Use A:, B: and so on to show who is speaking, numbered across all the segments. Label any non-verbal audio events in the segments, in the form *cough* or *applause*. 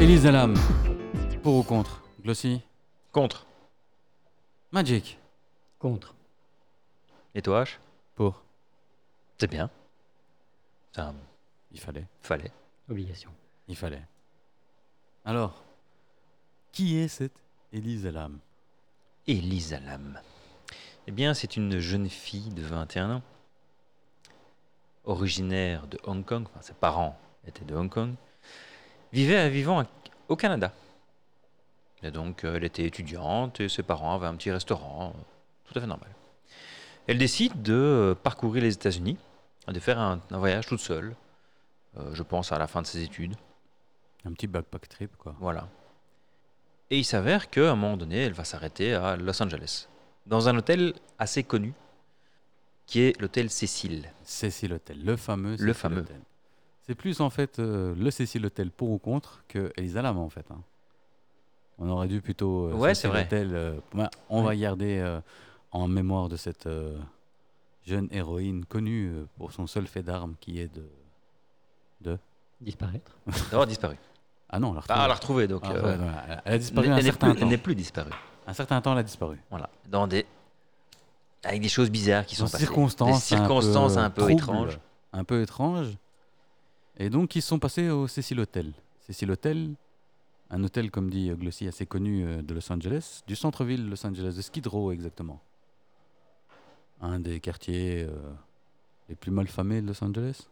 A: Elisa Lam. Pour ou contre Glossy
B: Contre.
A: Magic.
C: Contre.
B: Et toi, H
A: Pour.
B: C'est bien. C'est un-
A: Il fallait.
B: Fallait.
C: Obligation.
A: Il fallait. Alors, qui est cette Elisa Lam
B: Elisa Lam. Eh bien, c'est une jeune fille de 21 ans, originaire de Hong Kong, enfin ses parents étaient de Hong Kong, vivait à vivant à- au Canada. Et donc, euh, elle était étudiante et ses parents avaient un petit restaurant, euh, tout à fait normal. Elle décide de euh, parcourir les États-Unis, de faire un, un voyage toute seule, euh, je pense à la fin de ses études.
A: Un petit backpack trip, quoi.
B: Voilà. Et il s'avère qu'à un moment donné, elle va s'arrêter à Los Angeles, dans un hôtel assez connu, qui est l'hôtel Cécile.
A: Cécile Hotel, le fameux. Cécile
B: fameux.
A: Hotel. C'est plus en fait euh, le Cécile Hotel pour ou contre que Elisa Lam en fait. hein. On aurait dû plutôt. euh,
B: Ouais,
A: Cécile
B: c'est vrai.
A: Hotel, euh, bah, on va garder euh, en mémoire de cette euh, jeune héroïne connue euh, pour son seul fait d'armes qui est de.
C: Disparaître.
B: D'avoir disparu.
A: Ah non, on l'a retrouvée.
B: Ah, elle l'a retrouvé, donc.
A: Ah,
B: euh,
A: ouais, voilà, elle- Elle a
B: elle
A: disparu
B: n'est-
A: un
B: elle n'est
A: certain
B: plus- elle
A: temps.
B: n'est plus disparue.
A: Un certain temps, elle a disparu.
B: Voilà. Dans des. Avec des choses bizarres qui sont
A: Dans
B: passées.
A: circonstances,
B: Des circonstances un peu,
A: troubles,
B: étranges.
A: Un peu étranges. Et donc, ils sont passés au Cecil Hotel. Cecil Hotel, un hôtel, comme dit euh, Glossy, assez connu euh, de Los Angeles, du centre-ville Los Angeles, de Skid Row exactement. Un des quartiers euh, les plus malfamés de Los Angeles,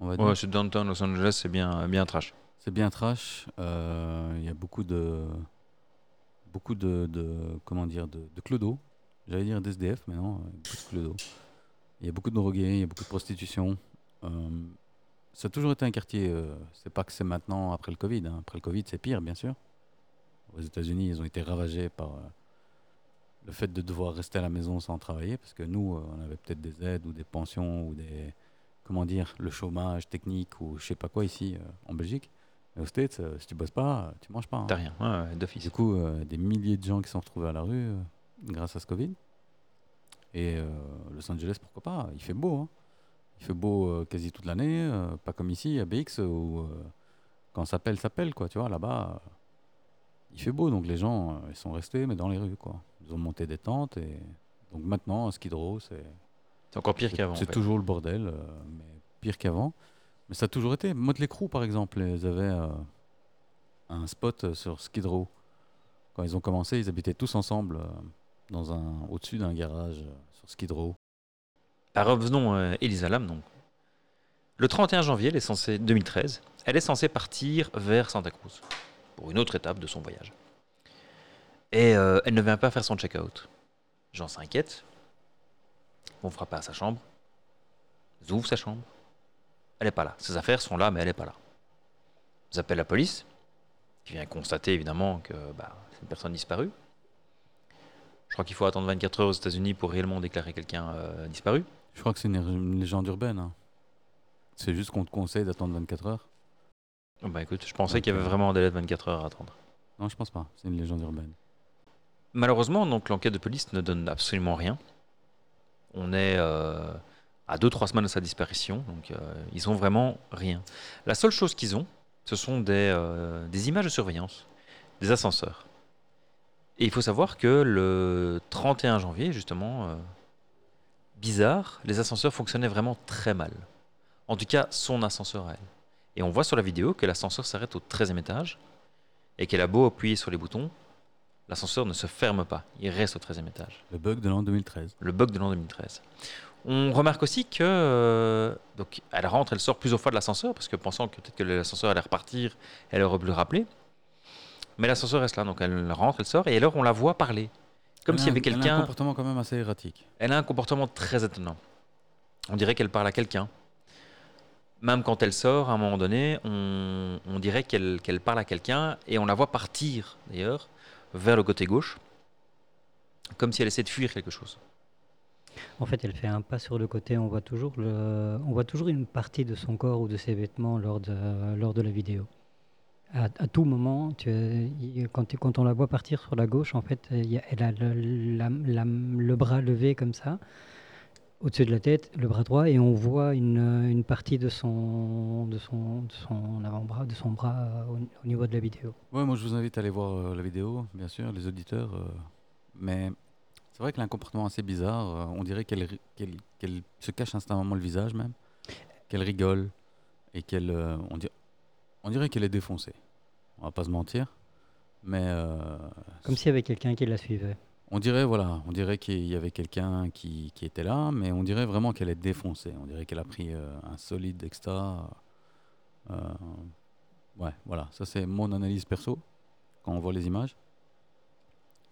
A: on va dire.
B: Ouais, c'est downtown Los Angeles, c'est bien, bien trash.
A: C'est bien trash. euh, Il y a beaucoup de. Beaucoup de. de- comment dire De, de clodos. J'allais dire d'SDF, mais non, euh, beaucoup de clodos. Il y a beaucoup de drogués, il y a beaucoup de prostitution. euh, ça a toujours été un quartier. euh, c'est pas que c'est maintenant après le Covid. hein. Après le Covid, c'est pire, bien sûr. Aux États-Unis, ils ont été ravagés par euh, le fait de devoir rester à la maison sans travailler, parce que nous, euh, on avait peut-être des aides ou des pensions ou des. Comment dire Le chômage technique ou je sais pas quoi ici, euh, en Belgique. Mais aux States, euh, si tu bosses pas, euh, tu manges pas. hein.
B: T'as rien, ouais, ouais, d'office.
A: Du coup, euh, des milliers de gens qui sont retrouvés à la rue euh, grâce à ce Covid. Et euh, Los Angeles, pourquoi pas Il fait beau. hein. Il fait beau euh, quasi toute l'année, euh, pas comme ici à BX où euh, quand ça pèle, ça pèle quoi. Tu vois, là-bas, euh, il fait beau, donc les gens euh, ils sont restés mais dans les rues quoi. Ils ont monté des tentes et donc maintenant, à Skid Row, c'est
B: C'est encore pire
A: c'est-
B: qu'avant. en
A: C'est
B: fait.
A: toujours le bordel, euh, mais pire qu'avant. Mais ça a toujours été. Motley Crue, par exemple, ils avaient euh, un spot euh, sur Skid Row. Quand ils ont commencé, ils habitaient tous ensemble euh, dans un, au-dessus d'un garage euh, sur Skid Row.
B: Ah, revenons à Elisa Lam, donc. Le 31 janvier elle est censée, 2013, elle est censée partir vers Santa Cruz pour une autre étape de son voyage. Et euh, elle ne vient pas faire son check-out. Jean s'inquiète. On frappe à sa chambre. Ils ouvrent sa chambre. Elle n'est pas là. Ses affaires sont là, mais elle n'est pas là. Ils appellent la police, qui vient constater évidemment que bah, c'est une personne disparue. Je crois qu'il faut attendre 24 heures aux États-Unis pour réellement déclarer quelqu'un euh, disparu.
A: Je crois que c'est une, une légende urbaine. hein. C'est juste qu'on te conseille d'attendre 24 heures.
B: Oh Bah écoute, je pensais
A: Donc,
B: qu'il y avait
A: euh,
B: vraiment un délai de 24 heures à attendre.
A: Non, je pense pas. C'est une légende urbaine.
B: Malheureusement, donc l'enquête de police ne donne absolument rien. On est euh, à 2-3 semaines de sa disparition, donc euh, ils ont vraiment rien. La seule chose qu'ils ont, ce sont des, euh, des images de surveillance, des ascenseurs. Et il faut savoir que le 31 janvier, justement, euh, bizarre, les ascenseurs fonctionnaient vraiment très mal. En tout cas, son ascenseur à elle. Et on voit sur la vidéo que l'ascenseur s'arrête au 13e étage et qu'elle a beau appuyer sur les boutons, l'ascenseur ne se ferme pas, il reste au 13e étage
A: Le bug de l'an 2013.
B: le bug de l'an 2013. On remarque aussi que euh, donc elle rentre, elle sort plusieurs fois de l'ascenseur parce que pensant que peut-être que l'ascenseur allait repartir, elle aurait pu le rappeler. Mais l'ascenseur reste là, donc elle rentre, elle sort et alors on la voit parler, comme
A: Elle a
B: s'il y avait
A: un- Ah, elle a un
B: quelqu'un.
A: comportement quand même assez erratique.
B: Elle a un comportement très étonnant. On dirait qu'elle parle à quelqu'un. Même quand elle sort, à un moment donné, on, on dirait qu'elle qu'elle parle à quelqu'un et on la voit partir, d'ailleurs, vers le côté gauche, comme si elle essayait de fuir quelque chose.
C: En fait, elle fait un pas sur le côté. On voit toujours, le... on voit toujours une partie de son corps ou de ses vêtements lors de, lors de la vidéo. À, à tout moment, tu- il- quand, tu- quand on la voit partir sur la gauche, en fait, il y a- elle a le, la- la- le bras levé comme ça. au-dessus de la tête, le bras droit, et on voit une, euh, une partie de son, de son, de son avant-bras, de son bras euh, au, au niveau de la vidéo.
A: Ouais, moi je vous invite à aller voir euh, la vidéo, bien sûr, les auditeurs. euh, mais c'est vrai qu'elle a un comportement assez bizarre. euh, on dirait qu'elle ri- qu'elle qu'elle se cache instantanément le visage même, qu'elle rigole et qu'elle. euh, on, dir- on dirait qu'elle est défoncée. On va pas se mentir. Mais euh,
C: Comme s'il y avait quelqu'un qui la suivait.
A: on dirait voilà, on dirait qu'il y avait quelqu'un qui, qui était là, mais on dirait vraiment qu'elle est défoncée. On dirait qu'elle a pris euh, un solide extra. Euh, ouais, voilà, ça c'est mon analyse perso quand on voit les images.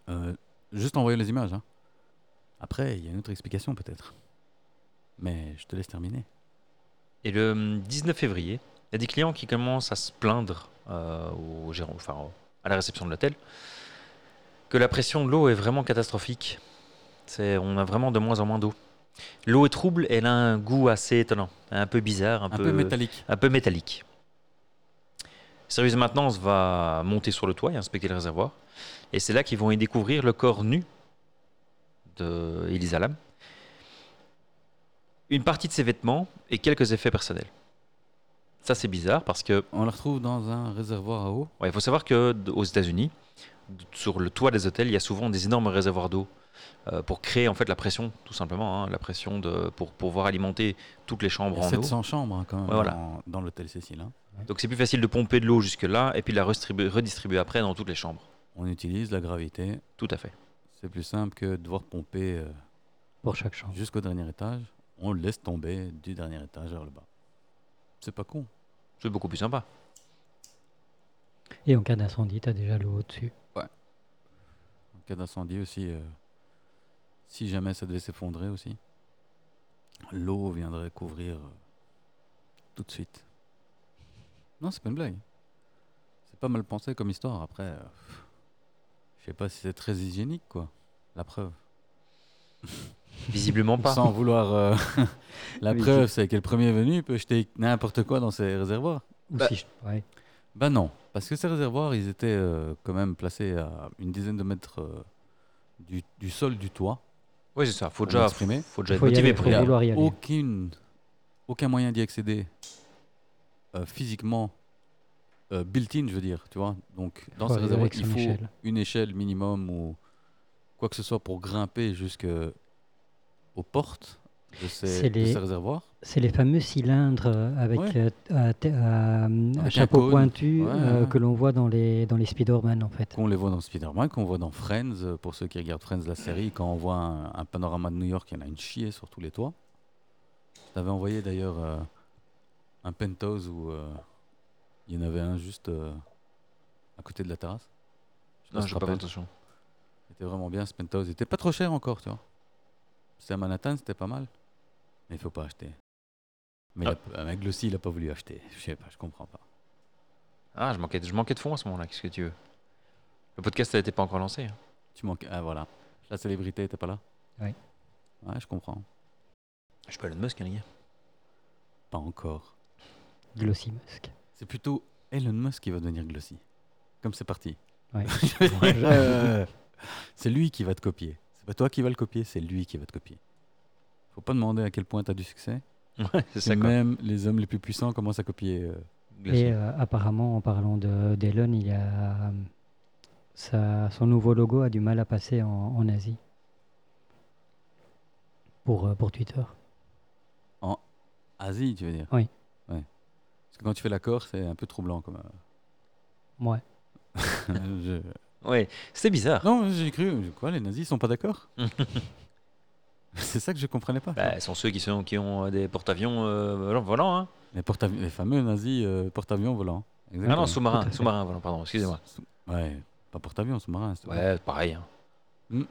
A: Euh, juste en voyant les images. hein. Après, il y a une autre explication peut-être. Mais je te laisse terminer.
B: Et le hum, 19 février, il y a des clients qui commencent à se plaindre euh, au gérant, enfin, au- à la réception de l'hôtel que la pression de l'eau est vraiment catastrophique. C'est, on a vraiment de moins en moins d'eau. L'eau est trouble, elle a un goût assez étonnant, un peu bizarre, un,
A: Un peu métallique.
B: un peu métallique. Le service de maintenance va monter sur le toit et inspecter le réservoir. Et c'est là qu'ils vont y découvrir le corps nu de Elisa Lam, une partie de ses vêtements et quelques effets personnels. Ça, c'est bizarre parce que
A: On la retrouve dans un réservoir à eau.
B: Ouais, il faut savoir que d- aux États-Unis, d- sur le toit des hôtels, il y a souvent des énormes réservoirs d'eau euh, pour créer en fait la pression, tout simplement, hein, la pression de, pour pouvoir alimenter toutes les
A: Il
B: chambres
A: y a
B: en eau.
A: 700 chambres hein, quand même
B: Ouais, voilà.
A: dans, dans l'hôtel Cécile. hein.
B: Donc c'est plus facile de pomper de l'eau jusque là et puis de la redistribuer, redistribuer après dans toutes les chambres.
A: On utilise la gravité.
B: Tout à fait.
A: C'est plus simple que devoir pomper. euh,
C: Pour chaque chambre.
A: jusqu'au dernier étage, on le laisse tomber du dernier étage vers le bas. C'est pas con.
B: C'est beaucoup plus sympa.
C: Et en cas d'incendie, tu as déjà l'eau au-dessus.
A: En cas d'incendie aussi, euh, si jamais ça devait s'effondrer aussi, l'eau viendrait couvrir euh, tout de suite. Non, c'est pas une blague. C'est pas mal pensé comme histoire. Après, euh, pff, je sais pas si c'est très hygiénique, quoi. La preuve.
B: Visiblement pas.
A: Sans vouloir. euh, *laughs* la
C: Oui,
A: preuve, c'est que le premier venu peut jeter n'importe quoi dans ses réservoirs.
C: Ou
B: Bah.
C: si je- ouais.
A: Ben non, parce que ces réservoirs, ils étaient euh, quand même placés à une dizaine de mètres euh, du, du sol du toit.
B: Oui, c'est ça. Faut
A: Pour
B: déjà, faut
A: m'exprimer.
B: déjà être
C: Faut y
B: motivé
C: aller,
B: pour
C: faut
B: y
C: y
B: aller.
C: vouloir y aller.
A: Aucune, aucun moyen d'y accéder euh, physiquement, euh, built-in, je veux dire, tu vois. Donc, dans
C: Faut
A: ces
C: aller
A: réservoirs,
C: avec
A: il
C: son
A: faut
C: échelle.
A: une échelle minimum ou quoi que ce soit pour grimper jusque aux portes de ces,
C: C'est
A: de
C: les-
A: ces réservoirs.
C: C'est les fameux cylindres euh, avec
A: Ouais.
C: euh, à te- à, euh,
A: Avec un
C: chapeau
A: cône.
C: pointu
A: Ouais,
C: euh,
A: ouais.
C: que l'on voit dans les, dans les Spider-Man en fait.
A: Qu'on les voit dans Spider-Man, qu'on voit dans Friends, euh, pour ceux qui regardent Friends, la série, quand on voit un, un panorama de New York, il y en a une chier sur tous les toits. Je t'avais envoyé d'ailleurs euh, un penthouse où euh, il y en avait un juste euh, à côté de la terrasse. sais
B: Non,
A: si tu
B: j'ai
A: te
B: pas fait
A: rappelles.
B: attention.
A: C'était vraiment bien ce penthouse. Il était pas trop cher encore, tu vois. C'était à Manhattan, c'était pas mal. Mais il faut pas acheter. Mais
B: Ah.
A: il a- avec le si, il a pas voulu acheter. Je sais pas, je comprends pas.
B: Ah, je manquais, je manquais de fond à ce moment-là. Qu'est-ce que tu veux Le podcast n'était pas encore lancé. hein.
A: Tu manques. Ah voilà. La célébrité était pas là
C: Oui.
A: Ouais, je comprends.
B: Je suis pas Elon Musk, hein, les gars. *laughs*
A: Pas encore.
C: Glossy Musk.
A: C'est plutôt Elon Musk qui va devenir Glossy. Comme c'est parti.
C: Ouais.
A: Je veux
C: *laughs*
A: dire, euh, *laughs* c'est lui qui va te copier. C'est pas toi qui va le copier, c'est lui qui va te copier. Faut pas demander à quel point tu as du succès.
B: Ouais, c'est ça,
A: Et
B: quoi.
A: même les hommes les plus puissants commencent à copier. euh,
B: Glacier.
C: Et euh, apparemment, en parlant de- d'Elon, il y a euh, sa- son nouveau logo a du mal à passer en, en Asie pour, euh, pour Twitter.
A: Asie, tu veux dire
C: Oui.
A: Ouais. Parce que quand tu fais l'accord, c'est un peu troublant. Comme,
C: Ouais.
A: euh, *laughs* je-
B: Ouais, c'était bizarre.
A: Non, j'ai cru. Quoi, les nazis sont pas
B: *laughs*
A: d'accord C'est ça que je comprenais pas.
B: Bah, ce sont ceux qui, sont, qui ont euh, des porte-avions euh, volants. Hein.
A: Les, porte les fameux nazis euh, porte-avions volants.
B: Ah non,
A: Exactement.
C: Tout *laughs* à
B: sous-marin,
C: fait.
B: sous-marin volant, pardon, excusez-moi.
A: Ouais, pas porte-avions, sous-marin. c'est-
B: Ouais, pareil. hein.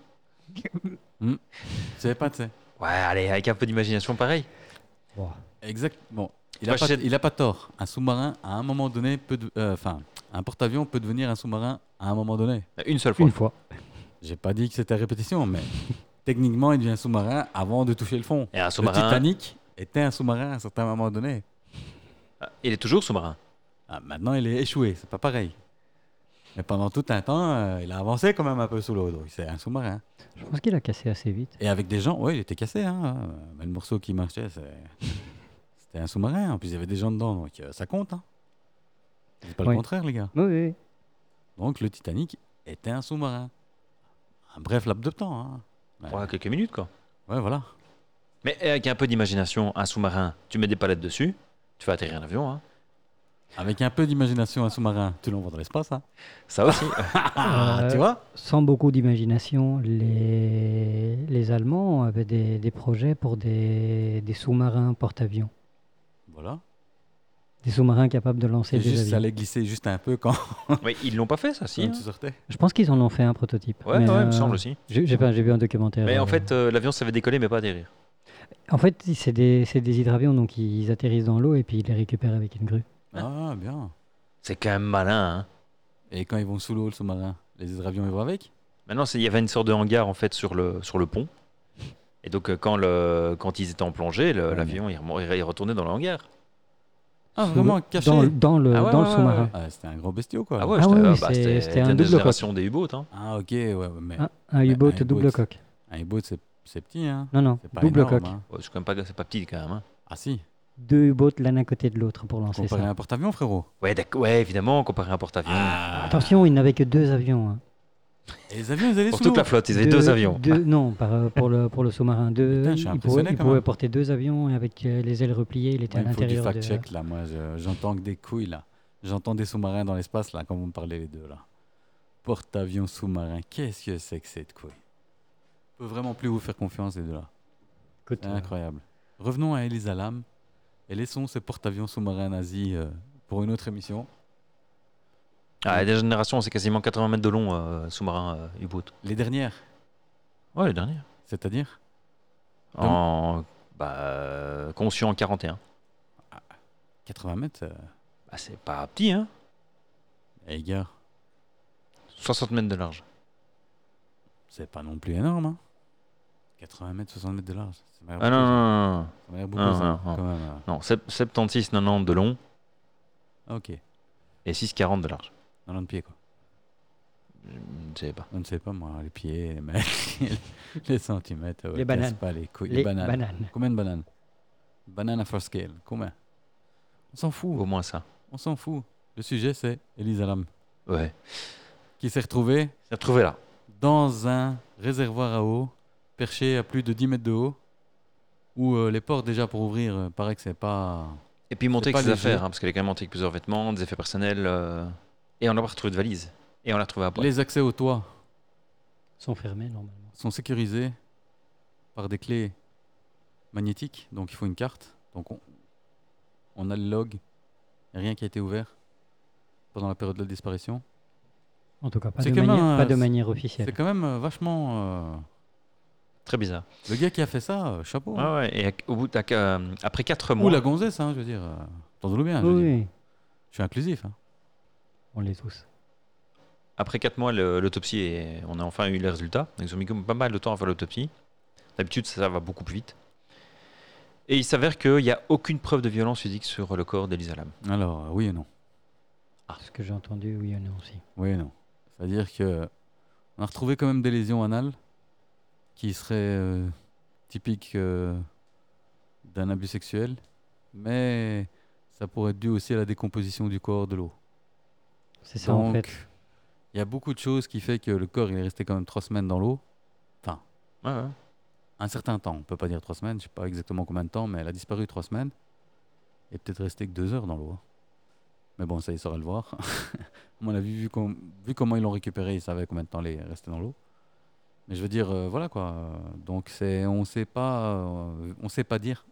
A: Tu savais pas, tu sais.
B: Ouais, allez, avec un peu d'imagination, pareil.
C: Wow.
A: Exact. Bon, il
B: Moi,
A: a, pas,
B: je sais-
A: il a pas tort. Un sous-marin, à un moment donné, peut. de- euh, Enfin, un porte-avions peut devenir un sous-marin à un moment donné.
B: Une seule fois.
C: Une fois.
A: J'ai pas dit que c'était à répétition,
B: *laughs*
A: mais techniquement, il devient sous-marin avant de toucher le fond.
B: Et un
A: Le
B: sous-marin,
A: Titanic était un sous-marin à un certain moment donné.
B: euh, il est toujours sous-marin.
A: Ah, maintenant, il est échoué. C'est pas pareil. Mais pendant tout un temps, euh, il a avancé quand même un peu sous l'eau. Donc c'est un sous-marin.
C: Je pense qu'il a cassé assez vite.
A: Et avec des gens, ouais, il était cassé. Hein. Mais le morceau qui marchait, c'est- c'était un sous-marin. En plus, il y avait des gens dedans, donc euh, ça compte. Hein. C'est pas
C: Oui.
A: le contraire, les gars.
C: Oui, oui, oui.
A: Donc le Titanic était un sous-marin. Un bref laps de temps. Hein. Ouais.
B: Ouais, quelques minutes, quoi.
A: Ouais, voilà.
B: Mais euh, avec un peu d'imagination, un sous-marin, tu mets des palettes dessus, tu vas atterrir un avion. Hein.
A: Avec un peu d'imagination, un sous-marin, tu l'envoies dans l'espace. Hein.
B: Ça aussi.
A: Ah,
B: *laughs*
C: Euh,
A: tu vois
C: Sans beaucoup d'imagination, les, les Allemands avaient des, des projets pour des, des sous-marins porte-avions.
A: Voilà.
C: Des sous-marins capables de lancer
A: C'est
C: des
A: juste, ça
C: avions.
A: allait glisser juste un peu quand,
B: mais ils l'ont pas fait, ça, si.
A: quand
B: hein.
A: tu sortais.
C: Je pense qu'ils en ont fait un prototype.
B: Ouais,
C: mais,
B: ouais, il
C: euh,
B: me semble aussi.
C: J'ai j'ai pas- j'ai vu un documentaire.
B: Mais
C: euh,
B: en fait, euh, l'avion savait décoller, mais pas atterrir.
C: en fait c'est des, c'est des hydravions, donc ils atterrissent dans l'eau et puis ils les récupèrent avec une grue.
A: Ah, bien.
B: C'est quand même malin. Hein.
A: Et quand ils vont sous l'eau, le sous-marin, les hydravions, ils vont avec
B: Maintenant, c'est- il y avait une sorte de hangar, en fait, sur le, sur le pont. Et donc, euh, quand, le, quand ils étaient en plongée, le-
A: Ouais,
B: l'avion, il, remo- il retournait dans le hangar.
A: Ah,
C: Sous
A: vraiment,
C: l'eau-
A: caché
C: Dans, le- dans le,
B: Ah ouais,
C: dans
B: ouais,
C: le
B: ouais,
C: sous-marin.
B: ouais.
A: Ah, C'était un gros bestiau, quoi.
B: Ah ouais,
C: Ah
B: c'était
C: oui,
B: euh,
C: c'est-
B: bah, c'était-
C: c'était
B: c'était
C: un
B: une
C: double coque.
B: génération des U-boats. hein.
A: Ah, ok, ouais, mais
C: Un, un U-boat
A: un
C: double
A: U-boat.
C: coque.
A: un U-boat, c'est c'est petit, hein.
C: Non, non,
A: C'est pas
C: double
A: énorme,
C: coque.
A: hein.
B: Ouais, c'est quand même pas, c'est pas petit quand même. hein.
A: Ah, si.
C: Deux U-boats l'un à côté de l'autre pour lancer
A: Comparé à
C: ça.
A: un porte-avions, frérot.
B: Ouais, d'ac- ouais, évidemment, comparé à un porte-avions.
C: Ah, Attention, ils n'avaient que deux avions. hein.
A: Et les avions, ils allaient
B: Pour
A: sous
B: toute
A: l'eau.
B: la flotte, ils avaient deux avions.
C: deux- non, par- euh, pour le, pour le sous-marin. Deux,
A: Putain, je suis
C: ils pouvaient,
A: impressionné
C: ils
A: quand
C: pouvaient
A: même.
C: porter deux avions et avec euh, les ailes repliées, il était
A: Ouais,
C: à
A: il faut du
C: l'intérieur. de-
A: fact-check, là. Moi, je- j'entends que des couilles, là. J'entends des sous-marins dans l'espace, là, quand vous me parlez les deux, là. Porte-avions sous-marin, qu'est-ce que c'est que cette couille Je peux vraiment plus vous faire confiance, les deux-là.
C: Écoute,
A: C'est incroyable. Revenons à Elisa Lam et laissons ce porte-avions sous-marin nazi euh, pour une autre émission.
B: Ah, des générations, c'est quasiment 80 mètres de long euh, sous-marin euh, U-boat.
A: Les dernières,
B: Ouais, les dernières.
A: c'est-à-dire
B: En bah, euh, conçu en 41.
A: 80 mètres, euh,
B: Bah, c'est pas petit, hein
A: eh, les gars,
B: 60 mètres de large.
A: c'est pas non plus énorme. hein. 80 mètres, 60 mètres de large. Ça m'a l'air
B: Ah non,
A: beaucoup, ça.
B: non, non, non.
A: Ça m'a l'air beaucoup,
B: non,
A: ça,
B: non, non.
A: quand même. euh.
B: Non, sept- 76, 90 de long
A: Ah, ok,
B: et 6, 40 de large.
A: 90 pieds, quoi.
B: Je ne sais pas.
A: On ne sait pas, moi, les pieds, les mètres, *laughs* les centimètres. ouais,
C: Les
A: casse
C: bananes.
A: Pas les couilles, les,
C: les
A: bananes.
C: bananes.
A: Combien de bananes Bananes à first scale, combien On s'en
B: Au
A: fout,
B: moins ça.
A: on s'en fout. Le sujet, c'est Elisa Lam,
B: Ouais.
A: qui s'est retrouvée
B: J'ai retrouvé là.
A: dans un réservoir à eau, perché à plus de 10 mètres de haut, où euh, les portes déjà pour ouvrir, euh, paraît que c'est pas...
B: Et puis monter
A: C'est
B: avec
A: pas
B: ses
A: léger.
B: affaires, hein, parce qu'elle est quand même montée avec plusieurs vêtements, des effets personnels. euh, Et on n'a pas retrouvé de valise. Et on l'a retrouvé après.
A: Les accès au toit
C: sont fermés normalement.
A: sont sécurisés par des clés magnétiques, donc il faut une carte. Donc on, on a le log, y a rien qui a été ouvert pendant la période de la disparition.
C: En tout cas, pas,
A: C'est
C: de,
A: quand même
C: manière,
A: un-
C: pas de
A: c'est-
C: manière
A: C'est
C: officielle.
A: quand même euh, vachement... euh,
B: Très bizarre.
A: Le gars qui a fait ça, euh, chapeau. hein.
B: Ah Ouais, ouais. Et ac- au bout d'ac- euh, après 4
A: Ou
B: mois.
A: la gonzesse, hein, je veux dire. euh, Entendons-le bien, je, veux
C: Oui,
A: dire.
C: oui,
A: je suis inclusif. hein.
C: on les tous.
B: Après 4 mois, le- l'autopsie, est- on a enfin eu les résultats. Ils ont mis comme pas mal de temps à faire l'autopsie. D'habitude, ça, ça va beaucoup plus vite. Et il s'avère qu'il n'y a aucune preuve de violence physique sur le corps d'Elisa Lam.
A: Alors, euh, oui et non. Ah.
C: Ce que j'ai entendu, oui, on est aussi.
A: Oui et non. C'est-à-dire que on a retrouvé quand même des lésions anales qui seraient euh, typiques euh, d'un abus sexuel, mais ça pourrait être dû aussi à la décomposition du corps de l'eau.
C: C'est ça en
A: Donc,
C: fait.
A: Il y a beaucoup de choses qui fait que le corps il est resté quand même trois semaines dans l'eau,
B: Ouais, ouais.
A: un certain temps. On peut pas dire trois semaines, je sais pas exactement combien de temps, mais elle a disparu trois semaines et peut-être resté que deux heures dans l'eau. hein. Mais bon, ça, il saura le voir. *laughs* à mon avis, vu, com- vu comment ils l'ont récupéré, ils savaient combien de temps elle est restée dans l'eau. Mais je veux dire, euh, voilà quoi. Euh, Donc, c'est, on sait pas, euh, on sait pas dire.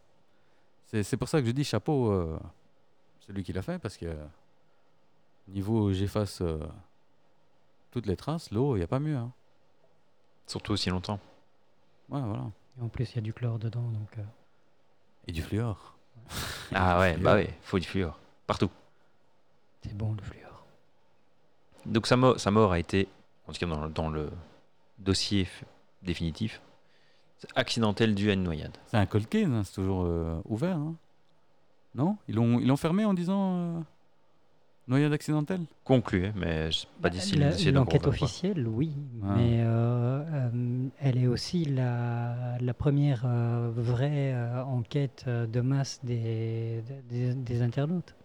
A: C'est, c'est pour ça que je dis chapeau, euh, celui qui l'a fait, parce que niveau j'efface euh, toutes les traces, l'eau, il n'y a pas mieux. hein.
B: Surtout aussi longtemps.
A: Ouais, voilà.
C: Et en plus, il y a du chlore dedans, donc euh,
A: Et du fluor.
B: Ah ouais,
A: fluor.
B: bah ouais, faut du fluor. Partout.
C: c'est bon le fluor.
B: Donc sa, mo- sa mort a été, en tout cas dans, le- dans le dossier f- définitif, c'est accidentel dû à une noyade.
A: C'est un cold case, hein, c'est toujours euh, ouvert. hein. Non Ils l'ont ils l'ont fermé en disant. euh, Noyade accidentelle
B: Conclu, hein, mais je sais pas d'ici
C: Bah, La-
B: d'essayer d'en
C: L'enquête
B: refaire, quoi.
C: officielle, oui,
A: Ah.
C: mais euh, euh, elle est aussi la, la première euh, vraie euh, enquête euh, de masse des, des, des internautes.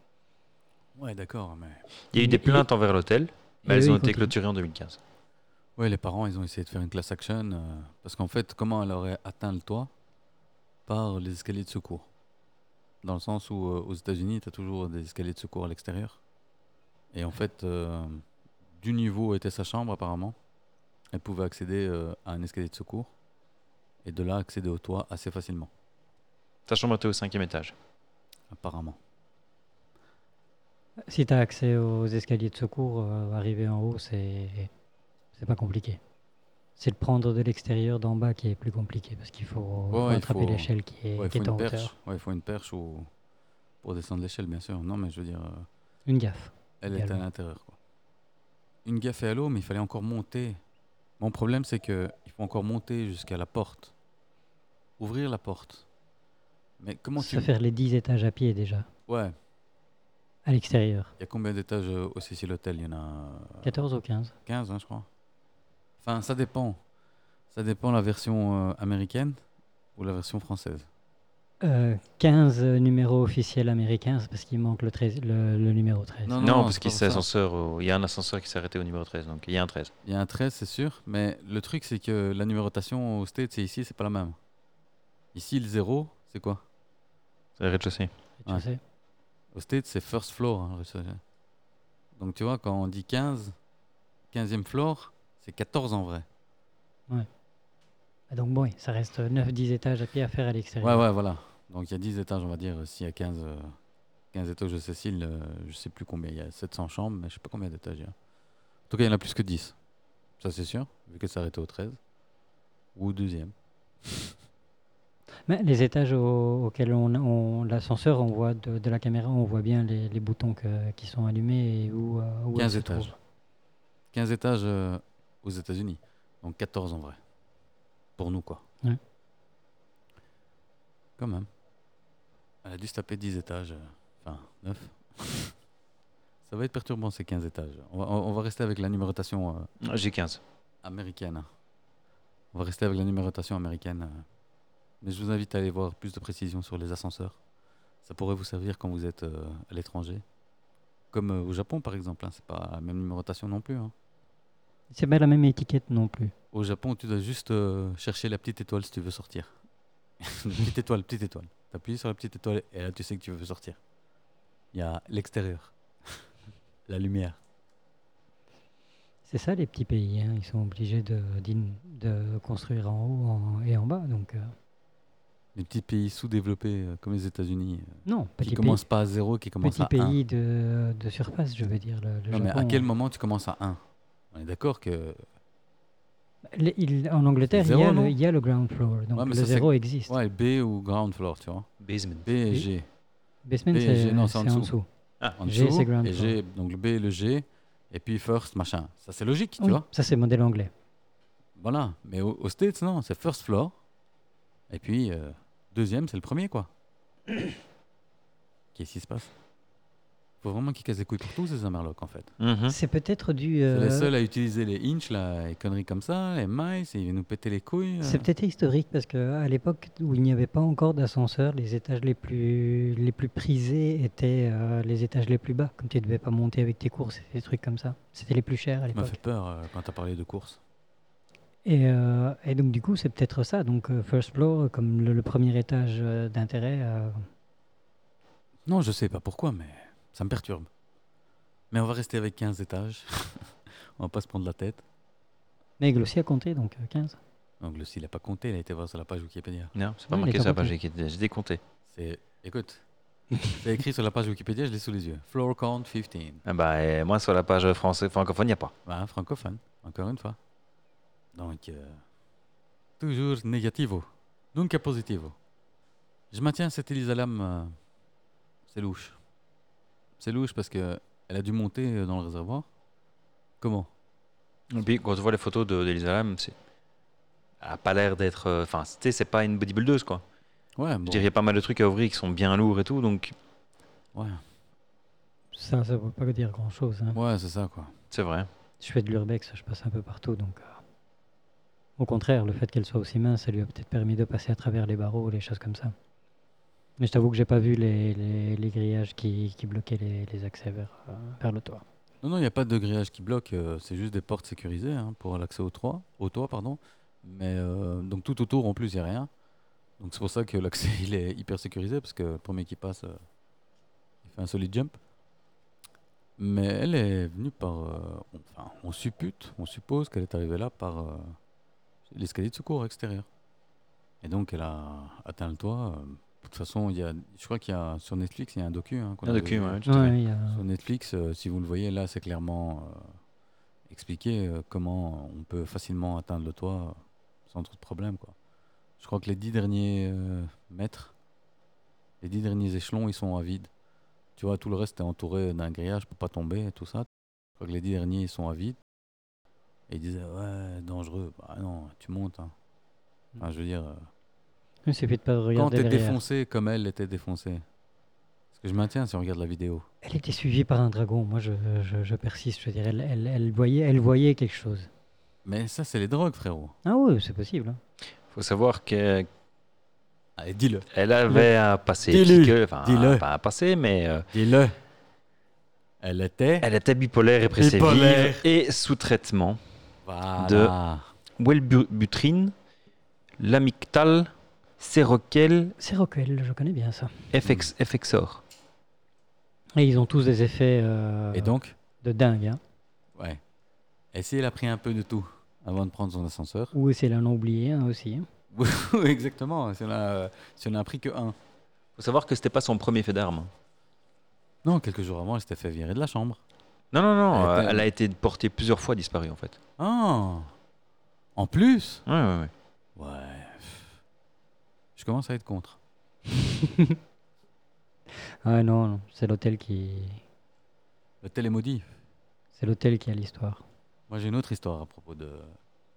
A: Ouais, d'accord, mais.
B: Il y a eu des plaintes envers l'hôtel, mais
C: Et
B: elles
C: eux,
B: ont
C: ils
B: été
C: continuent.
B: clôturées en 2015.
A: Ouais, les parents, ils ont essayé de faire une class action. euh, parce qu'en fait, comment elle aurait atteint le toit Par les escaliers de secours. Dans le sens où, euh, aux États-Unis, tu as toujours des escaliers de secours à l'extérieur. Et en fait, euh, du niveau où était sa chambre, apparemment, elle pouvait accéder euh, à un escalier de secours. Et de là, accéder au toit assez facilement,
B: Ta chambre était au cinquième étage.
A: apparemment.
C: Si tu as accès aux escaliers de secours, euh, arriver en haut, c'est c'est pas compliqué. C'est le prendre de l'extérieur d'en bas qui est plus compliqué parce qu'il faut,
A: Ouais,
C: faut
A: il
C: attraper
A: faut-
C: l'échelle qui est,
A: Ouais, il
C: qui
A: faut
C: est en
A: une
C: hauteur.
A: perche. Ouais, il faut une perche ou- pour descendre l'échelle, bien sûr. Non, mais je veux dire. euh,
C: Une gaffe.
A: Elle était à
C: Également.
A: l'intérieur. quoi. Une gaffe et à l'eau, mais il fallait encore monter. Mon problème, c'est que il faut encore monter jusqu'à la porte. Ouvrir la porte. Mais comment
C: Ça
A: tu.
C: faire les 10 étages à pied déjà,
A: Ouais,
C: à l'extérieur.
A: il y a combien d'étages euh, au Cécile Hotel Il y en a euh,
C: 14 ou 15
A: 15, hein, je crois. Enfin, ça dépend. Ça dépend la version euh, américaine ou la version française.
C: Euh, 15 numéros officiels américains c'est parce qu'il manque le, 13 le, le numéro 13.
A: Non,
B: Non, parce
A: c'est
B: qu'il
A: pas
B: s'est
A: ça.
B: ascenseur au- il y a un ascenseur qui s'est arrêté au numéro 13, donc il y a un 13.
A: Il y a un 13, c'est sûr, mais le truc, c'est que la numérotation au States et ici, c'est pas la même. Ici, le 0, c'est quoi
B: C'est le rez-de-chaussée.
C: Tu
A: ouais.
C: sais.
A: Au States, c'est first floor. hein, le rez-de-chaussée. Donc tu vois, quand on dit 15, 15e floor, c'est 14 en vrai.
C: Ah, Donc bon, oui, ça reste 9-10 étages à pied à faire à
A: Ouais,
C: l'extérieur.
A: ouais, voilà. Donc il y a 10 étages, on va dire. S'il y a 15, euh, 15 étages de Cécile, euh, je sais plus combien. Il y a 700 chambres, mais je sais pas combien d'étages il y a. En tout cas, il y en a plus que 10. Ça, c'est sûr, vu que ça arrêtait au 13. Ou au deuxième.
C: Mais les étages au- auxquels on, on- l'ascenseur, on voit de, de la caméra, on voit bien les, les boutons que- qui sont allumés et où, euh, où
A: 15
C: elle se
A: étages.
C: trouve.
A: 15 étages euh, aux États-Unis. Donc 14 en vrai. Pour nous, quoi.
C: Ouais.
A: Quand même. Elle a dû se taper 10 étages. euh, Enfin, 9. *laughs* Ça va être perturbant ces 15 étages. On va, on- on va rester avec la numérotation euh,
B: Ah, J'ai 15.
A: américaine. hein. On va rester avec la numérotation américaine. euh. Mais je vous invite à aller voir plus de précisions sur les ascenseurs. Ça pourrait vous servir quand vous êtes euh, à l'étranger. Comme euh, au Japon, par exemple. hein. C'est pas la même numérotation non plus. hein.
C: C'est pas la même étiquette non plus.
A: Au Japon, tu dois juste euh, chercher la petite étoile si tu veux sortir. *laughs* petite étoile, petite étoile. T'appuies sur la petite étoile et là tu sais que tu veux sortir. Il y a l'extérieur, *laughs* la lumière.
C: C'est ça les petits pays, hein, ils sont obligés de, d'in- de construire en haut en- et en bas. Donc euh,
A: Les petits pays sous-développés euh, comme les États-Unis, euh,
C: non,
A: qui
C: petit pays,
A: commencent pas à zéro, qui commencent
C: petit
A: à un.
C: pays de, de surface, je veux dire. Le, le
A: hein. Non, mais à
C: Japon,
A: quel moment tu commences à 1 On est d'accord que.
C: Les- il- en Angleterre,
A: Zéro,
C: il, y a
A: non
C: le, il y a le ground floor, donc
A: Ouais, mais
C: le
A: ça, c'est-
C: zéro existe.
A: Ouais, B ou ground floor, tu vois.
B: Basement.
A: B et G.
C: Basement,
A: B,
C: c'est
A: G, non, c'est
C: c'est
A: en
C: en
A: dessous.
C: dessous.
A: En
C: G,
A: dessous,
C: c'est ground
A: et G, donc le B et le G, et puis first, machin. Ça, c'est logique, tu
C: Oui,
A: vois.
C: ça, c'est modèle anglais.
A: Voilà, mais au, aux States, non, c'est first floor. Et puis, euh, deuxième, c'est le premier, quoi. *coughs* Qu'est-ce qui se passe Faut vraiment qu'ils cassent les couilles pour tous, ces Amerlocs, en fait.
B: Mhm.
C: C'est peut-être
A: Hein
C: dû.
A: C'est
C: euh,
A: les seuls à utiliser les inches, là, les conneries comme ça, les miles, et ils viennent nous péter les couilles. euh.
C: C'est peut-être historique parce qu'à l'époque où il n'y avait pas encore d'ascenseur, les étages les plus, les plus prisés étaient euh, les étages les plus bas. Comme tu ne devais pas monter avec tes courses et des trucs comme ça. C'était les plus chers à
A: Ça m'a
C: l'époque.
A: fait peur euh, quand t'as parlé de course.
C: Et, euh, et donc, du coup, c'est peut-être ça. Donc, euh, first floor, comme le, le premier étage euh, d'intérêt. euh,
A: Non, je sais pas pourquoi, mais ça me perturbe. Mais on va rester avec 15 étages. *laughs* on va pas se prendre la tête.
C: mais Aigle aussi a compté, donc euh, 15.
A: Donc, le s'il a pas compté, il a été voir sur la page Wikipédia.
B: Non, c'est pas
C: Ouais,
B: marqué
C: les
B: ça,
C: carottes,
B: j'ai j'ai décompté.
A: C'est. Écoute, *laughs* c'est écrit sur la page Wikipédia, je l'ai sous les yeux. Floor count 15.
B: Ah bah, et moi, sur la page française francophone, il n'y a pas.
A: Bah, francophone, encore une fois. Donc, euh, toujours négativo, nunca positivo. Je maintiens cette Elisa Lam, euh, c'est louche. C'est louche parce que elle a dû monter euh, dans le réservoir. Comment
B: Et puis, quand tu vois les photos de- d'Elisa Lam, c'est. Elle a pas l'air d'être. euh, Enfin, tu sais, c'est pas une bodybuildeuse, quoi.
A: Ouais,
B: Je
A: bon,
B: dirais, il y a pas mal de trucs à ouvrir qui sont bien lourds et tout, donc
A: ouais.
C: Ça, ça ne veut pas dire grand-chose. hein.
A: Ouais, c'est ça, quoi.
B: C'est vrai.
C: Je fais de l'urbex, je passe un peu partout. Donc, euh, au contraire, le fait qu'elle soit aussi mince, ça lui a peut-être permis de passer à travers les barreaux, les choses comme ça. Mais je t'avoue que j'ai pas vu les, les- les grillages qui, qui bloquaient les, les accès vers, euh, vers le toit.
A: Non, non, il n'y a pas de grillage qui bloque, euh, c'est juste des portes sécurisées hein, pour l'accès au toit. Au toit pardon. Mais euh, donc tout autour, en plus, il n'y a rien. Donc c'est pour ça que l'accès *laughs* il est hyper sécurisé, parce que le premier qui passe, euh, il fait un solide jump. Mais elle est venue par. euh, on- enfin, on suppute, on suppose qu'elle est arrivée là par euh, l'escalier de secours extérieur. Et donc elle a atteint le toit. euh, de toute façon, il y a, je crois qu'il y a sur Netflix, il y a un docu. hein, qu'on
B: Un
A: avait
B: docu,
A: vu.
B: ouais, tout à fait.
C: Ouais, il y a-
A: Sur Netflix, euh, si vous le voyez, là, c'est clairement euh, expliqué euh, comment on peut facilement atteindre le toit euh, sans trop de problème. Quoi. Je crois que les dix derniers euh, mètres, les dix derniers échelons, ils sont à vide. Tu vois, tout le reste est entouré d'un grillage pour pas tomber et tout ça. Je crois que les dix derniers, ils sont à vide. Et ils disaient, ouais, dangereux. Bah non, tu montes. hein. Enfin, je veux dire, euh,
C: Il suffit de pas
A: quand
C: regarder
A: t'es
C: derrière.
A: défoncé comme elle était défoncée. Ce que je maintiens si on regarde la vidéo.
C: Elle était suivie par un dragon. Moi, je, je- je persiste. Je veux dire, elle, elle- elle voyait, elle voyait quelque chose.
A: Mais ça, c'est les drogues, frérot.
C: Ah oui, c'est possible. hein.
B: faut savoir que-
A: Allez, dis-le.
B: qu'elle avait un passé.
A: Dis-le.
B: piqueux, Enfin,
A: Dis-le.
B: pas un passé, mais euh,
A: Dis-le. Elle était.
B: elle était bipolaire, répressive
A: Bipolaire.
B: et sous traitement.
A: Voilà.
B: Wellbutrine, Lamictal, Seroquel,
C: C'est Rockwell, je connais bien ça.
B: FX, FXOR.
C: Et ils ont tous des effets euh,
A: Et donc
C: de dingue. hein.
A: Ouais. Et si elle a pris un peu de tout avant de prendre son ascenseur *laughs*
C: Ou c'est l'un oublié hein, aussi. hein.
A: Exactement. Si on, a, si on a pris que un.
B: faut savoir que c'était pas son premier fait d'armes.
A: Non, quelques jours avant, elle s'était fait virer de la chambre.
B: Non, non, non.
A: Elle
B: euh,
A: était-
B: Elle a été portée plusieurs fois disparue, en fait.
A: Ah En plus
B: Ouais, ouais, ouais.
A: Ouais. Je commence à être contre.
C: Ah non, non, c'est l'hôtel qui,
A: Le télé maudit.
C: c'est l'hôtel qui a l'histoire.
A: Moi, j'ai une autre histoire à propos de,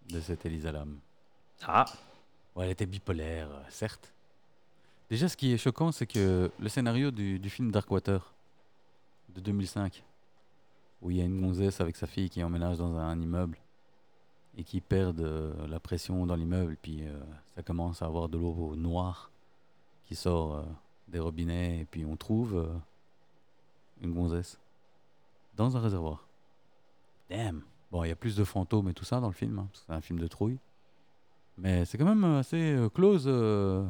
A: de cette Elisa Lam.
B: Ah,
A: Ouais, elle était bipolaire, euh, certes. Déjà, ce qui est choquant, c'est que le scénario du, du film Darkwater de 2005, où il y a une gonzesse avec sa fille qui emménage dans un immeuble et qui perd euh, la pression dans l'immeuble, puis euh, ça commence à avoir de l'eau noire qui sort euh, des robinets, et puis on trouve euh, une gonzesse dans un réservoir. Damn! Bon, il y a plus de fantômes et tout ça dans le film, hein, parce que c'est un film de trouille. Mais c'est quand même euh, assez euh, close euh,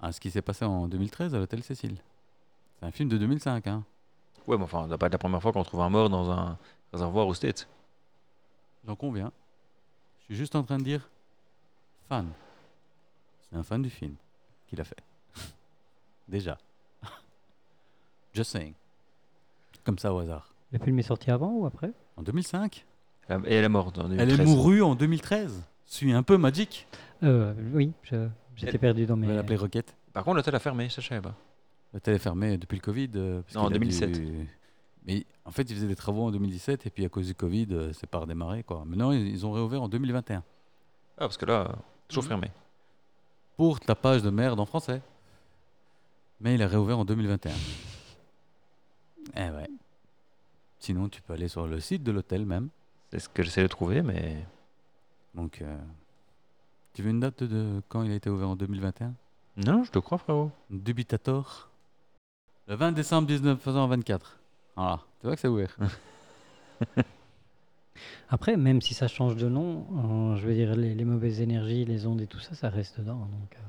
A: à ce qui s'est passé en 2013 à l'hôtel Cécile. C'est un film de 2005. Hein.
B: ouais, mais enfin, ça doit pas être la première fois qu'on trouve un mort dans un réservoir aux States.
A: J'en conviens. Je suis juste en train de dire fan. C'est un fan du film qui l'a fait. *laughs* Déjà. *laughs* Just saying. Comme ça au hasard.
C: Le film est sorti avant ou après
A: En 2005
B: Elle a- Et elle est morte en
A: Elle
B: 2013.
A: est mourue en 2013. Suis un peu magique.
C: euh, Oui, je- j'étais
B: Elle-
C: perdu dans
A: On
C: mes.
A: va l'appeler Rocket.
B: Par contre, l'hôtel a fermé, ça je savais pas.
A: L'hôtel est fermé depuis le Covid. euh, parce
B: Non, en
A: qu'il a
B: 2007.
A: dû- Mais en fait, ils faisaient des travaux en 2017 et puis à cause du Covid, euh, c'est pas redémarré. Quoi. Maintenant, ils ils ont réouvert en 2021
B: Ah, parce que là, euh, toujours
A: Mhm.
B: fermé.
A: pour tapage de merde en français. Mais il a réouvert en 2021. Eh ouais. Sinon, tu peux aller sur le site de l'hôtel même.
B: C'est ce que j'essaie de trouver, mais.
A: Donc, euh, tu veux une date de, de quand il a été ouvert en 2021
B: Non, je te crois, frérot.
A: Dubitator. Le 20 décembre 1924. Voilà. Tu vois que c'est eh? ouvert.
C: Après, même si ça change de nom, euh, je veux dire, les, les mauvaises énergies, les ondes et tout ça, ça reste dedans. Donc, euh,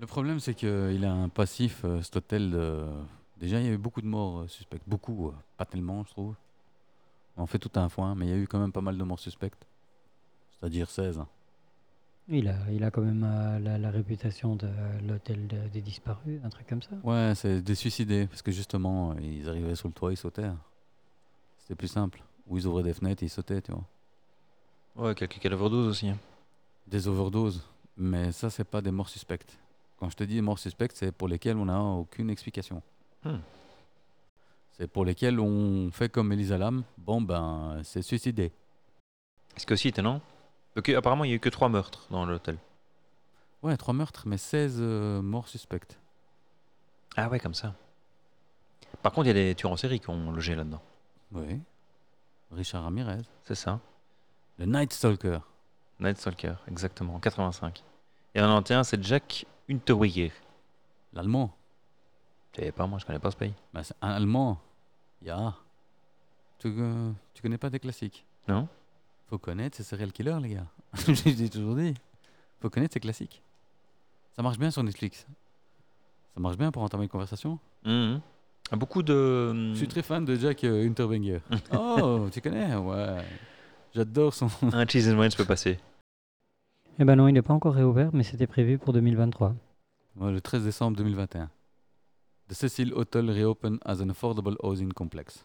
A: Le problème, c'est qu'il a un passif, euh, cet hôtel. de- Déjà, il y a eu beaucoup de morts euh, suspectes. Beaucoup, euh, pas tellement, je trouve. On en fait tout un foin, mais il y a eu quand même pas mal de morts suspectes. C'est-à-dire 16. hein.
C: il, a, il a quand même euh, la, la réputation de l'hôtel de- des disparus, un truc comme ça.
A: Ouais, c'est des suicidés, parce que justement, euh, ils arrivaient sur le toit, ils sautaient. C'était plus simple. Ou ils ouvraient des fenêtres et ils sautaient, tu vois.
B: Ouais, quelques cadavres d'ose aussi. hein.
A: Des overdoses. Mais ça, c'est pas des morts suspectes. Quand je te dis morts suspectes, c'est pour lesquelles on n'a aucune explication.
B: Hmm.
A: C'est pour lesquelles on fait comme Elisa Lam. Bon, ben, c'est suicidé.
B: Est-ce que si, t'es non Donc, euh, apparemment, il y a eu que trois meurtres dans l'hôtel.
A: Ouais, trois meurtres, mais 16 euh, morts suspectes.
B: Ah, ouais, comme ça. Par contre, il y a des tueurs en série qui ont logé là-dedans.
A: Oui. Richard Ramirez.
B: C'est ça.
A: Le Night Stalker.
B: Night Stalker, exactement, en 85. Et en 91, c'est Jack Unterweger.
A: L'allemand.
B: Tu savais pas, moi, je connais pas ce pays.
A: Bah, c'est un allemand. Ya. Tu, euh, tu connais pas des classiques
B: Non.
A: Faut connaître ces serial killers, les gars. *laughs* Je l'ai toujours dit. Faut connaître ces classiques. Ça marche bien sur Netflix. Ça marche bien pour entamer une conversation.
B: Mhm. Beaucoup de.
A: Je suis très fan de Jack euh, Unterwenger. oh, tu connais Ouais. J'adore son. *laughs*
B: Un cheese and wine, je peux *laughs* passer.
C: Eh ben non, il n'est pas encore réouvert, mais c'était prévu pour 2023.
A: Ouais, le 13 décembre 2021. The Cecil Hotel reopened as an affordable housing complex.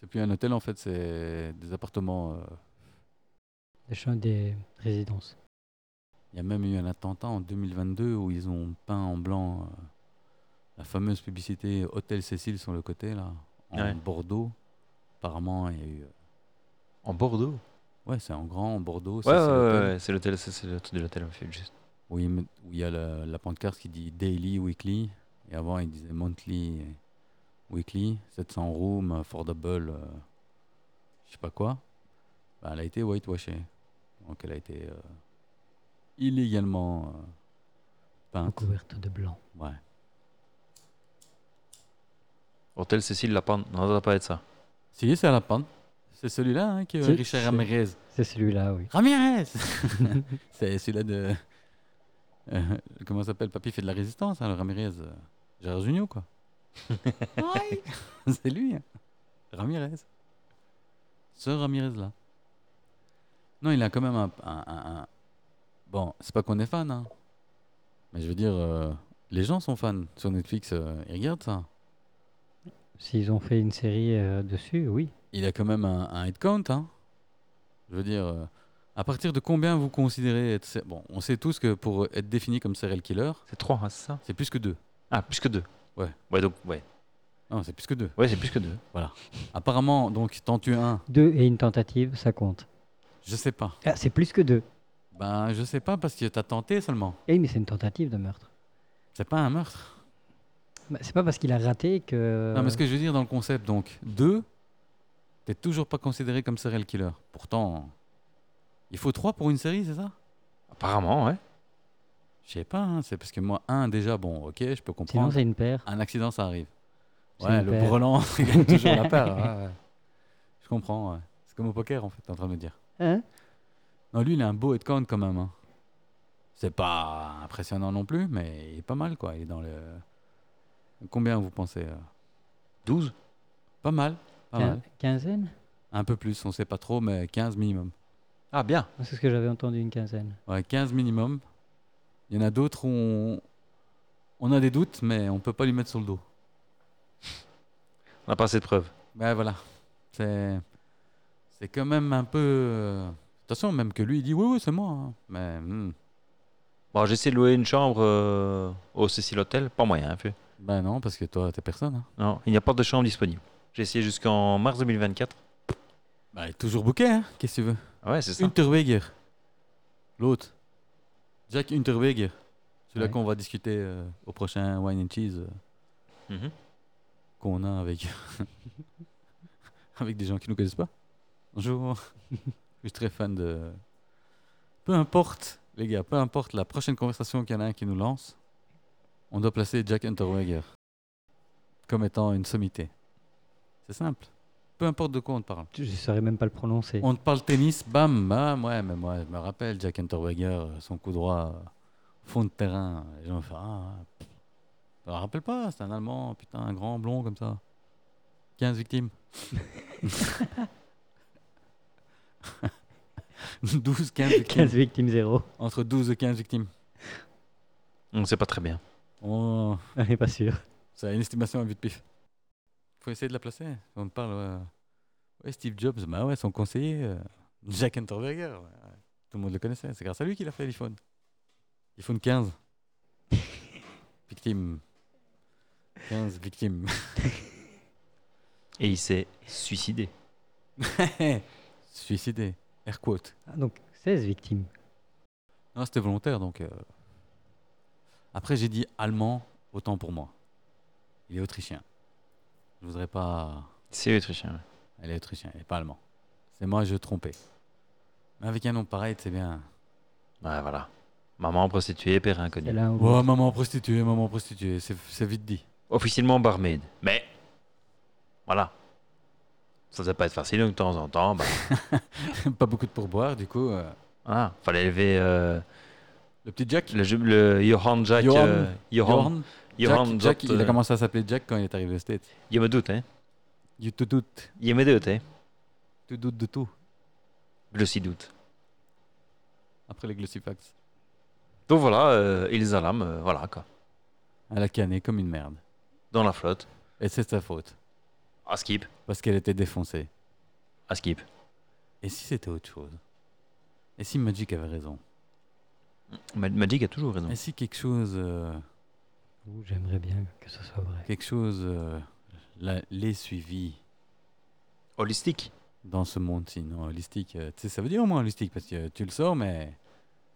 A: C'est plus un hôtel en fait, c'est des appartements. euh,
C: Des, cha- des résidences.
A: Il y a même eu un attentat en 2022 où ils ont peint en blanc euh, la fameuse publicité Hôtel Cécile sur le côté là, en
B: Ouais.
A: Bordeaux. Apparemment, il y a eu. euh,
B: En Bordeaux
A: Ouais, c'est en grand en Bordeaux.
B: Ouais,
A: Cécile Hôtel.
B: ouais, ouais, c'est l'hôtel, c'est- c'est le truc de l'hôtel, en fait, juste.
A: où il, met- où il y a la, la pancarte qui dit daily, weekly. Et avant, il disait monthly, et weekly, 700 rooms, affordable, euh, je sais pas quoi. Bah, elle a été whitewashée. Donc elle a été euh, illégalement euh, peinte.
C: Couverte de blanc.
A: Ouais.
B: Hôtel Cécile Lapin, non, ça doit pas être ça.
A: Si, c'est à la panne. C'est celui-là hein, qui est
C: C'est-
A: Richard
C: c'est-
A: Ramirez.
C: C'est celui-là, oui.
A: Ramirez *laughs* C'est celui-là de. euh, comment ça s'appelle Papy fait de la résistance, hein, le Ramirez. euh, Gérard Junior, quoi. *laughs* Ouais. *laughs* C'est lui, hein. Ramirez. Ce Ramirez-là. Non, il a quand même un. un- un- un- Bon, c'est pas qu'on est fan, hein. Mais je veux dire, euh, les gens sont fans sur Netflix, euh, ils regardent ça.
C: S'ils ont fait une série euh, dessus, oui.
A: il a quand même un, un head count. Hein. Je veux dire, euh, à partir de combien vous considérez être. sé- Bon, on sait tous que pour être défini comme serial killer,
B: C'est trois, hein, c'est ça
A: c'est plus que deux.
B: Ah, plus que deux.
A: Ouais.
B: Ouais, donc, ouais.
A: Non, c'est plus que deux.
B: Ouais, c'est plus que deux.
A: Apparemment, donc, t'en tues un,
C: Deux et une tentative, ça compte.
A: je sais pas.
C: Ah, c'est plus que deux.
A: Ben, je sais pas parce que t'as tenté seulement.
C: Eh, mais c'est une tentative de meurtre.
A: C'est pas un meurtre.
C: Bah, c'est pas parce qu'il a raté que.
A: Non, mais ce que je veux dire dans le concept, donc, deux, t'es toujours pas considéré comme serial killer. Pourtant, il faut trois pour une série, c'est ça
B: Apparemment, ouais.
A: Je sais pas, hein, c'est parce que moi, un, déjà, bon, ok, je Ah. peux
C: Sinon,
A: comprendre.
C: c'est une paire.
A: un accident, ça arrive.
C: C'est
A: Ouais,
C: une
A: le
C: paire. *laughs*
A: brelan, il gagne toujours la paire. ouais, ouais. Je comprends. ouais. C'est comme au poker, en fait, t'es en train de me dire.
C: Hein
A: Non, lui, il a un beau headcount quand même. hein. C'est pas impressionnant non plus, mais il est pas mal, quoi. Il est dans le. Combien vous pensez euh
B: 12
A: Pas mal. Pas
C: Quin-
A: mal.
C: Quinzaine
A: Un peu plus, on sait pas trop, mais 15 minimum.
B: Ah, bien.
C: Moi, C'est ce que j'avais entendu, une quinzaine.
A: Ouais, 15 minimum. Il y en a d'autres où on... on a des doutes, mais on peut pas lui mettre sur le dos.
B: On n'a pas assez de preuves.
A: Ben voilà. C'est c'est quand même un peu. euh, Attention, même que lui, il dit oui, oui, c'est moi. hein. Mais hmm,
B: Bon, j'essaie de louer une chambre euh, au Cécile Hôtel. Pas moyen, hein, fait.
A: ben non, parce que toi, t'es personne. hein.
B: Non, il n'y a pas de chambre disponible. J'ai essayé jusqu'en mars 2024.
A: Ben, il est toujours bouquet, hein. Qu'est-ce que tu veux
B: Ah Ouais, c'est ça.
A: Unterweger. L'autre. Jack Unterweger. Celui-là
C: Ouais.
A: qu'on va discuter euh, au prochain Wine and Cheese euh,
B: Mhm.
A: qu'on a avec. *laughs* avec des gens qui nous connaissent pas. Bonjour. Je suis très fan de. Peu importe, les gars, peu importe la prochaine conversation qu'il y en a un qui nous lance, on doit placer Jack Unterweger comme étant une sommité. C'est simple. Peu importe de quoi on te parle.
C: Je ne saurais même pas le prononcer. *laughs*
A: On te parle tennis, bam, bam, ouais, mais moi je me rappelle Jack Unterweger, euh, son coup droit, euh, fond de terrain. Les gens me font, ah, ouais, pff. je me rappelle pas, c'est un Allemand, putain, un grand blond comme ça. 15 victimes. *laughs* 12, 15 victimes.
C: 15 victimes zéro. *laughs*
A: Entre 12 et 15 victimes.
B: On ne sait pas très bien.
A: On-
C: On n'est pas sûr.
A: Ça a une estimation à vue de pif. Faut essayer de la placer. On te parle. euh, Ouais, Steve Jobs, bah ouais, son conseiller, euh, Jack Unterberger. ouais, ouais. Tout le monde le connaissait. C'est grâce à lui qu'il a fait l'iPhone. iPhone *laughs* 15. Victime. 15 *laughs* victimes.
B: Et il s'est suicidé.
A: Suicidé. Air quote.
C: Ah, donc, 16 victimes.
A: Non, c'était volontaire donc. euh. Après, j'ai dit allemand, autant pour moi. Il est autrichien. Je voudrais pas.
B: C'est autrichien. ouais.
A: Elle est autrichien, elle est pas allemand. C'est moi, je trompais. Mais avec un nom pareil, c'est bien.
B: Ouais, voilà. Maman prostituée, père
C: C'est
B: inconnu.
C: là où-
A: Ouais, maman prostituée, maman prostituée, c'est c'est vite dit. *laughs*
B: Officiellement barmaid. Mais, voilà. Ça ne devait pas être facile, donc de temps en temps, bah,
A: pas beaucoup de pourboire, du coup. euh,
B: voilà, fallait élever euh,
A: Le petit Jack,
B: le, ju- le Johann Jack.
A: Johann.
B: euh, Johann.
A: Johan,
B: Johann
A: Jack,
B: Jack,
A: Jack, il
B: euh,
A: a commencé à s'appeler Jack quand il est arrivé aux States.
B: Je me doute, hein.
A: You te doutes,
B: Je me doute, hein.
A: tu doutes de tout.
B: Je s'y doute.
A: Après les glossyfax.
B: Donc voilà, euh, Elisa Lam, euh, voilà, quoi.
A: Elle a canné comme une merde.
B: Dans la flotte.
A: Et c'est de sa faute,
B: À skip.
A: parce qu'elle était défoncée.
B: À skip.
A: Et si c'était autre chose Et si Magic avait raison
B: Ma- Magic a toujours raison.
A: Et si quelque chose, euh,
C: Ouh, J'aimerais bien que ce soit vrai.
A: quelque chose euh, la- les suivit
B: Holistique.
A: dans ce monde sinon holistique euh, Tu sais, ça veut dire au moins holistique, parce que euh, tu le sors, mais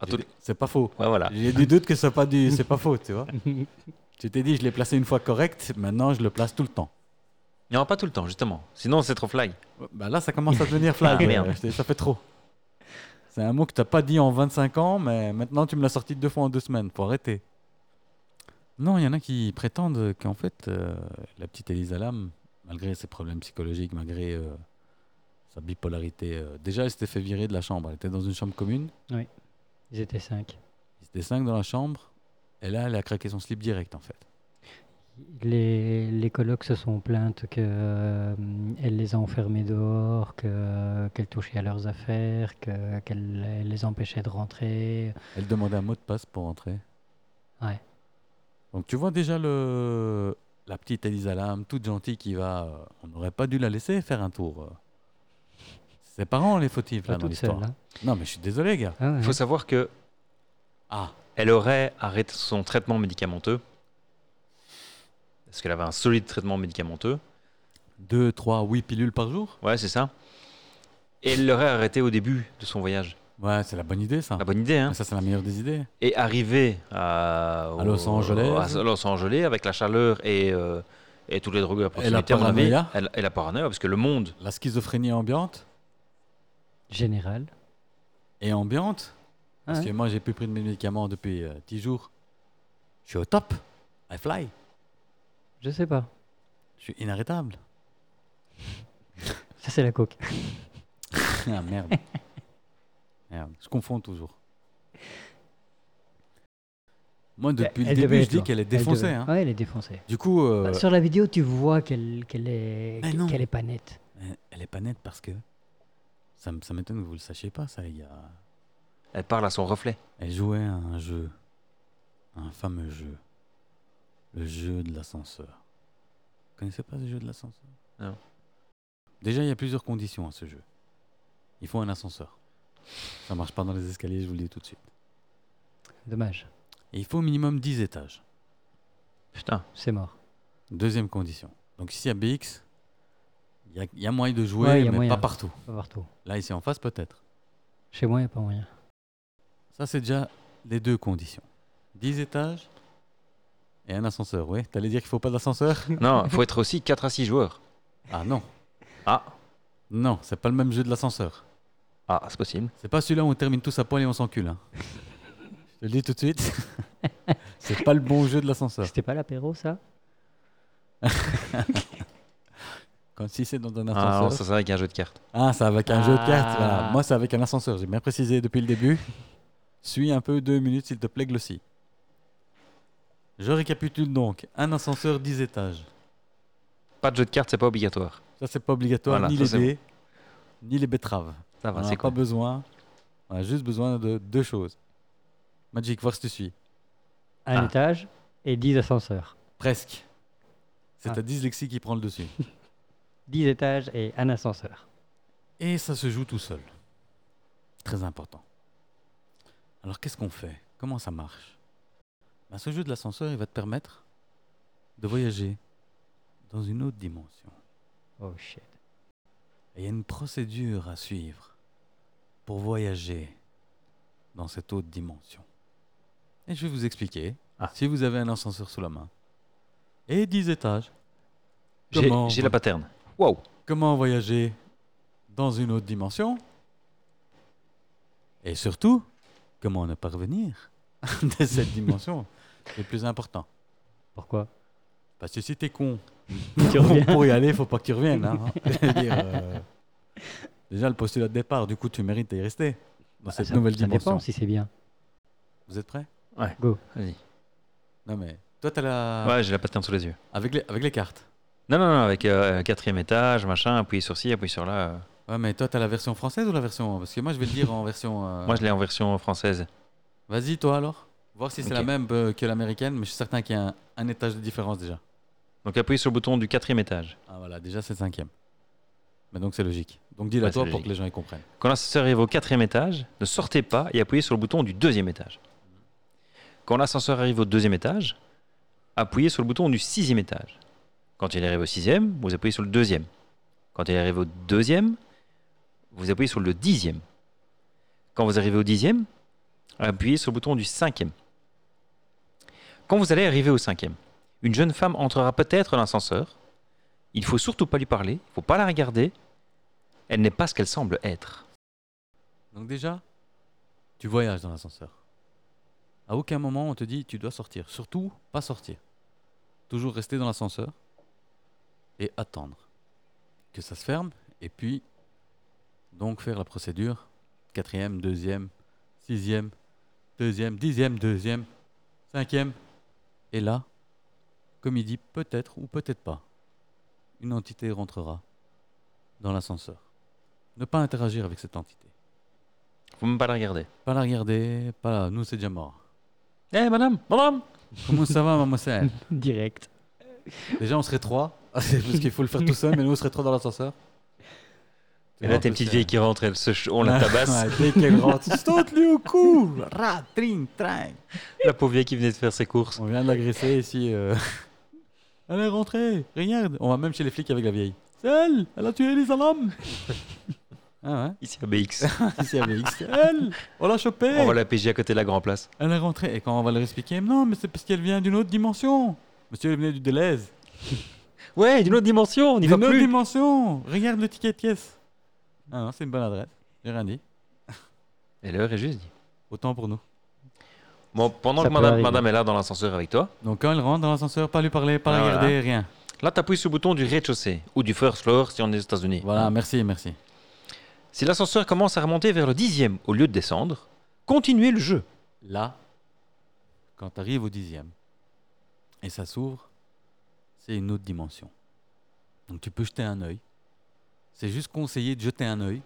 B: Attends-
A: j'ai- c'est pas faux.
B: Ouais, voilà.
A: J'ai des doutes que c'est pas, du... c'est pas faux, tu vois. Tu t'es dit, je l'ai placé une fois correct, maintenant je le place tout le temps.
B: Non, pas tout le temps, justement. Sinon, c'est trop flag.
A: Bah là, ça commence à devenir flag.
B: *laughs* Ah, merde.
A: euh, c'est- ça fait trop. C'est un mot que t'as pas dit en 25 ans, mais maintenant tu me l'as sorti deux fois en deux semaines. Faut arrêter. Non, il y en a qui prétendent qu'en fait, euh, la petite Elisa Lam, malgré ses problèmes psychologiques, malgré euh, sa bipolarité, euh, déjà elle s'était fait virer de la chambre. Elle était dans une chambre commune.
C: Ils étaient cinq.
A: Ils étaient cinq dans la chambre. Et là, elle a craqué son slip direct, en fait.
C: Les, les colocs se sont plaintes que euh, elle les a enfermés dehors, que- euh, qu'elle touchait à leurs affaires, que- qu'elle elle les empêchait de rentrer.
A: Elle demandait un mot de passe pour entrer.
C: Ouais.
A: Donc tu vois déjà le la petite Elisa Lam, toute gentille qui va. euh, On n'aurait pas dû la laisser faire un tour. euh. Ses parents les fautifs là
C: Pas
A: dans
C: toute seule.
A: l'histoire.
C: hein.
A: Non mais je suis désolé gars.
C: Ah ouais.
B: Il faut savoir que
A: Ah
B: elle aurait arrêté son traitement médicamenteux. Parce qu'elle avait un solide traitement médicamenteux.
A: deux, trois, huit pilules par jour.
B: Ouais, c'est ça. Et elle l'aurait arrêté au début de son voyage.
A: Ouais c'est la bonne idée ça.
B: La bonne idée, hein
A: Ça c'est la meilleure des idées.
B: Et arrivée à, au-
A: Los Angeles.
B: à Los Angeles avec la chaleur et, euh, et toutes les drogues à proximité.
A: la
B: à mon avis,
A: paranoïa.
B: elle- et la paranoïa, parce que le monde,
A: La schizophrénie ambiante
C: Général.
A: et ambiante. Parce
C: Ah
A: que
C: ouais.
A: moi j'ai plus pris de mes médicaments depuis euh, dix jours. Je suis au top. I fly.
C: Je sais pas.
A: Je suis inarrêtable.
C: Ça c'est la coke.
A: Ah
C: *laughs*
A: merde. merde. Je confonds toujours. Moi, depuis le
C: Elle
A: début,
C: devait
A: je dis
C: être-
A: qu'elle est
C: elle devait-
A: défoncée. hein.
C: Ouais, elle est défoncée.
A: Du coup, euh,
C: Bah, Sur la vidéo, tu vois qu'elle qu'elle est
A: Mais non.
C: qu'elle est pas nette.
A: elle- elle est pas nette parce que. Ça, m- ça m'étonne que vous le sachiez pas, ça, les gars.
B: elle parle à son reflet.
A: Elle jouait à un jeu. Un fameux jeu. Le jeu de l'ascenseur. Vous connaissez pas ce jeu de l'ascenseur
B: Non.
A: Déjà, il y a plusieurs conditions à ce jeu. Il faut un ascenseur. Ça marche pas dans les escaliers, je vous le dis tout de suite.
C: Dommage.
A: Et il faut au minimum 10 étages.
B: Putain,
C: C'est mort.
A: Deuxième condition. Donc ici à BX, il y a- il y, a moyen de jouer,
C: Ouais, il y a
A: mais
C: moyen.
A: pas partout.
C: Pas partout.
A: Là, ici en face, peut-être.
C: Chez moi, il n'y a pas moyen.
A: Ça, c'est déjà les deux conditions. 10 étages et un ascenseur, oui. T'allais dire qu'il faut pas
C: *laughs*
A: d'ascenseur
B: non, il faut être aussi 4 à 6 joueurs.
A: Ah non,
B: Ah,
A: non, c'est pas le même jeu de l'ascenseur.
B: ah c'est possible.
A: C'est pas celui-là où on termine tous à poil et on s'encule. hein. Je te le dis tout de suite.
C: *laughs*
A: c'est pas le bon jeu de l'ascenseur.
C: C'était pas l'apéro, ça
A: Quand si c'est dans un
B: Ah, non, ça
A: ascenseur.
B: c'est avec un jeu de cartes.
A: Ah, c'est avec un jeu de cartes. voilà.
C: Ah.
A: Moi, c'est avec un ascenseur. J'ai bien précisé depuis le début. Suis un peu deux minutes, s'il te plaît, Glossy. Je récapitule donc. Un ascenseur, 10 étages.
B: Pas de jeu de cartes, c'est pas obligatoire.
A: Ça, c'est pas obligatoire,
B: Voilà,
A: ni
B: ça,
A: les
B: c'est
A: dés, ni les betteraves.
B: Ça
A: On
B: va,
A: n'a
B: c'est
A: pas
B: quoi
A: besoin. On a juste besoin de deux choses. Magic, voir si tu suis.
C: Un
B: Ah.
C: étage et 10 ascenseurs.
A: Presque. C'est
C: Ah.
A: ta dyslexie qui prend le dessus.
C: 10 étages et un ascenseur.
A: Et ça se joue tout seul. Très important. Alors qu'est-ce qu'on fait Comment ça marche Ben, Ce jeu de l'ascenseur, il va te permettre de voyager dans une autre dimension.
C: Oh shit.
A: Et il y a une procédure à suivre pour voyager dans cette autre dimension. Et je vais vous expliquer.
B: Ah.
A: Si vous avez un ascenseur sous la main, Et 10 étages.
B: J'ai
A: Comment
B: j'ai la paterne. Waouh
A: Comment voyager dans une autre dimension Et surtout, comment ne pas revenir *laughs* de cette dimension C'est le plus important.
C: Pourquoi
A: Parce que si t'es con,
C: *laughs* Tu
A: pour,
C: reviens.
A: pour y aller, faut pas que tu reviennes.
C: *laughs*
A: hein. Je veux dire, euh, déjà, le postulat de départ, du coup, tu mérites d'y rester dans Oh, cette
C: Ça-
A: nouvelle
C: ça
A: dimension.
C: dépend si c'est bien.
A: Vous êtes prêts
B: Vas-y.
A: Non, mais toi, t'as la.
B: Ouais, j'ai la paterne sous les yeux.
A: Avec, les, avec les cartes.
B: Non, non, non, avec euh, quatrième étage, machin, appuyez sur ci, appuyez sur là. euh.
A: Ouais, mais toi, t'as la version française ou la version. Parce que moi, je vais le dire en version. euh,
B: Moi, je l'ai en version française.
A: Vas-y, toi alors. Voir si c'est
B: Ok.
A: la même euh, que l'américaine, mais je suis certain qu'il y a un, un étage de différence déjà.
B: Donc, appuyez sur le bouton du quatrième étage.
A: Ah voilà, déjà c'est le cinquième. Mais donc c'est logique. Donc dis-la
B: Ouais,
A: toi
B: c'est
A: pour
B: logique.
A: que les gens y comprennent.
B: Quand l'ascenseur arrive au quatrième étage, ne sortez pas et appuyez sur le bouton du deuxième étage. Quand l'ascenseur arrive au deuxième étage, appuyez sur le bouton du sixième étage. Quand il arrive au sixième, vous appuyez sur le deuxième. Quand il arrive au deuxième, vous appuyez sur le dixième. Quand vous arrivez au dixième, appuyez sur le bouton du cinquième. Quand vous allez arriver au cinquième, une jeune femme entrera peut-être dans l'ascenseur. Il faut surtout pas lui parler, il faut pas la regarder. Elle n'est pas ce qu'elle semble être.
A: Donc déjà, tu voyages dans l'ascenseur. À aucun moment on te dit tu dois sortir. Surtout pas sortir. Toujours rester dans l'ascenseur et attendre que ça se ferme et puis donc faire la procédure quatrième, deuxième, sixième, deuxième, dixième, deuxième, cinquième et là, comme il dit peut-être ou peut-être pas, une entité rentrera dans l'ascenseur. Ne pas interagir avec cette entité.
B: Faut même pas la regarder.
A: Pas la regarder, pas la... Nous, c'est déjà mort.
B: Eh madame, madame
A: Comment ça va,
B: *laughs*
A: mademoiselle
C: Direct.
A: Déjà, on serait trois. *laughs* parce qu'il faut le faire tout seul, mais nous, on serait trois dans l'ascenseur.
B: Et là, t'es une petite vieille qui rentre, elle se ch- on *laughs* la tabasse.
A: Ouais, dès qu'elle rentre,
B: *laughs*
A: saute-lui au cou Rat, tring, tring
B: La pauvre vieille qui venait de faire ses courses.
A: On vient de l'agresser ici. euh. *laughs* Elle est rentrée, regarde On va même chez les flics avec la vieille. C'est elle Elle a tué les
B: *laughs*
A: alarmes Ah
B: Ici à BX.
A: ouais Ici avec X. Elle On l'a chopée
B: on va la PG à côté de la Grand Place.
A: Elle est rentrée. Et quand on va leur expliquer, non, mais c'est parce qu'elle vient d'une autre dimension Monsieur, elle venait du Deleuze.
B: Ouais, d'une autre dimension, on n'y
A: D'une
B: va
A: autre
B: plus.
A: dimension Regarde le ticket de caisse Ah non, c'est une bonne adresse. J'ai rien dit.
B: Et l'heure est juste dit.
A: Autant pour nous.
B: Bon, pendant
C: Ça
B: que
C: peut
B: madame,
C: arriver.
B: madame est là dans l'ascenseur avec toi,
A: Donc quand elle rentre dans l'ascenseur, pas lui parler, pas la
B: Ah, Voilà.
A: regarder, rien.
B: là, t'appuies sur le bouton du rez-de-chaussée ou du first floor si on est aux États-Unis.
A: Voilà, merci, merci.
B: Si l'ascenseur commence à remonter vers le dixième au lieu de descendre, continuez le jeu.
A: Là, quand tu arrives au dixième et ça s'ouvre, c'est une autre dimension. Donc tu peux jeter un œil. C'est juste conseillé de jeter un œil,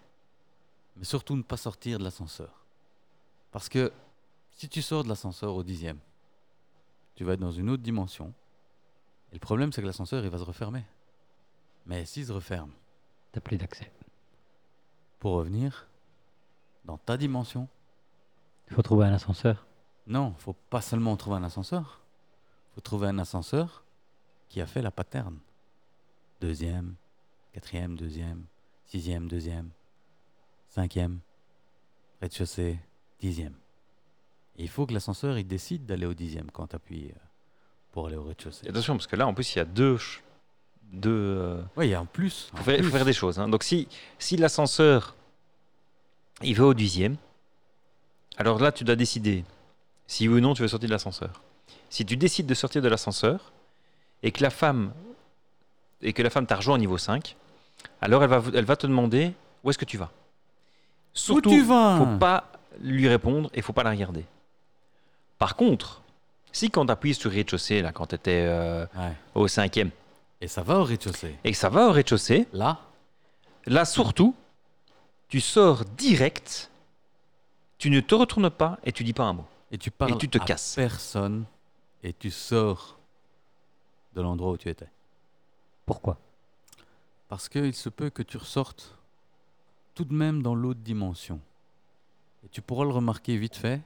A: mais surtout ne pas sortir de l'ascenseur. Parce que si tu sors de l'ascenseur au dixième, tu vas être dans une autre dimension. Et le problème, c'est que l'ascenseur, il va se refermer. Mais s'il se referme,
C: T'as plus d'accès.
A: pour revenir dans ta dimension,
C: Il faut trouver un ascenseur.
A: Non, faut pas seulement trouver un ascenseur. faut trouver un ascenseur qui a fait la pattern. Deuxième, quatrième, deuxième, sixième, deuxième, cinquième, rez-de-chaussée, dixième. Et il faut que l'ascenseur il décide d'aller au dixième quand tu appuies pour aller au
B: Et
A: rez-de-chaussée.
B: attention, parce que là, en plus, il y a deux. ch- deux euh,
A: Oui, il y a en plus. en
B: faut faire, faut
A: plus.
B: faire des choses. hein. Donc si, si l'ascenseur, il va au dixième, alors là, tu dois décider si oui ou non tu veux sortir de l'ascenseur. Si tu décides de sortir de l'ascenseur et que la femme et que la femme t'a rejoint au niveau 5, alors elle va, vous- elle va te demander où est-ce que tu vas.
A: Où
B: Surtout,
A: tu vas
B: faut pas lui répondre et faut pas la regarder. Par contre, si quand t'appuies sur rez-de-chaussée, là, quand t'étais euh,
A: Ouais.
B: au cinquième,
A: Et ça va au rez-de-chaussée.
B: et que ça va au rez-de-chaussée,
A: Là,
B: Là, surtout, tu sors direct, tu ne te retournes pas et tu dis pas un mot.
A: et tu parles
B: Et tu te
A: à
B: casses.
A: personne et tu sors de l'endroit où tu étais.
C: Pourquoi
A: Parce qu'il se peut que tu ressortes tout de même dans l'autre dimension. Et tu pourras le remarquer vite fait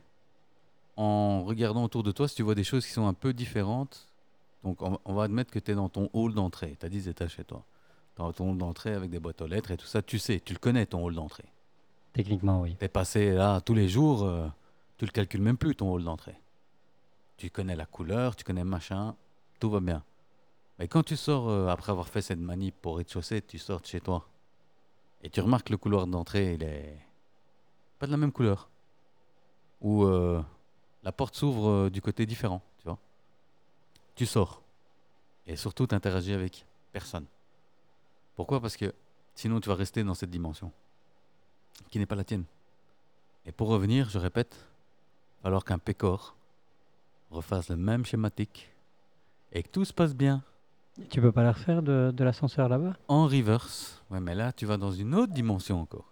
A: en regardant autour de toi si tu vois des choses qui sont un peu différentes. Donc on, on va admettre que tu es dans ton hall d'entrée, tu as 10 étages chez toi. Dans ton hall d'entrée avec des boîtes aux lettres et tout ça, tu sais, tu le connais ton hall d'entrée.
C: Techniquement, oui.
A: T'es passé là tous les jours, euh, tu le calcules même plus ton hall d'entrée. Tu connais la couleur, tu connais machin, tout va bien. Mais quand tu sors, euh, après avoir fait cette manip au rez-de-chaussée, tu sors de chez toi. Et tu remarques le couloir d'entrée, il est pas de la même couleur. Ou euh, la porte s'ouvre euh, du côté différent, tu vois. Tu sors. Et surtout, t'interagis avec personne. Pourquoi Parce que sinon, tu vas rester dans cette dimension qui n'est pas la tienne. Et pour revenir, je répète, alors qu'un pécor refasse le même schématique et que tout se passe bien
C: Tu peux pas la refaire de, de l'ascenseur là-bas
A: en reverse. Ouais, mais là, tu vas dans une autre dimension encore.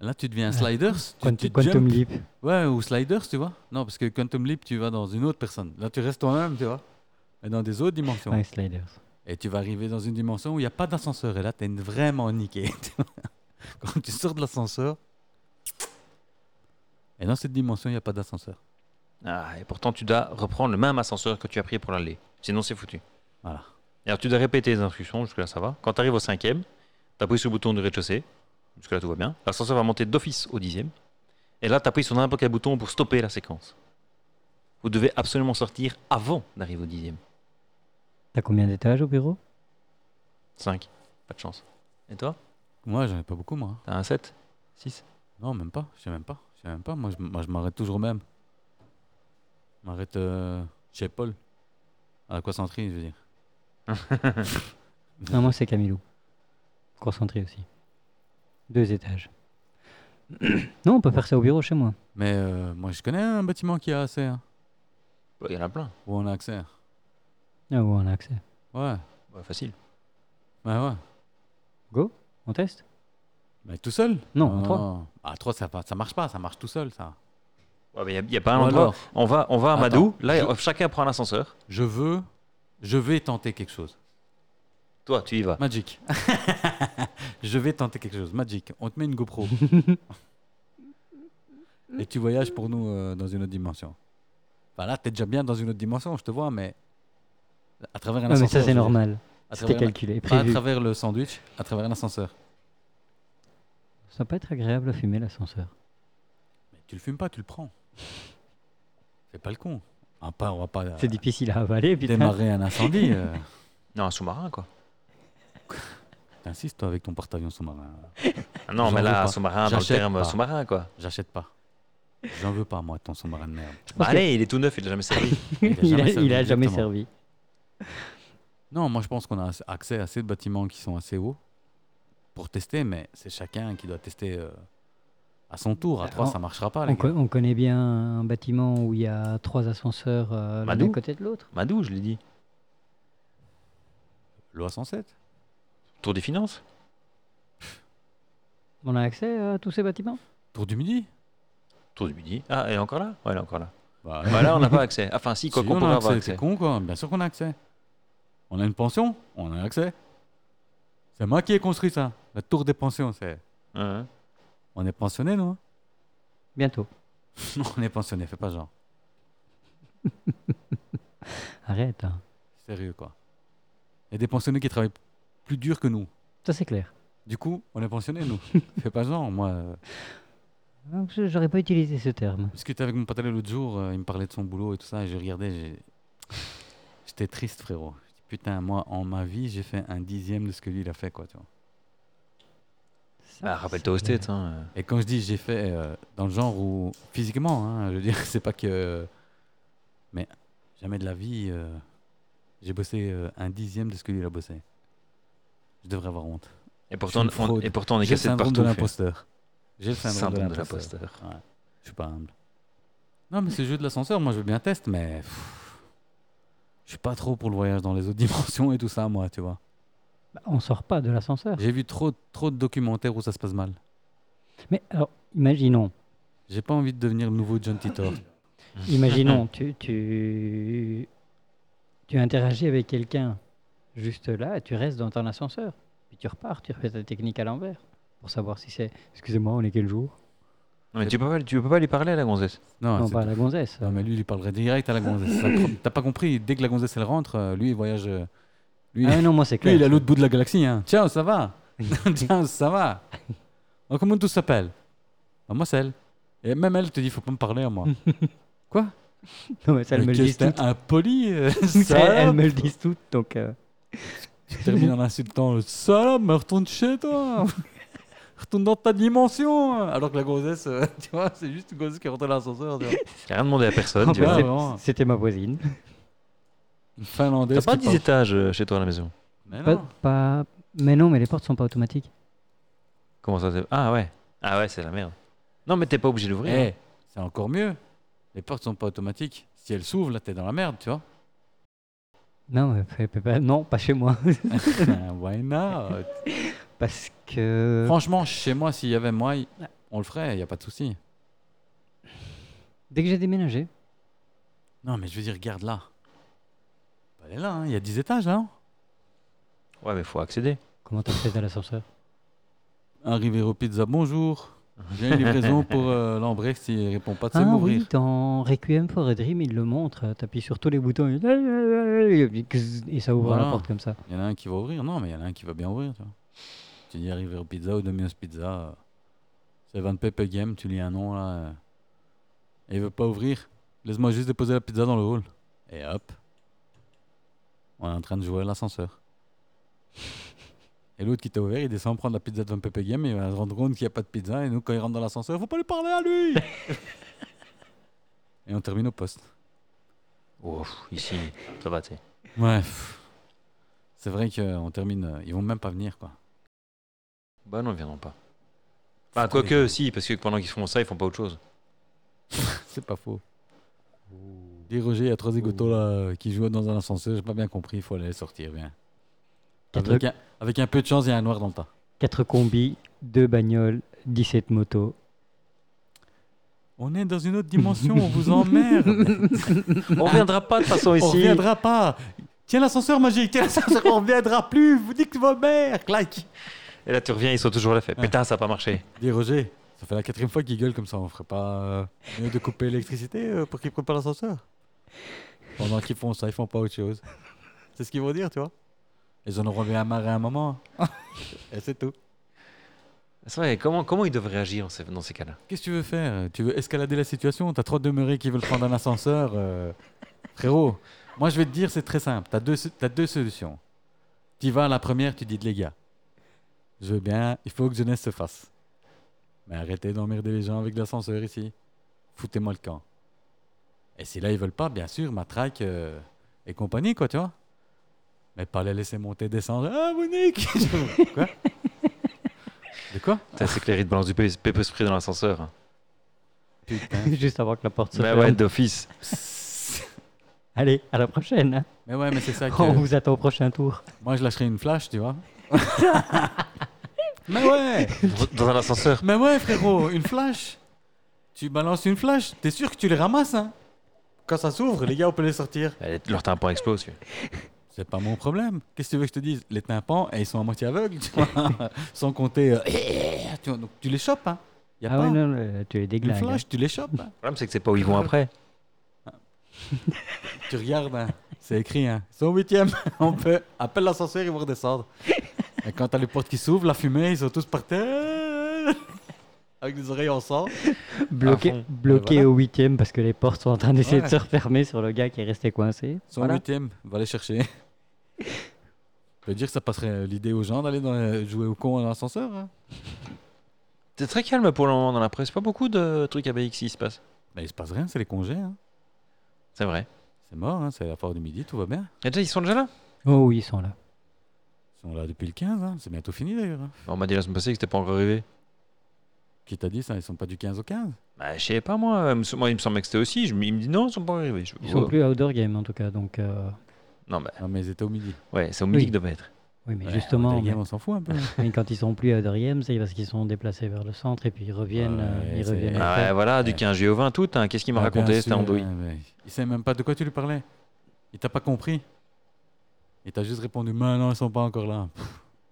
A: Là, tu deviens sliders. tu-
C: Quant-
A: tu
C: Quantum
A: jump.
C: Leap.
A: Ouais, ou sliders, tu vois. Non, parce que Quantum Leap, tu vas dans une autre personne. Là, tu restes toi-même, tu vois. Mais dans des autres dimensions.
C: Ouais, Sliders.
A: Et tu vas arriver dans une dimension où il n'y a pas d'ascenseur. Et là, t'es vraiment niqué. *laughs* tu vois. Quand tu sors de l'ascenseur. Et dans cette dimension, il n'y a pas d'ascenseur.
B: Ah, et pourtant, tu dois reprendre le même ascenseur que tu as pris pour l'aller. Sinon, c'est foutu.
A: Voilà.
B: Et Alors, tu dois répéter les instructions, jusque-là, ça va. Quand tu arrives au cinquième, tu appuies sur le bouton du rez-de-chaussée. Jusque-là, tout va bien. L'ascenseur va monter d'office au dixième. Et là, tu appuies sur n'importe quel bouton pour stopper la séquence. Vous devez absolument sortir avant d'arriver au dixième.
C: T'as combien d'étages au bureau
B: 5. Pas de chance. Et toi
A: Moi, j'en ai pas beaucoup, moi.
B: T'as un 7 6
A: Non, même pas. Je sais même pas. Je sais même pas. Moi, je, moi, je m'arrête toujours au même. Je m'arrête euh, chez Paul. À la croissanterie, je veux dire.
C: Non, moi c'est Camilou. Concentré aussi. Deux étages. *clears throat* non, on peut faire ça au bureau chez moi.
A: Mais euh, moi, je connais un bâtiment qui a accès. hein,
B: Il y en a plein.
A: où on a accès.
C: Ah ouais, on a accès.
A: Ouais.
B: Ouais, facile.
A: Ouais, ouais.
C: Go On teste
A: Mais tout seul
C: Non, à trois.
A: non. À trois, ça, va- ça marche pas. Ça marche tout seul, ça.
B: Ouais, mais il n'y a, pas un
A: Ou
B: endroit.
A: alors,
B: On va, on va à Madou.
A: Attends,
B: Là,
A: je-
B: chacun prend un ascenseur.
A: je veux. Je vais tenter quelque chose.
B: Toi, tu y vas.
A: Magic. *laughs* je vais tenter quelque chose. Magic, on te met une
C: *laughs*
A: GoPro. Et tu voyages pour nous euh, dans une autre dimension. Enfin là, t'es déjà bien dans une autre dimension, je te vois, mais à travers un
C: Ah, mais
A: ascenseur.
C: ça
A: je veux
C: c'est
A: dire.
C: normal.
A: À
C: C'était
A: travers un-
C: calculé,
A: Pas à
C: prévu.
A: travers le sandwich, à travers un ascenseur.
C: Ça va pas être agréable à fumer l'ascenseur.
A: Mais tu le fumes pas, tu le prends. Fais pas le con. On va pas, on va pas euh,
C: C'est difficile à avaler, putain. *laughs*
A: démarrer un incendie. euh.
B: Non, un sous-marin, quoi.
A: T'insistes toi avec ton porte-avions sous-marin.
B: Ah non,
A: J'en
B: mais
A: veux
B: là,
A: pas.
B: sous-marin, dans le
A: J'achète
B: terme
A: pas.
B: sous-marin, quoi.
A: J'achète pas. J'en veux pas moi ton sous-marin de merde.
B: Bah,
C: Ok.
B: allez, il est tout neuf, il n'a
A: *laughs*
B: jamais servi.
A: Il a
C: il a,
A: jamais servi,
C: il a jamais
A: exactement.
C: servi.
A: Non, moi je pense qu'on a ass- accès à assez de bâtiments qui sont assez hauts pour tester, mais c'est chacun qui doit tester euh, à son tour. À
C: Bah,
A: 3,
C: on-
A: ça marchera pas, Ah, les
C: On, co-
A: gars.
C: on connaît bien un bâtiment où il y a trois ascenseurs euh,
A: Bah,
C: l'un
B: Madou
C: d'un côté de l'autre.
B: Madou, je l'ai dit.
A: Loi 107
B: Tour des finances
C: On a accès à tous ces bâtiments
A: Tour du midi
B: Tour du midi. Ah, elle est encore là Ouais, elle est encore là.
A: Bah,
B: Bah, là, on n'a pas accès. Enfin, si,
A: si,
B: quoi
A: on
B: qu'on
A: a
B: pourrait
A: accès,
B: avoir accès.
A: C'est con, quoi. Bien sûr qu'on a accès. On a une pension, on a accès. C'est moi qui ai construit ça. La tour des pensions, c'est.
B: Hein.
A: On est pensionné, non
C: Bientôt.
A: Non, *laughs* on est pensionné, fais pas genre.
C: Arrête. hein.
A: Sérieux, quoi. Il y a des pensionnés qui travaillent plus dur que nous.
C: Ça c'est clair.
A: Du coup, on est pensionné,
B: *laughs*
A: nous. fais pas genre, moi. euh,
C: Donc, je- J'aurais pas utilisé ce terme.
A: Discuté avec mon pantalon l'autre jour, euh, il me parlait de son boulot et tout ça, et je regardais, j'ai- *laughs* j'étais triste, frérot. Je dis, Putain, moi, en ma vie, j'ai fait un dixième de ce que lui, il a fait, quoi, tu vois.
C: Ça,
A: Bah,
B: Ah, rappelle-toi au
C: c'est clair.
B: state. Hein.
A: Et quand je dis j'ai fait, euh, dans le genre où, physiquement, hein, je veux dire, *laughs* c'est pas que... Mais jamais de la vie, euh, j'ai bossé euh, un dixième de ce que lui, il a bossé. Je devrais avoir honte.
B: Et pourtant,
A: une
B: on,
A: fraude.
B: et pourtant, on est
A: J'ai le
B: cassé de
A: syndrome de
B: partout. fait.
A: l'imposteur. J'ai le syndrome,
B: Syndrome
A: de
B: de
A: l'imposteur.
B: l'imposteur.
A: Je suis pas humble. Non, mais c'est le jeu de l'ascenseur, moi je veux bien test, mais. pff, Je suis pas trop pour le voyage dans les autres *laughs* dimensions et tout ça, moi, tu vois.
C: Bah, on sort pas de l'ascenseur.
A: J'ai vu trop, trop de documentaires où ça se passe mal.
C: Mais alors, imaginons,
A: J'ai pas envie de devenir le nouveau John Titor. Mmh. *laughs*
C: imaginons, tu, tu, tu interagis avec quelqu'un juste là, et tu restes dans ton ascenseur, puis tu repars, tu refais ta technique à l'envers pour savoir si c'est. Excusez-moi, on est quel jour
B: Non, mais tu peux, pas, tu peux pas lui parler à la gonzesse.
A: Non,
C: Non,
A: Ah, c'est-
C: pas à la gonzesse. Ah,
A: non, mais lui, il lui parlerait direct à la gonzesse. Ça, T'as pas compris, dès que la gonzesse elle rentre, euh, lui, il voyage. euh, Lui,
C: Ah non, moi c'est
A: lui,
C: clair.
A: il est à l'autre bout de la galaxie. Hein. Ciao, ça va *laughs* Ciao, ça va *laughs* Oh, Comment tout s'appelle Ah, Moi, c'est elle. Et même elle te dit, faut pas me parler à moi. Quoi
C: Non, mais ça, elles me le
A: que
C: disent
A: c'était *laughs*
C: toutes.
A: impoli. euh,
C: Ça, *laughs*
A: salope.
C: elles me le disent toutes, donc. euh,
A: Je termine en insultant le salope, mais retourne chez *laughs* toi Retourne dans ta dimension Alors que la grossesse, euh, *laughs* tu vois, c'est juste une grossesse qui rentre dans l'ascenseur. tu vois.
B: T'as rien demandé à personne.
A: Ah
B: tu
A: bah,
B: vois.
A: ouais. vraiment.
C: C'était ma voisine.
A: Une finlandaise.
B: T'as pas
A: qui
B: 10
A: parle-
B: étages euh, chez toi à la maison.
A: Mais
C: Pas,
A: Ah, non.
C: pas- Mais non, mais les portes sont pas automatiques.
B: Comment ça c'est- Ah ouais. Ah ouais, c'est la merde. Non, mais t'es pas obligé d'ouvrir.
A: Eh, c'est encore mieux. Les portes sont pas automatiques. Si elles s'ouvrent, là, t'es dans la merde, *laughs* tu vois.
C: Non, mais fais- fais *laughs* pas- non, pas chez moi. *laughs*
A: Ben, Why not
C: Parce que.
A: *laughs* Franchement, chez moi, s'il y avait moi, y- on le ferait, il n'y a pas de souci.
C: Dès que j'ai déménagé,
A: Non, mais je veux dire, regarde là. Bah, Elle est là, il y a 10 étages, là. hein.
B: Ouais, mais faut accéder.
C: comment t'accèdes à l'ascenseur
A: Arrivé au pizza, bonjour. J'ai une livraison pour euh, Lambrecht, s'il répond pas, de
C: Ah
A: c'est
C: oui,
A: mourir.
C: dans Requiem for a Dream, il le montre. euh, T'appuies sur tous les boutons et, et ça ouvre la
A: Voilà.
C: porte comme ça.
A: Il y en a un qui va ouvrir. Non, mais il y en a un qui va bien ouvrir, tu vois. Tu dis arrivé au pizza ou Domino's Pizza. euh, C'est Van Pepe Game, tu lis un nom, là. euh, Et il veut pas ouvrir. Laisse-moi juste déposer la pizza dans le hall. Et hop. On est en train de jouer à l'ascenseur. Et l'autre qui t'a ouvert, il descend prendre la pizza de Van Pepe Game et il va se rendre compte qu'il n'y a pas de pizza. Et nous, quand il rentre dans l'ascenseur, faut pas lui parler à lui Et on termine au poste.
B: Ouf, ici, ça va, tu sais.
A: Ouais. pff. C'est vrai qu'on termine. euh, Ils vont même pas venir, quoi.
B: Bah non, ils viendront pas. Bah, quoique, si, parce que pendant qu'ils font ça, ils font pas autre chose.
A: C'est pas faux. Dis Roger, il y a trois zigotos là euh, qui jouent dans un ascenseur, j'ai pas bien compris, il faut aller les sortir, bien.
C: Quatre-
A: Avec un, avec un peu de chance, il y a un noir dans le tas.
C: Quatre combis, deux bagnoles, 17 motos.
A: On est dans une autre dimension, on vous emmerde.
B: *laughs* On viendra pas de toute façon
A: on reviendra pas. Tiens l'ascenseur magique, tiens l'ascenseur, on reviendra plus, vous dites que vos mères, clac.
B: Et là, tu reviens, ils sont toujours là. Fait. Putain, ça a pas marché.
A: Dis Roger, ça fait la quatrième fois qu'il gueule comme ça, on ferait pas euh, mieux de couper l'électricité euh, pour qu'ils préparent l'ascenseur Pendant qu'ils font ça, ils font pas autre chose. C'est ce qu'ils vont dire, tu vois. Ils en auront bien amarré un moment. Et c'est tout.
B: C'est vrai, comment, comment ils doivent réagir dans ces, dans ces cas-là
A: Qu'est-ce que tu veux faire Tu veux escalader la situation T'as trois demeurés qui veulent prendre un ascenseur euh, Frérot, moi je vais te dire, c'est très simple. T'as deux, t'as deux solutions. Tu vas à la première, tu dis les gars, je veux bien, il faut que jeunesse se fasse. Mais arrêtez d'emmerder les gens avec l'ascenseur ici. Foutez-moi le camp. Et si là ils veulent pas, bien sûr, matraque euh, et compagnie, quoi, tu vois. Mais pas les laisser monter, descendre. Ah, Monique *laughs* Quoi De quoi
B: Putain, C'est que les rites balance du pé- pépé spray dans l'ascenseur.
A: *laughs* Putain.
C: Juste avant que la porte se
B: Bah
C: ferme.
B: ouais, d'office.
C: Allez, à la prochaine. hein.
A: Mais ouais, mais c'est
C: *laughs*
A: ça que...
C: On vous attend au prochain tour.
A: Moi, je lâcherais une flash, tu
C: *laughs*
A: vois. mais ouais,
B: Dans un ascenseur.
A: mais ouais, frérot, une flash. Tu balances une flash, t'es sûr que tu les ramasses, hein Quand ça s'ouvre, les gars, on peut les sortir.
B: Bah, Leur tympan explose. tu vois.
A: C'est pas mon problème. Qu'est-ce que tu veux que je te dise Les tympans, eh, ils sont à moitié aveugles, tu *laughs* vois. Sans compter. euh, tu vois, donc tu les chopes, hein. Y a
C: Ah
A: pas
C: ouais, non, non, tu les
A: une
C: déglingues. hein.
A: flash, tu les chopes. hein.
B: Le problème, c'est que c'est pas où ils vont après.
A: Tu regardes, hein, c'est écrit, hein. Ils sont au huitième. *laughs* On peut. Appelle l'ascenseur, ils vont redescendre. Et quand t'as les portes qui s'ouvrent, la fumée, ils sont tous par terre. Avec les oreilles en sang.
B: À fond.
C: Bloqué, bloqué
A: Et voilà.
C: au huitième parce que les portes sont en train d'essayer
A: Ouais.
C: de se refermer sur le gars qui est resté coincé.
A: Son
C: Voilà.
A: huitième, va les chercher. Je veux dire que ça passerait euh, l'idée aux gens d'aller dans, euh, jouer au con dans l'ascenseur. hein.
B: C'est très calme pour le moment dans la presse. Pas beaucoup de trucs à BX qui se passent.
A: Mais il se passe rien, c'est les congés. hein.
B: C'est vrai.
A: C'est mort, hein, c'est la foire du midi, tout va bien.
B: Et déjà, ils sont déjà là
C: Oh oui, ils sont là.
A: Ils sont là depuis le 15, hein, c'est bientôt fini d'ailleurs. hein.
B: On m'a dit la semaine passée que c'était pas encore arrivé.
A: Qui t'a dit ça Ils sont pas du 15 au 15
B: Bah, je sais pas, moi. Il me sem- moi, il me semblait que c'était aussi. Je, me- il me dit non, ils sont pas arrivés. Je-
C: Ils sont
B: Oh.
C: plus outdoor game en tout cas. Donc, euh,
B: Non, bah,
A: Non, mais ils étaient au midi.
B: ouais, c'est au midi
C: Oui.
B: qu'ils doivent être.
C: oui, mais
A: Ouais,
C: justement,
A: les
C: mais,
A: gamins, on s'en fout un peu. hein.
C: mais quand ils sont plus outdoor game, c'est parce qu'ils sont déplacés vers le centre et puis ils reviennent. euh,
A: Ouais,
C: ils
A: c'est-
C: reviennent
A: Ah
B: Ah
C: après.
B: ouais, voilà, du
A: Ouais.
B: 15 juillet au 20 août. hein, Qu'est-ce qu'il m'a
A: Ah, bien
B: raconté, c'était
A: sûr,
B: andouille
A: ouais, mais Il savait même pas de quoi tu lui parlais. Il t'a pas compris. Il t'a juste répondu Mais non, ils sont pas encore là.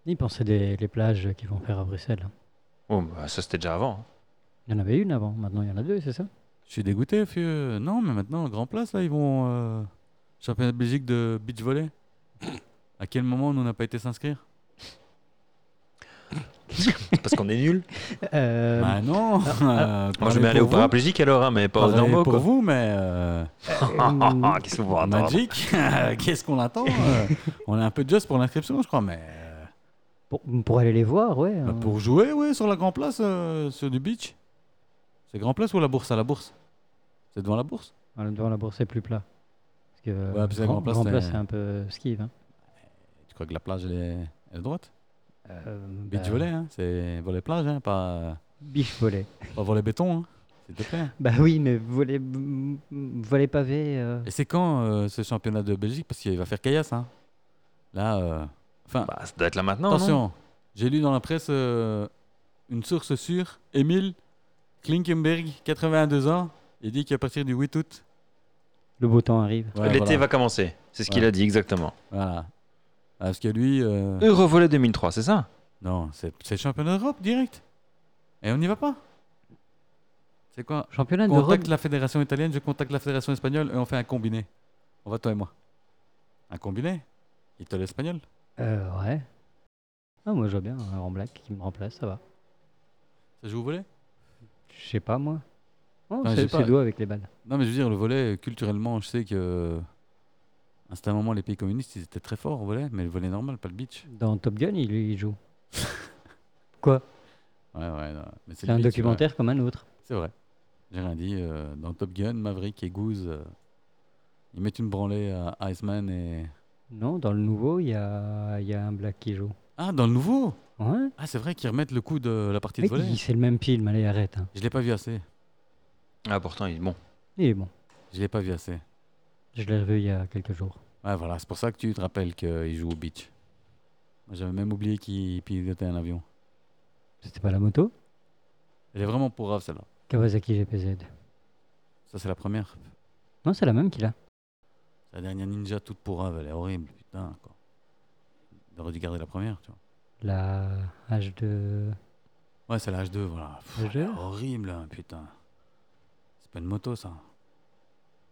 C: Ils pensaient des les plages qu'ils vont faire à Bruxelles.
B: Oh, bah, ça, c'était déjà avant.
C: Il y en avait une avant, maintenant il y en a deux, c'est ça
A: Je suis dégoûté, fieu. Non, mais maintenant, Grand Place, là, ils vont. Euh, championnat de Belgique de beach volley. À quel moment nous, on n'a pas été s'inscrire
B: C'est parce qu'on
A: *laughs*
B: est nul.
C: Euh,
A: Bah non euh,
B: ah, Moi, je
A: parlez
B: vais aller
A: pour
B: au
A: vous,
B: paraplégique alors, hein, mais pas au
A: parlez
B: Dumbo.
A: pour
B: quoi.
A: vous, mais euh,
B: *laughs* Ah, Qu'est-ce que vous attendez
A: Magic, *laughs* qu'est-ce qu'on attend euh, On est un peu just pour l'inscription, je crois, mais euh,
C: pour, pour aller les voir, ouais.
A: bah,
C: hein.
A: pour jouer, oui, sur la Grand Place, euh, sur du beach. C'est Grand Place ou la Bourse À la Bourse. C'est devant la Bourse
C: Ah, Devant la bourse, c'est plus plat. Parce que euh,
A: Ouais, puis la
C: Grand-
A: Grand Place,
C: Grand
A: c'est-
C: Place, c'est un peu skive. Hein.
A: Tu crois que la plage, elle est, elle est droite
C: Euh,
A: Beach
C: bah,
A: volley, hein, c'est volley plage, hein, pas,
C: Beach volley.
A: pas volley béton, hein, s'il te plaît.
C: Bah oui, mais volley, mm, volley pavé. euh,
A: Et c'est quand euh, ce championnat de Belgique Parce qu'il va faire caillasse. Hein. Là, euh, enfin,
B: Bah, ça doit être là maintenant. non
A: attention, j'ai lu dans la presse euh, une source sûre, Émile Klinkenberg, 82 ans, il dit qu'à partir du 8 août.
C: le beau temps arrive.
A: Ouais,
B: L'été
A: voilà.
B: va commencer. C'est ce qu'il
A: Ouais.
B: a dit exactement.
A: Voilà. Ah, Parce que lui, euh,
B: Eurovolet 2003, c'est ça
A: non, c'est c'est le championnat d'Europe direct. Et on n'y va pas. C'est quoi
C: Championnat d'Europe.
A: contacte la fédération italienne, je contacte la fédération espagnole et on fait un combiné. On va toi et moi. Un combiné Italo-espagnol
C: Euh, ouais. Ah, moi, je vois bien un en black qui me remplace, ça va.
A: Ça joue au volet
C: Je sais pas, moi. Oh,
A: Enfin, je sais
C: c'est
A: pas.
C: c'est doigt avec les balles.
A: Non, mais je veux dire, le volet, euh, culturellement, je sais que. euh, À un certain moment, les pays communistes, ils étaient très forts au volet, mais le volet normal, pas le beach.
C: Dans Top Gun, il, il *laughs* joue.
A: Ouais, ouais, non, mais
C: C'est
A: le
C: un
A: beach, ouais.
C: documentaire comme un autre.
A: C'est vrai. J'ai rien dit. euh, dans Top Gun, Maverick et Goose, euh, ils mettent une branlée à Iceman et.
C: Non, dans le nouveau, il y a, il y a un black qui joue.
A: Ah, dans le nouveau
C: Ouais.
A: Ah, c'est vrai qu'ils remettent le coup de la partie de
C: Mais
A: volet.
C: il- C'est le même film, allez, arrête. hein.
A: Je l'ai pas vu assez.
B: Ah, pourtant, il... bon.
C: Il est bon.
A: Je l'ai pas vu assez.
C: Je l'ai revu il y a quelques jours.
A: Ouais, voilà, c'est pour ça que tu te rappelles qu'il joue au beach. Moi, J'avais même oublié qu'il pilotait un avion.
C: C'était pas la moto
A: Elle est vraiment pour grave, celle-là.
C: Kawasaki GPZ.
A: Ça, c'est la première.
C: Non, c'est la même qu'il a.
A: La dernière ninja toute pourrave, elle est horrible, putain, quoi. Il aurait dû garder la première, tu vois.
C: La H2.
A: Ouais, c'est la H2, voilà. Pff,
C: La
A: elle est
C: H2?
A: horrible, hein, putain. C'est pas une moto, ça.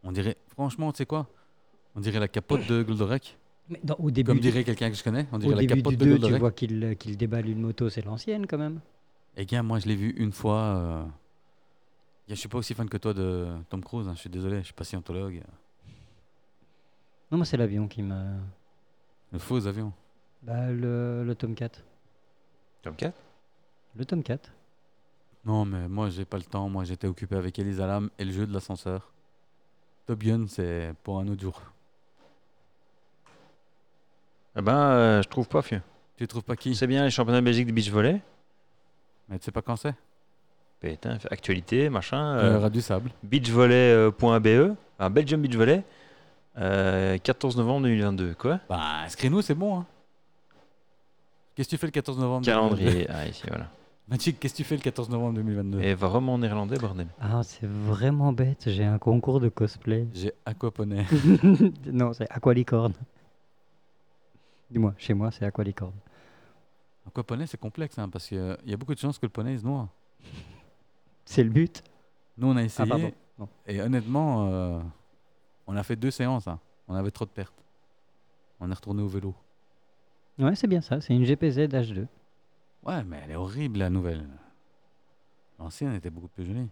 A: On dirait, franchement, tu sais quoi On dirait la capote de Goldorak.
C: Mais dans- au début,
A: Comme
C: du-
A: dirait quelqu'un que je connais, on dirait
C: au
A: la
C: début
A: capote
C: du
A: de
C: 2, tu
A: Goldorak.
C: vois qu'il euh, qu'il déballe une moto, c'est l'ancienne quand même.
A: Et gars, moi, je l'ai vu une fois. euh, Je suis pas aussi fan que toi de Tom Cruise, hein, je suis désolé, je suis pas scientologue.
C: Non, moi, c'est l'avion qui me.
A: Le faux avion.
C: Bah, le, le Tomcat.
B: Tomcat
C: Le Tomcat.
A: Non, mais moi, j'ai pas le temps. Moi, j'étais occupé avec Elisa Lam et le jeu de l'ascenseur. Top Gun, c'est pour un autre jour.
B: Eh ben, euh, je trouve pas, fieu.
A: Tu trouves pas qui
B: C'est bien les championnats de Belgique de beach volley.
A: Mais tu sais pas quand c'est
B: Putain, actualité, machin.
A: Il y
B: euh,
A: aura du sable.
B: beachvolley.be, enfin, E. Ah, Belgium Beach Volley, euh, 14 novembre 2022. Quoi
A: Bah, inscris-nous, c'est bon. Hein. Qu'est-ce que tu fais le 14 novembre 2022? *laughs*
B: Calendrier. Ah, ici, voilà.
A: Magic, qu'est-ce que tu fais le 14 novembre 2022
B: Et va vraiment en néerlandais, bordel.
C: Ah, c'est vraiment bête, j'ai un concours
A: *laughs*
C: de cosplay.
A: J'ai Aquaponais.
C: non, c'est Aqualicorne. Dis-moi, chez moi, c'est Aqualicorne.
A: Aquaponais, c'est complexe, hein, parce qu'il y a beaucoup de chances que le poney il se noie.
C: C'est le but.
A: Nous, on a
C: Ah,
A: essayé,
C: pardon. Non.
A: et honnêtement, euh, on a fait deux séances. hein. On avait trop de pertes. On est retourné au vélo.
C: Ouais, c'est bien ça, c'est une GPZ H2.
A: Ouais, mais elle est horrible la nouvelle. L'ancienne était beaucoup plus jolie.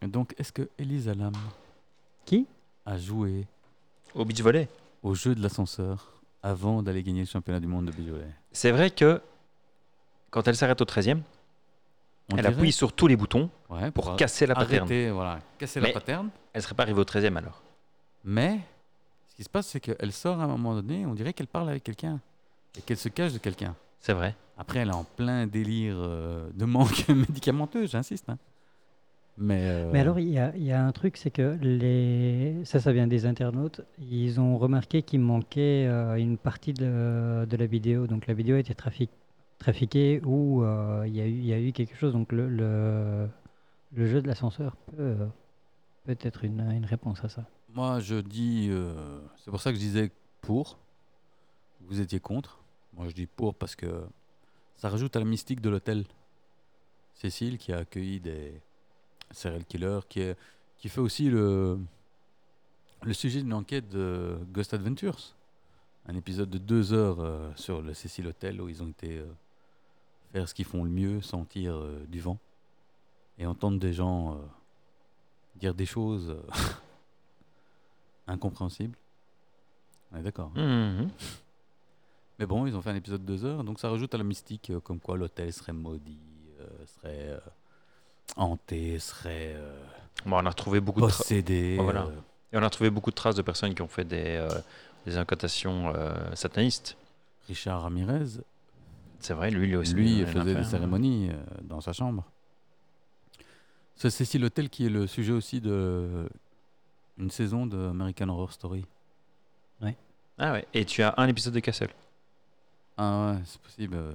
A: Et Donc, est-ce que Elisa Lam
C: Qui
A: a joué
B: Au beach volley.
A: au jeu de l'ascenseur avant d'aller gagner le championnat du monde de Bijolet
B: C'est vrai que quand elle s'arrête au 13e,
A: On
B: elle
A: dirait-
B: appuie sur tous les boutons
A: ouais,
B: pour casser la pattern.
A: arrêter, voilà, casser
B: Mais-
A: la pattern.
B: Elle serait pas arrivée au 13e alors.
A: Mais ce qui se passe, c'est qu'elle sort à un moment donné, on dirait qu'elle parle avec quelqu'un et qu'elle se cache de quelqu'un.
B: C'est vrai.
A: Après, elle est en plein délire euh, de manque *laughs* médicamenteux, j'insiste. hein. Mais, euh,
C: Mais alors, il y, a- il y a un truc, c'est que les... ça, ça vient des internautes. Ils ont remarqué qu'il manquait euh, une partie de, de la vidéo. Donc, la vidéo a été trafic- trafiquée ou euh, il y, a eu- il y a eu quelque chose. Donc, le, le, le jeu de l'ascenseur peut, peut être une, une réponse à ça.
A: Moi, je dis. euh, c'est pour ça que je disais pour. Vous étiez contre. Moi, je dis pour parce que ça rajoute à la mystique de l'hôtel. Cécile, qui a accueilli des serial killers, qui, est, qui fait aussi le, le sujet d'une enquête de Ghost Adventures. Un épisode de deux heures euh, sur le Cécile Hotel où ils ont été euh, faire ce qu'ils font le mieux, sentir euh, du vent et entendre des gens euh, dire des choses euh, *laughs* incompréhensibles. On est d'accord. hein.
B: Mhm.
A: Mais bon, ils ont fait un épisode de deux heures, donc ça rajoute à la mystique euh, comme quoi l'hôtel serait maudit, euh, serait euh, hanté, serait euh,
B: Bon, on a retrouvé beaucoup de tra-
A: possédé.
B: Oh, voilà.
A: euh,
B: et on a retrouvé beaucoup de traces de personnes qui ont fait des, euh, des incantations euh, satanistes.
A: Richard Ramirez,
B: C'est hein. vrai, lui, il a aussi.
A: Lui
B: rien
A: il
B: à
A: faisait des
B: faire.
A: cérémonies euh, dans sa chambre. C'est Cécile Hotel qui est le sujet aussi de une saison de American Horror Story.
B: Ah ouais. Et tu as un épisode de Castle.
A: Ah ouais, c'est possible. euh,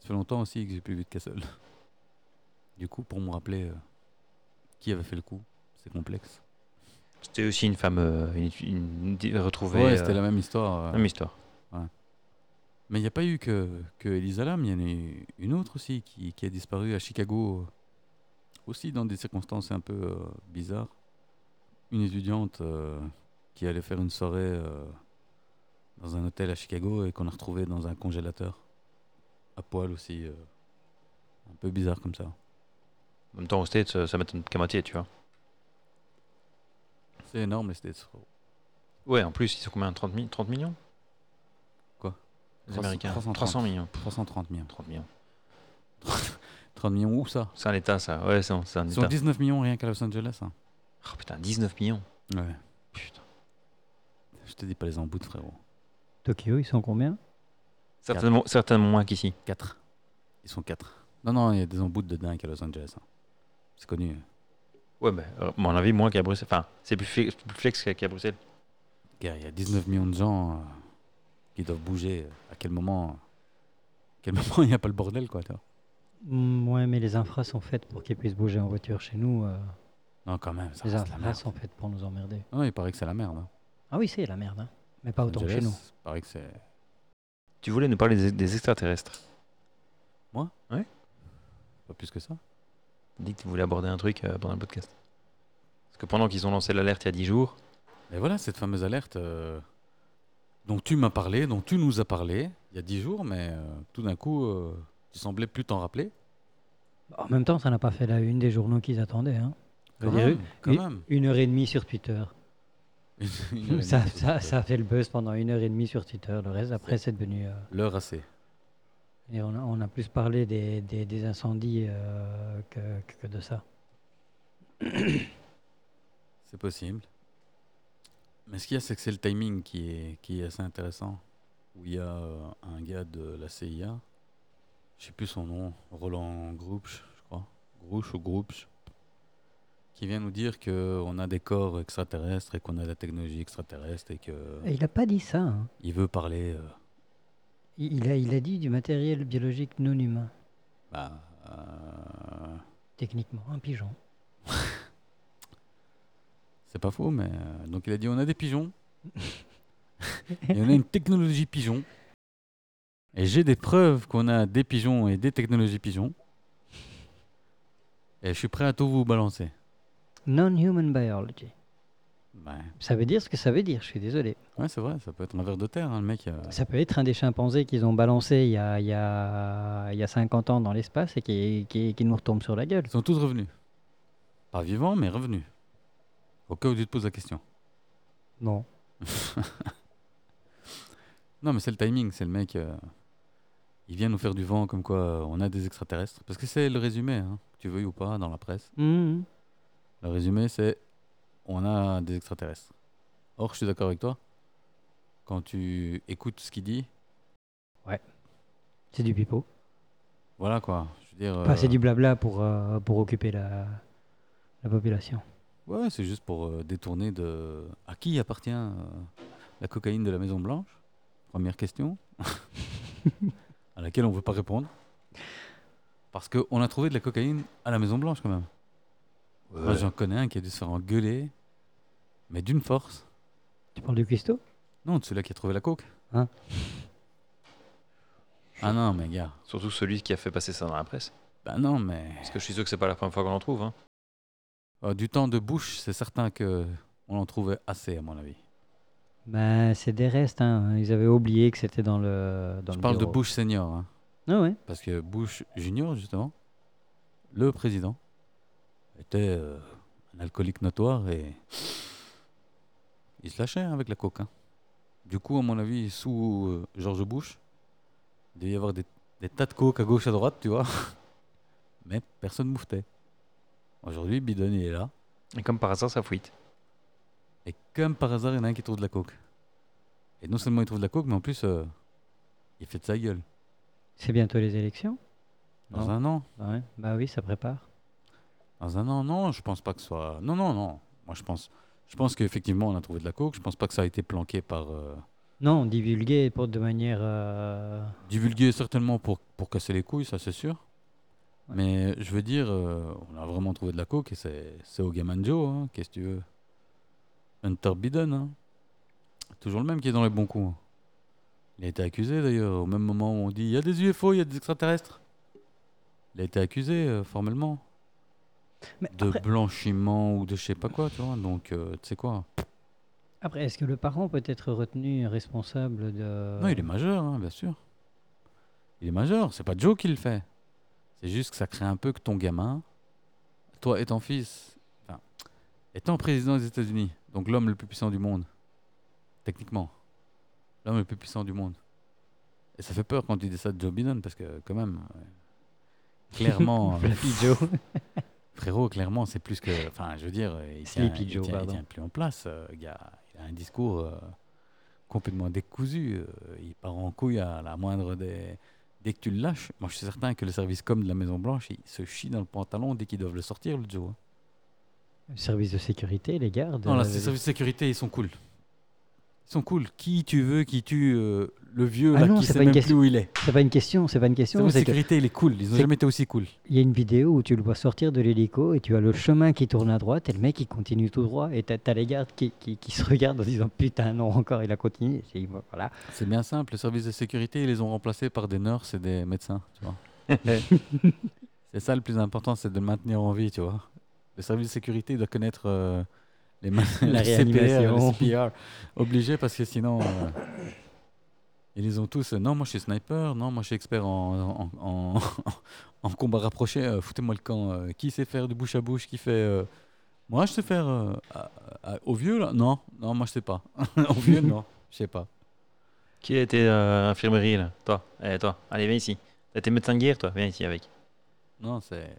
A: Ça fait longtemps aussi que j'ai plus vu de Castle. *laughs* Du coup, pour me rappeler euh, qui avait fait le coup, c'est complexe.
B: C'était aussi une femme euh, une, une- une- retrouvée.
A: ouais,
B: euh,
A: c'était la même histoire. euh.
B: même histoire.
A: Mais il n'y a pas eu que, que Elisa Lam, il y en a eu une autre aussi qui, qui a disparu à Chicago, euh, aussi dans des circonstances un peu euh, bizarres. Une étudiante euh, qui allait faire une soirée euh, dans un hôtel à Chicago et qu'on a retrouvée dans un congélateur. À poil aussi, euh, un peu bizarre comme ça.
B: En même temps, au States, ça, ça m'étonne qu'à moitié, tu vois.
A: C'est énorme les States. frérot.
B: Ouais, en plus, ils sont combien 30, mi- 30 millions
A: Quoi
B: Les
A: 300,
B: Américains.
A: 330.
B: 300 millions. Pff,
A: 330 millions.
B: 30 millions.
A: 30 millions, où ça
B: C'est un état, ça. Ouais, c'est un, c'est un
A: Ils
B: état.
A: sont 19 millions rien qu'à Los Angeles. hein.
B: Oh putain, 19 millions.
A: Ouais.
B: Putain.
A: Je te dis pas les embouts, frérot.
C: Tokyo, ils sont combien
B: Certainement, certainement moins qu'ici.
A: 4. Ils sont 4. Non, non, il y a des embouts de dingue à Los Angeles. hein. C'est connu.
B: Ouais, mais euh, à mon avis, moins qu'à Bruxelles. Enfin, c'est plus, flex- plus flex qu'à- qu'à Bruxelles.
A: Car Il y a 19 millions de gens euh, qui doivent bouger. euh, À quel moment à quel *laughs* moment il n'y a pas le bordel, quoi, tu vois
C: Mm, Ouais, mais les infras sont faites pour qu'ils puissent bouger en voiture chez nous. euh,
A: Non, quand même, ça
C: les
A: reste la
C: infras
A: merde.
C: sont faites pour nous emmerder.
A: Non, il paraît que c'est la merde. hein.
C: Ah oui, c'est la merde, hein. mais pas
A: Los
C: autant que chez
A: Angeles,
C: nous.
A: Il paraît que c'est...
B: Tu voulais nous parler des, des extraterrestres.
A: Pas plus que ça.
B: Tu dit que tu voulais aborder un truc euh, pendant le podcast. Parce que pendant qu'ils ont lancé l'alerte il y a 10 jours,
A: Mais voilà, cette fameuse alerte euh, dont tu m'as parlé, dont tu nous as parlé il y a 10 jours, mais euh, tout d'un coup, euh, tu semblais plus t'en rappeler.
C: En même temps, ça n'a pas fait la une des journaux qu'ils attendaient. hein. Je
A: Quand
C: veux dire,
A: même, quand
C: et-
A: même.
C: Une heure et demie sur Twitter.
A: Une heure et
C: *laughs* ça,
A: demie,
C: ça,
A: c'est-
C: ça a fait le buzz pendant une heure et demie sur Twitter. Le reste, après, c'est devenu. euh,
A: L'heure assez.
C: et on, a, on a plus parlé des, des- des incendies euh, que, que- que de ça.
A: C'est possible. Mais ce qu'il y a, c'est que c'est le timing qui est, qui est assez intéressant. Où il y a euh, un gars de la CIA, je sais plus son nom, Roland Groupsch, je crois. Grouch ou Groupsch, qui vient nous dire qu'on a des corps extraterrestres et qu'on a de la technologie extraterrestre et
C: Et
A: qu'il
C: il n'a pas dit ça. hein.
A: veut parler. euh,
C: Il, il a, il a dit du matériel biologique non humain,
A: bah, euh,
C: techniquement, un pigeon.
A: c'est pas faux, mais. euh, donc il a dit on a des pigeons. et on a une technologie pigeon. Et j'ai des preuves qu'on a des pigeons et des technologies pigeons. Et je suis prêt à tout vous balancer.
C: Non-human biology.
A: Ouais,
C: Ça veut dire ce que ça veut dire, je suis désolé.
A: Ben, Ouais, c'est vrai, ça peut être un verre de terre, hein, le mec. euh,
C: Bah, Ça peut être un des chimpanzés qu'ils ont balancé il y a, il y a, il y a 50 ans dans l'espace et qui, qui, qui nous retombe sur la gueule.
A: Ils sont tous revenus. Pas vivants, mais revenus. Au cas où tu te poses la question.
C: Non.
A: Non, mais c'est le timing, c'est le mec. euh, il vient nous faire du vent comme quoi euh, on a des extraterrestres. Parce que c'est le résumé, hein, que tu veuilles ou pas, dans la presse.
C: Mhm.
A: Le résumé, c'est on a des extraterrestres. Or, je suis d'accord avec toi. Quand tu écoutes ce qu'il dit,
C: C'est du pipeau.
A: Euh. voilà quoi. Je veux dire.
C: Enfin, c'est
A: euh,
C: du blabla pour, euh, pour occuper la, la population.
A: Ouais, c'est juste pour euh, détourner de. À qui appartient euh, la cocaïne de la Maison Blanche Première question. à laquelle on ne veut pas répondre. Parce qu'on a trouvé de la cocaïne à la Maison Blanche quand même. Moi, j'en connais un qui a dû se faire engueuler, mais d'une force.
C: Tu parles de cuistot
A: Non, de celui-là qui a trouvé la coke.
C: Hein
A: Ah non, mais gars.
B: surtout celui qui a fait passer ça dans la presse.
A: Bah non, mais
B: Parce que je suis sûr que c'est pas la première fois qu'on en trouve. Hein.
A: euh, du temps de bouche, c'est certain que on en trouvait assez, à mon avis.
C: ben, C'est des restes. hein. Ils avaient oublié que c'était dans le. Dans
A: Je
C: le
A: parle de
C: bureau.
A: bouche senior. hein.
C: Ah ouais.
A: Parce que Bush Junior, justement, le président, était euh, un alcoolique notoire et il se lâchait hein, avec la coke. hein. Du coup, à mon avis, sous euh, George Bush, il devait y avoir des, des tas de coke à gauche, à droite, tu vois. *laughs* Mais personne mouftait. Aujourd'hui, Biden, il est là.
B: Et comme par hasard, ça fuite.
A: Et comme par hasard, il y en a un qui trouve de la coke. Et non seulement il trouve de la coke, mais en plus, euh, il fait de sa gueule.
C: C'est bientôt les élections.
A: Dans
C: Non.
A: un an.
C: Ah ouais. Bah oui, ça prépare.
A: Dans un an, non, je pense pas que ce soit. Non, non, non. Moi, je pense, je pense qu'effectivement, on a trouvé de la coke. Je pense pas que ça a été planqué par. euh,
C: Non, divulguer pour de manière. euh,
A: divulgué certainement pour, pour casser les couilles, ça c'est sûr.
C: Ouais.
A: Mais je veux dire, euh, on a vraiment trouvé de la coke et c'est c'est au gamin de Joe, hein, qu'est-ce que tu veux Hunter Biden, hein. toujours le même qui est dans les bons coups. hein. Il a été accusé d'ailleurs, au même moment où on dit il y a des UFO, il y a des extraterrestres. Il a été accusé euh, formellement
C: Mais
A: de
C: après,
A: blanchiment ou de je sais pas quoi, tu vois. Donc, euh, tu sais quoi
C: après, est-ce que le parent peut être retenu responsable de.
A: Non, il est majeur, hein, bien sûr. Il est majeur, c'est pas Joe qui le fait. C'est juste que ça crée un peu que ton gamin, toi étant fils, enfin, étant président des États-Unis, donc l'homme le plus puissant du monde, techniquement, l'homme le plus puissant du monde. Et ça fait peur quand tu dis ça de Joe Biden, parce que quand même, ouais. clairement,
C: *laughs*
A: euh,
C: Fluffy Joe.
A: frérot, clairement, c'est plus que. Enfin, je veux dire, euh, il tient,
C: Sleepy
A: il
C: Joe,
A: tient- il
C: pardon.
A: tient plus en place. euh, le gars. il a un discours euh, complètement décousu. euh, il part en couille à la moindre des. Dès que tu le lâches, moi je suis certain que le service com de la Maison Blanche, il se chie dans le pantalon dès qu'ils doivent le sortir, le Joe. hein.
C: Le service de sécurité, les gardes.
A: Non, là,
C: euh,
A: c'est service de sécurité, ils sont cool. Ils sont cool. Qui tu veux, qui tue euh, le vieux,
C: Ah
A: là,
C: non,
A: qui
C: c'est
A: sait
C: pas une
A: même plus
C: question.
A: où il est.
C: C'est pas une question, c'est pas une
A: Le
C: question.
A: service de
C: C'est que
A: sécurité, il est cool. Ils n'ont
C: c'est-
A: jamais été aussi cool.
C: il y a une vidéo où tu le vois sortir de l'hélico et tu as le chemin qui tourne à droite et le mec il continue tout droit et t'as t'as les gardes qui, qui, qui se regardent en se disant putain non encore il a continué. Et voilà.
A: C'est bien simple, le service de sécurité, ils les ont remplacés par des nurses et des médecins, tu
C: *laughs*
A: vois. c'est ça le plus important, c'est de le maintenir en vie, tu vois. Le service de sécurité doit connaître euh, les ma-
C: La
A: *laughs* les CPR,
C: réanimation.
A: les CPR, obligé parce que sinon euh, ils les ont tous. euh, non, moi je suis sniper, non, moi je suis expert en, en, en- *laughs* en combat rapproché. euh, Foutez-moi le camp. euh, qui sait faire du bouche à bouche Qui fait euh, Moi je sais faire euh, à- à- au vieux là Non, non, moi je sais pas. *laughs* au vieux non, je sais pas.
B: Qui a été euh, infirmerie là Toi Eh, toi Allez, viens ici. T'as été médecin de guerre, toi Viens ici avec.
A: Non, c'est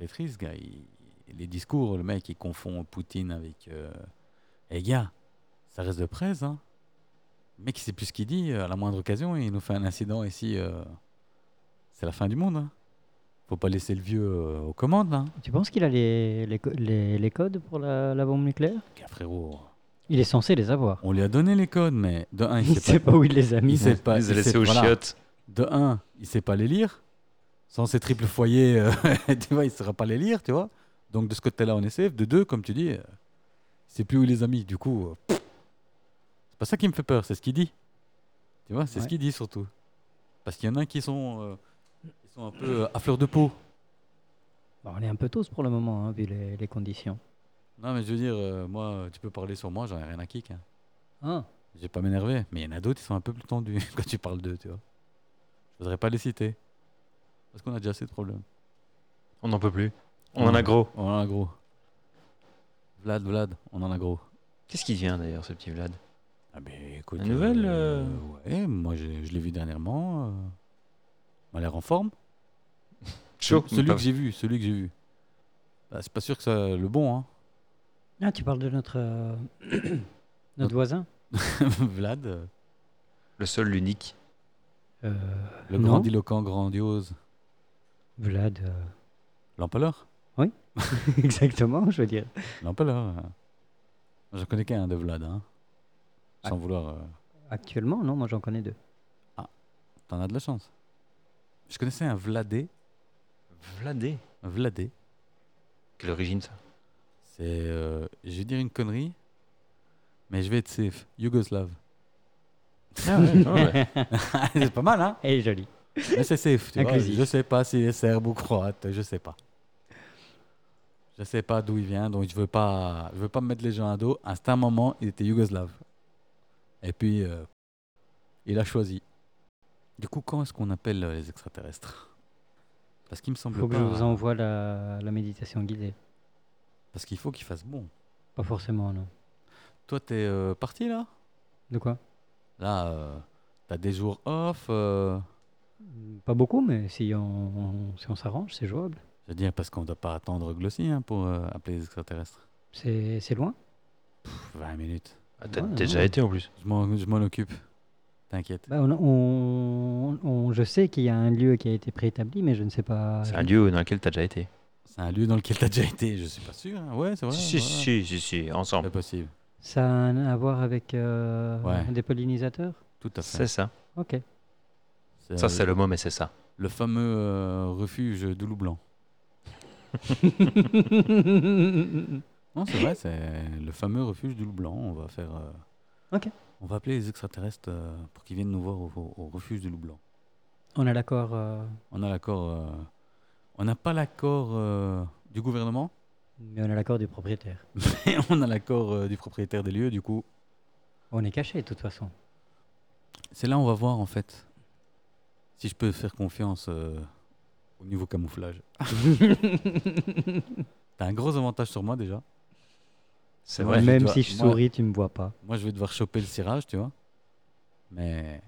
A: c'est triste, gars. Il- les discours, le mec, il confond Poutine avec. Euh... Eh, gars, ça reste de presse, hein. Le mec, il sait plus ce qu'il dit. euh, À la moindre occasion, il nous fait un incident ici. euh, C'est la fin du monde, hein. Faut pas laisser le vieux euh, aux commandes, là.
C: Tu penses qu'il a les, les, co- les, les codes pour la, la bombe nucléaire
A: Gars, frérot,
C: Il est censé les avoir.
A: on lui a donné les codes, mais de un,
C: Il
A: il
C: sait pas où il les a mis.
A: Il sait pas.
B: Ils les
A: il
B: laissés
A: sait-
B: aux
A: Bah, voilà.
B: chiottes.
A: De un, il sait pas les lire. Sans ces triples foyers, euh, *laughs* tu vois, il ne saura pas les lire, tu vois. Donc de ce côté-là, on est safe. De deux, comme tu dis, euh, il sait plus où il les a mis. Du coup, euh, pff, c'est pas ça qui me fait peur, c'est ce qu'il dit. Tu vois, c'est
C: Ouais.
A: ce qu'il dit surtout. Parce qu'il y en a qui sont, euh, qui sont un peu euh, à fleur de peau.
C: Bon, on est un peu tous pour le moment hein, vu les, les conditions.
A: Non, mais je veux dire, euh, moi, euh, tu peux parler sur moi, j'en ai rien à kick. Hein.
C: Ah,
A: Je vais pas m'énerver. Mais il y en a d'autres qui sont un peu plus tendus *laughs* quand tu parles d'eux, tu vois. Je voudrais pas les citer. Parce qu'on a déjà assez de problèmes.
B: On n'en peut plus. On en a gros.
A: On en a gros. Vlad, Vlad, on en a gros.
B: Qu'est-ce qui vient d'ailleurs, ce petit Vlad
A: Ah ben écoute.
B: La nouvelle,
A: euh,
B: euh,
A: Ouais, moi je, je l'ai vu dernièrement. euh, Il m'a l'air en forme.
B: Chaud.
A: Celui que j'ai vu, celui que j'ai vu. Bah, c'est pas sûr que ça le bon, hein. *laughs*
C: Ah, tu parles de notre, euh, *clears throat* notre voisin
A: Vlad, euh,
B: Le seul, l'unique.
C: Euh,
A: le
C: Non.
A: grandiloquent, grandiose.
C: Vlad. euh, *laughs*
A: L'empaleur
C: Exactement, je veux dire.
A: L'empaleur. euh. J'en connais qu'un de Vlad, hein. Sans vouloir. euh,
C: Actuellement, non, moi j'en connais deux.
A: T'en as de la chance. Je connaissais un Vladé.
B: Vladé
A: un Vladé.
B: Quelle origine ça
A: C'est. euh, je vais dire une connerie, mais je vais être safe. Yougoslave.
C: Ah
A: Ah *laughs* c'est pas mal, hein
C: *laughs* Elle est jolie.
A: Mais c'est safe. Tu vois.
C: Inclusif.
A: Je sais pas s'il est serbe ou croate, je sais pas. Je sais pas d'où il vient, donc je veux pas, je veux pas me mettre les gens à dos. À un moment, il était yougoslave. Et puis, euh, il a choisi. Du coup, quand est-ce qu'on appelle euh, les extraterrestres Parce qu'il me semble
C: Faut que
A: pas. hein.
C: je vous envoie la, la méditation guidée.
A: Parce qu'il faut qu'il fasse bon.
C: Pas forcément, non.
A: Toi, t'es euh, parti là
C: De quoi
A: Là, euh, t'as des jours off. euh,
C: Pas beaucoup, mais si on, si on s'arrange, c'est jouable.
A: je veux dire, parce qu'on doit pas attendre Glossy hein, pour euh, appeler les extraterrestres.
C: C'est c'est loin
A: Pff, 20 minutes.
B: Ah, T'as
C: Ouais,
B: t'as
C: ouais.
B: déjà été en plus.
A: Je m'en je m'en occupe. T'inquiète.
C: Bah, on, on- on- Je sais qu'il y a un lieu qui a été préétabli, mais je ne sais pas.
B: C'est
C: je-
B: un lieu dans lequel t'as déjà été.
A: C'est un lieu dans lequel t'as déjà été, je suis pas sûr. hein. Ouais, c'est vrai.
B: si,
A: ouais.
B: si, si, si,
A: C'est
B: ensemble.
A: possible.
C: Ça a un- à voir avec euh,
A: Ouais.
C: des pollinisateurs
A: Tout à fait. Euh,
B: C'est ça.
A: *laughs*
C: Ok.
B: Ça, c'est le mot, mais c'est ça.
A: le fameux euh, refuge de loup blanc. Non, c'est vrai, c'est le fameux refuge du loup blanc. On va faire. euh,
C: Ok.
A: On va appeler les extraterrestres euh, pour qu'ils viennent nous voir au, au- au refuge du loup blanc.
C: on a l'accord. euh,
A: On a l'accord. euh, on n'a pas l'accord euh, du gouvernement,
C: Mais on a l'accord du propriétaire.
A: *laughs* mais on a l'accord euh, du propriétaire des lieux. Du coup,
C: On est caché de toute façon.
A: c'est là où on va voir en fait si je peux faire confiance euh, au niveau *laughs* camouflage. T'as un gros avantage sur moi déjà.
B: C'est
A: Ouais,
B: vrai.
A: je
C: Même
A: dois-
C: si je
A: moi-
C: souris, tu me vois pas.
A: Moi, je vais devoir choper le cirage, tu vois. Mais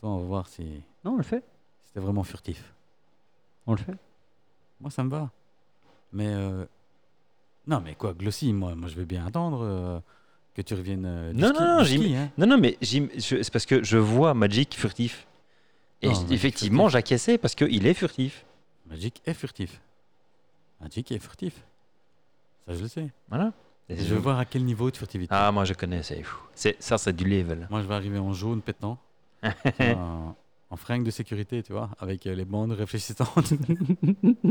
A: toi, on va voir si
C: Non, on le fait.
A: c'était vraiment furtif.
C: On le fait.
A: Moi, ça me va. Mais. euh, Non, mais quoi, Glossy, moi, moi je vais bien attendre euh, que tu reviennes. euh, du
B: Non,
A: ski-
B: non, non,
A: du
B: j'im-
A: ski, hein.
B: Non, non, mais j'im- je- c'est parce que je vois Magic furtif. Et
A: Non,
B: j-
A: Magic
B: effectivement, j'acquiesçais parce qu'il est furtif.
A: Magic est furtif. Magic est furtif. Ça, je le sais.
B: Voilà. Et
A: je vais voir à quel niveau de furtivité.
B: Ah, moi, je connais, c'est fou. C'est- Ça, c'est du level.
A: Moi, je vais arriver en jaune pétant. en, en fringue de sécurité, tu vois, avec euh, les bandes réfléchissantes.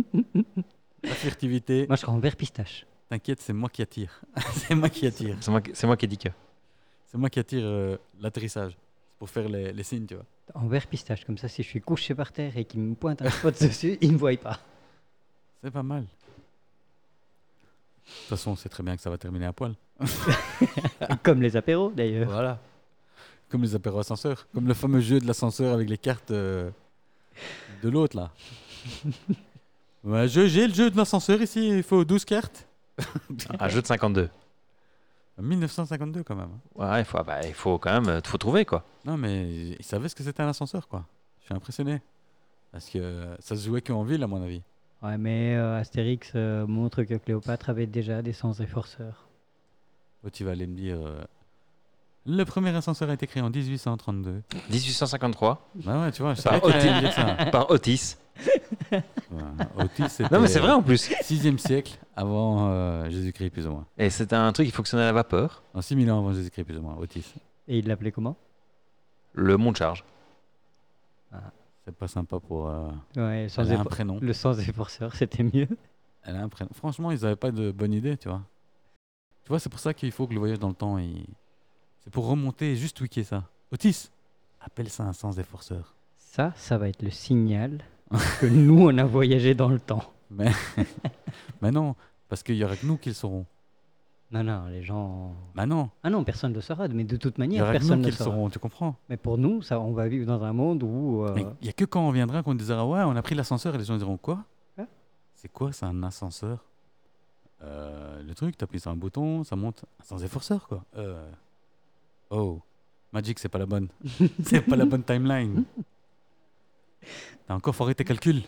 A: *laughs* La furtivité.
C: Moi, je serai en vert pistache.
A: T'inquiète, c'est moi qui attire. *laughs* c'est moi qui attire.
B: C'est moi, qui- c'est moi qui ai dit que.
A: C'est moi qui attire euh, l'atterrissage. C'est pour faire les, les signes, tu vois.
C: En vert pistache, comme ça, si je suis couché par terre et qu'il me pointe un spot *laughs* dessus, il me voit pas.
A: C'est pas mal. De toute façon, on sait très bien que ça va terminer à poil.
C: Comme les apéros, d'ailleurs.
A: Voilà. Comme les apéros ascenseurs. Comme le fameux jeu de l'ascenseur avec les cartes euh, de l'autre, là. *laughs* Ouais, je- j'ai le jeu de l'ascenseur ici, il faut 12 cartes.
B: *laughs* Un jeu de 52.
A: 1952, quand même.
B: Ouais, il faut, ah bah, il faut quand même. euh, faut trouver, quoi.
A: Non, mais ils savaient ce que c'était un ascenseur, quoi. Je suis impressionné. Parce que euh, ça se jouait qu'en ville, à mon avis.
C: Ouais, mais euh, Astérix euh, montre que Cléopâtre avait déjà des sens et forceurs.
A: Toi, Oh, tu vas aller me dire. euh, le premier ascenseur a été créé en 1832.
B: 1853
A: Bah ouais, tu vois, je savais
B: par
A: que t'allais me
B: Otis.
A: dire
B: *laughs*
A: ça.
B: par Otis.
A: Ouais, Otis, c'était,
B: Non, mais c'est vrai
A: euh,
B: en plus.
A: 6e siècle avant euh, Jésus-Christ, plus ou moins.
B: Et c'était un truc qui fonctionnait à la vapeur.
A: En 6000 ans avant Jésus-Christ, plus ou moins, Otis.
C: Et il l'appelait comment
B: Le monde charge.
A: C'est pas sympa pour. euh,
C: Ouais, le sens
A: Elle
C: des
A: a un
C: for-
A: prénom.
C: Le sens des forceurs, c'était mieux.
A: Elle a un prénom. Franchement, ils avaient pas de bonne idée, tu vois. Tu vois, c'est pour ça qu'il faut que le voyage dans le temps. il- C'est pour remonter et juste tweaker ça. Otis Appelle ça un sens des forceurs.
C: Ça, ça va être le signal *laughs* que nous, on a voyagé dans le temps.
A: Mais non, parce qu'il y aura que nous qui le saurons.
C: Non, non, les gens.
A: Mais non,
C: Ah non, personne ne le saura, mais de toute
A: il y
C: manière,
A: aura que
C: personne
A: nous
C: ne
A: qui le
C: le saura.
A: saurons, tu comprends
C: Mais pour nous, ça, on va vivre dans un monde où. euh,
A: Mais il y a que quand on viendra qu'on dira ouais, on a pris l'ascenseur et les gens diront quoi
C: Hein
A: C'est quoi, c'est un ascenseur Euh, Le truc, t'appuies sur un bouton, ça monte. Sans efforceur quoi. Euh, Oh, Magic, c'est pas la
C: *laughs*
A: bonne. c'est pas la bonne timeline. T'as encore foiré tes calculs.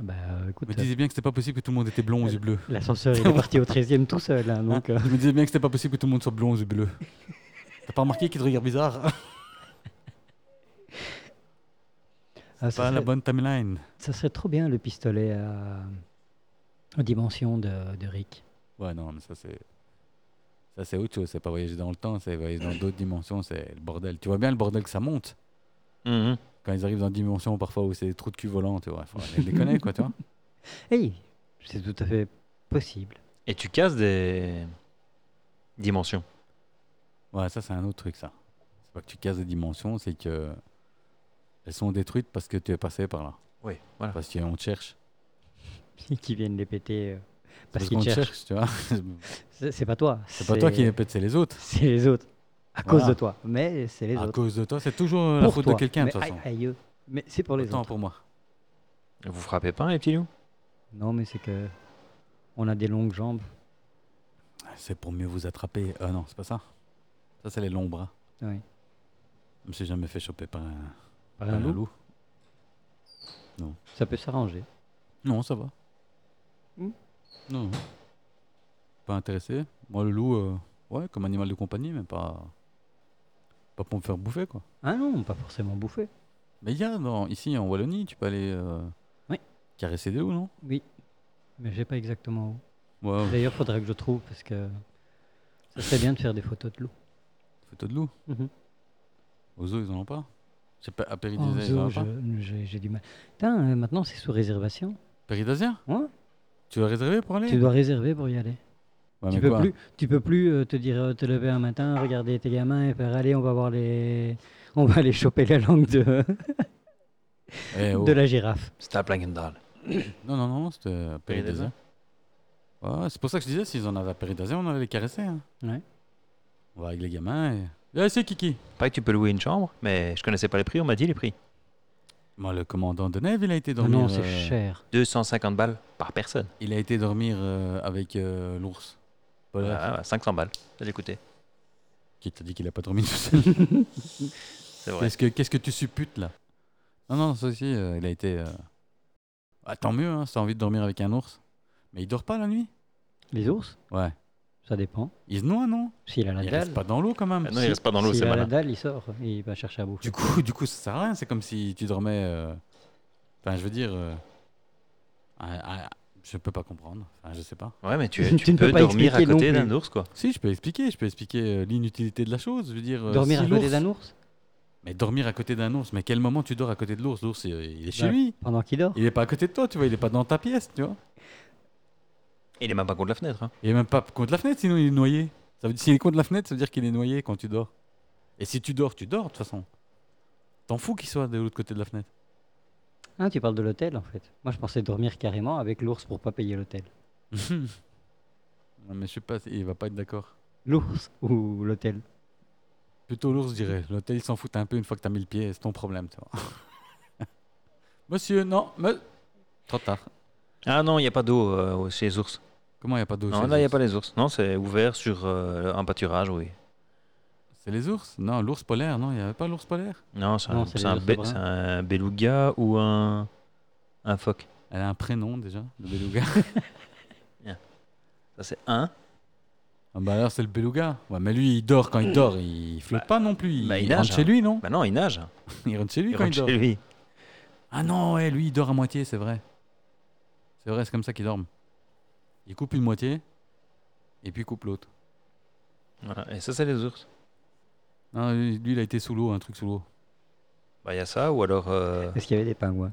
C: Bah euh, écoute,
A: Je me disais bien que c'était pas possible que tout le monde était blond aux yeux bleus.
C: euh, l'ascenseur il est parti au 13e tout seul, hein,
A: *laughs*
C: donc. euh,
A: Je me disais bien que c'était pas possible que tout le monde soit blond aux yeux bleus. T'as pas remarqué qu'il te regarde bizarre
C: ah,
A: C'est pas
C: ça,
A: la
C: serait,
A: bonne timeline.
C: ça serait trop bien le pistolet à... aux dimensions de, de Rick.
A: Ouais, non, mais ça c'est. Ça c'est autre chose, c'est pas voyager dans le temps, c'est voyager dans d'autres dimensions, c'est le bordel. Tu vois bien le bordel que ça monte
B: Mhm.
A: quand ils arrivent dans une dimension parfois où c'est des trous de cul volants, tu vois. Faut les déconner quoi, tu
C: *laughs*
A: vois.
C: Hey, c'est tout à fait possible. *laughs*
B: Et tu casses des dimensions.
A: Ouais, ça c'est un autre truc ça. C'est pas que tu casses des dimensions, c'est que elles sont détruites parce que tu es passé par là.
B: Oui,
C: Ah.
B: voilà.
A: Parce qu'on te cherche.
C: Qui viennent les péter euh, parce
A: qu'on
C: qu'ils
A: te
C: *laughs*
A: cherche,
C: cherchent.
A: tu vois. c'est
C: C'est c'est pas toi.
A: pas toi qui les pète, c'est les autres.
C: C'est les autres. à cause
A: Voilà.
C: de toi. Mais c'est les
A: À
C: autres.
A: cause de toi, c'est toujours euh, la
C: Pour
A: faute
C: toi.
A: de quelqu'un de
C: Mais
A: toute façon.
C: aïe, aïe, eux. Mais c'est pour les
A: Autant
C: autres.
A: pour moi.
B: Vous frappez pas, les petits loups
C: Non, mais c'est que on a des longues jambes.
A: C'est pour mieux vous attraper. Ah non, c'est pas ça. Ça, c'est les longs bras.
C: Oui.
A: Je me suis jamais fait choper par un, par
C: Par un
A: un
C: loup,
A: loup.
C: ça peut s'arranger.
A: Non, ça va.
C: Hmm.
A: Non, non. Pas intéressé. Moi, le loup, euh, ouais, comme animal de compagnie, mais pas, pas pour me faire bouffer, quoi.
C: Ah non, pas forcément bouffé.
A: Mais il y a, dans- ici, en Wallonie, tu peux aller euh,
C: Oui.
A: caresser des loups, non
C: Oui, mais je sais pas exactement où.
A: Ouais,
C: D'ailleurs, faudrait que je trouve parce que ça serait bien de faire des photos de loups.
A: photo de loup.
C: Mhm.
A: Aux zoo, ils en ont pas. J'ai pas, à
C: En
A: Péridasien, ils en
C: zoo,
A: ont pas.
C: je- j'ai j'ai du mal. Putain, euh, maintenant c'est sous réservation.
A: Péridasien
C: Ouais.
A: Tu as réservé pour aller
C: Hein Tu dois réserver pour y aller.
A: Ouais,
C: Tu
A: Ah, mais
C: peux,
A: quoi
C: plus, tu peux plus euh, te dire, euh, te lever un matin, regarder tes gamins et faire allez, on va voir les, on va aller choper la langue de,
A: Eh, oh.
C: de la girafe.
B: C'était à Plangendal.
A: Non, non, non, c'était à Péridasien.
B: Péridasien.
A: Ouais, c'est pour ça que je disais, s'ils en avaient à Péridasien, on allait les caresser. hein.
C: Ouais.
A: On va avec les gamins et... Eh, c'est Kiki
B: Pas que tu peux louer une chambre, mais je connaissais pas les prix, on m'a dit les prix.
A: Moi, le commandant de Neve, il a été
C: Non,
A: dormir,
C: Ah non, c'est
A: euh,
C: cher.
B: 250 balles par personne.
A: il a été dormir euh, avec euh, l'ours. Polaire,
B: Ah, ouais, 500 balles. J'ai écouté.
A: qui t'a dit qu'il a pas dormi tout
C: *laughs*
A: seul.
B: C'est vrai.
A: Qu'est-ce que, qu'est-ce que tu supputes là Non, non, ça aussi, euh, il a été. euh, Ah, tant mieux, hein, si t'as envie de dormir avec un ours. Mais il dort pas la nuit
C: Les ours,
A: Ouais.
C: ça dépend.
A: Il se noie, non
C: S'il a la
A: Il
C: dalle,
A: reste pas dans l'eau quand même.
B: Ah non, il reste pas dans l'eau,
C: s'il
B: c'est
C: a la
B: malin.
C: dalle, il sort, il va chercher à bouffer.
A: Du coup, *laughs* du coup, ça sert à rien. C'est comme si tu dormais. euh, Enfin, je veux dire. euh, à- à- Je peux pas comprendre. Enfin, je sais pas.
B: Ouais, *laughs* mais tu,
C: Tu
B: tu,
C: ne peux
B: peux
C: pas
B: dormir à
C: expliquer non
B: côté
C: plus.
B: d'un ours, quoi.
A: Si, je peux expliquer. Je peux expliquer euh, l'inutilité de la chose. Je veux dire. euh,
C: Dormir
A: si
C: à côté
A: l'ours-
C: d'un ours
A: Mais dormir à côté d'un ours. Mais quel moment tu dors à côté de l'ours L'ours, il- il est chez
C: Ouais.
A: lui.
C: pendant qu'il dort.
A: Il est pas à côté de toi, tu vois. Il est pas dans ta pièce, tu vois.
B: Il est même pas contre la fenêtre. hein.
A: Il est même pas contre la fenêtre, sinon il est noyé. Ça veut dire s'il est contre la fenêtre, ça veut dire qu'il est noyé quand tu dors. Et si tu dors, tu dors de toute façon. T'en fous qu'il soit de l'autre côté de la fenêtre. *laughs*
C: Ah, tu parles de l'hôtel en fait. Moi, je pensais dormir carrément avec l'ours pour pas payer l'hôtel.
A: Ouais, mais je sais pas, il va pas être d'accord.
C: L'ours ou l'hôtel
A: Plutôt l'ours, je dirais. L'hôtel, il s'en fout un peu une fois que t'as mis le pied, c'est ton problème, tu vois. *laughs* Monsieur, non, me... Trop tard.
B: Ah non, il n'y a pas d'eau euh, chez les ours.
A: Comment il n'y a pas d'eau
B: Non,
A: chez
B: là, il
A: les
B: n'y a
A: ours
B: pas les ours. Non, c'est ouvert sur euh, un pâturage, oui.
A: C'est les ours Non, l'ours polaire, non, il n'y avait pas l'ours polaire.
B: Non, c'est
C: Non,
B: un,
C: c'est
B: c'est
C: les
B: un
C: ours
B: bé-
C: bruns.
B: c'est un beluga ou un, un phoque.
A: Elle a un prénom déjà, le beluga. *laughs*
B: Ça, c'est un.
A: ah bah alors c'est le beluga. Ouais, mais lui, il dort quand il dort, il flotte pas non plus. Il,
B: bah, il
A: il
B: nage,
A: rentre chez
B: hein.
A: lui, non
B: Bah non, il nage.
A: Il rentre chez lui
B: Il
A: quand
B: rentre
A: il dort.
B: chez lui.
A: Ah non, ouais, lui, il dort à moitié, c'est vrai. C'est vrai, c'est comme ça qu'il dorme. Il coupe une moitié, et puis il coupe l'autre.
B: Voilà. Et ça, c'est les ours.
A: Non, lui, lui, il a été sous l'eau, un truc sous l'eau.
B: Bah, il y a ça, ou alors. Euh...
C: Est-ce qu'il y avait des pingouins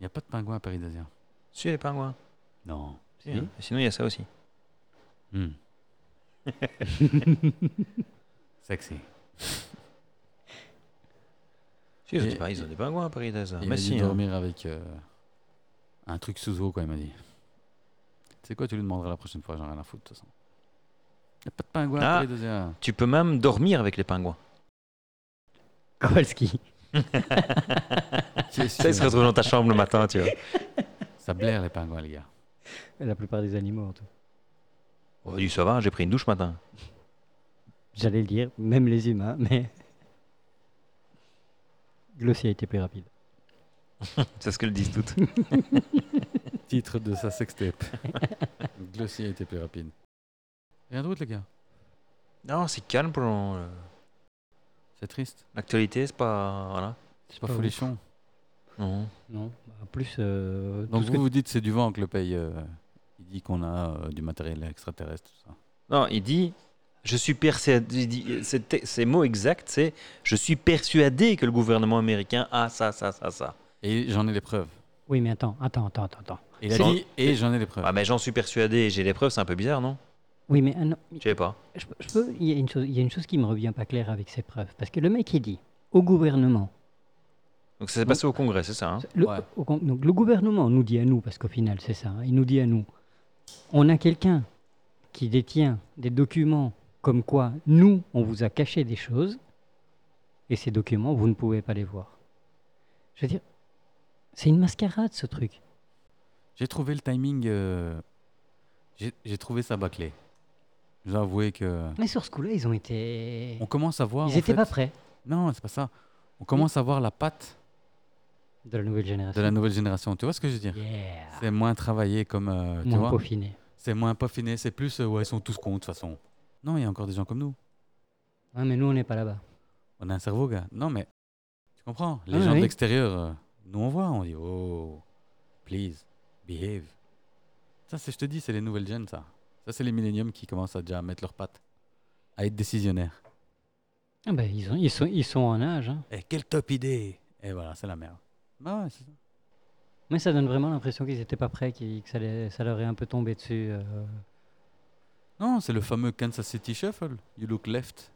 A: Il n'y a pas de pingouin à Paris-Désir.
B: Si, les pingouins.
A: Non.
B: Si,
A: Si.
B: hein. Sinon, il y a ça aussi. *laughs*
A: Hmm. Sexy.
B: Si, ils ont,
A: Et-
B: des pingouins, ils ont des pingouins à Paris, Daz.
A: Il
B: Mais
A: m'a dit
B: si. hein.
A: dormir avec euh, un truc sous eau, quoi, il m'a dit. C'est quoi, tu lui demanderas la prochaine fois, j'en ai rien à foutre, de toute façon. Il n'y a pas de pingouin
B: Ah.
A: à Paris-Désir.
B: Tu peux même dormir avec les pingouins.
C: Kowalski.
B: *laughs* Ça, ils se retrouvent dans ta chambre le matin, tu vois.
A: Ça blaire les pingouins, les gars.
C: La plupart des animaux en tout.
B: Oh, il dit, ça va, j'ai pris une douche matin.
C: J'allais le dire, même les humains, *laughs* mais. Glossier a été plus rapide.
B: C'est ce qu'elles disent toutes.
A: Titre de sa *laughs* sextape. Glossier était plus rapide. Rien d'autre, les gars.
B: non, c'est calme pour le-
A: C'est triste.
B: l'actualité, c'est pas. Voilà.
A: C'est pas
C: pas
A: folichon.
B: Non.
C: Non, en plus. euh, tout
A: Donc
C: ce
A: vous
C: que-
A: vous dites c'est du vent que le paye. euh, il dit qu'on a euh, du matériel extraterrestre, tout ça.
B: Non, il dit Je suis persuadé. il dit- Ses te- ses mots exacts, c'est Je suis persuadé que le gouvernement américain a ça, ça, ça, ça.
A: Et j'en ai les preuves.
C: Oui, mais attends, attends, attends, attends, attends.
A: Il a
B: C'est-
A: dit et j'en ai les preuves.
B: Ah, mais j'en suis persuadé et j'ai les preuves, c'est un peu bizarre, non
C: Oui, mais ah non,
B: Je sais pas.
C: je, peux- je peux. Il y, a une chose, il y a une chose qui me revient pas claire avec ces preuves. Parce que le mec, il dit au gouvernement.
B: Donc ça s'est passé au Congrès, c'est ça hein
C: le,
A: Ouais.
C: au con- donc le gouvernement nous dit à nous, parce qu'au final, c'est ça, hein, il nous dit à nous on a quelqu'un qui détient des documents Comme quoi, nous, on vous a caché des choses et ces documents, vous ne pouvez pas les voir. Je veux dire, c'est une mascarade ce truc.
A: J'ai trouvé le timing. euh, J'ai j'ai trouvé ça bâclé. Je dois avouer que.
C: Mais sur ce coup-là, ils ont été.
A: On commence à voir.
C: Ils
A: en
C: n'étaient
A: fait-
C: pas prêts
A: Non, c'est pas ça. On commence à voir la patte
C: de la nouvelle
A: de
C: génération.
A: la nouvelle génération. Tu vois ce que je veux dire
C: Yeah.
A: C'est moins travaillé comme. euh, tu
C: Ah. Moins
A: vois
C: peaufiné.
A: C'est moins peaufiné. C'est plus. euh, ouais, ils sont tous cons de toute façon. Non, il y a encore des gens comme nous.
C: Ouais, mais nous, on n'est pas là-bas.
A: On a un cerveau, gars. Non, mais. Tu comprends Les
C: Ah,
A: gens
C: oui.
A: de l'extérieur, euh, nous on voit, on dit oh, please, behave. Ça, c'est, je te dis, c'est les nouvelles gènes, ça. Ça, c'est les milléniums qui commencent à déjà mettre leurs pattes, à être décisionnaires.
C: Ah ben, ils, ont- ils sont, ils sont en âge. hein.
A: Eh, quelle top idée Et voilà, c'est la merde. Bah ouais, c'est ça.
C: Mais ça donne vraiment l'impression qu'ils n'étaient pas prêts, qu'ils- que ça, les- ça leur est un peu tombé dessus. euh.
A: Non, c'est le fameux Kansas City Shuffle. You look left,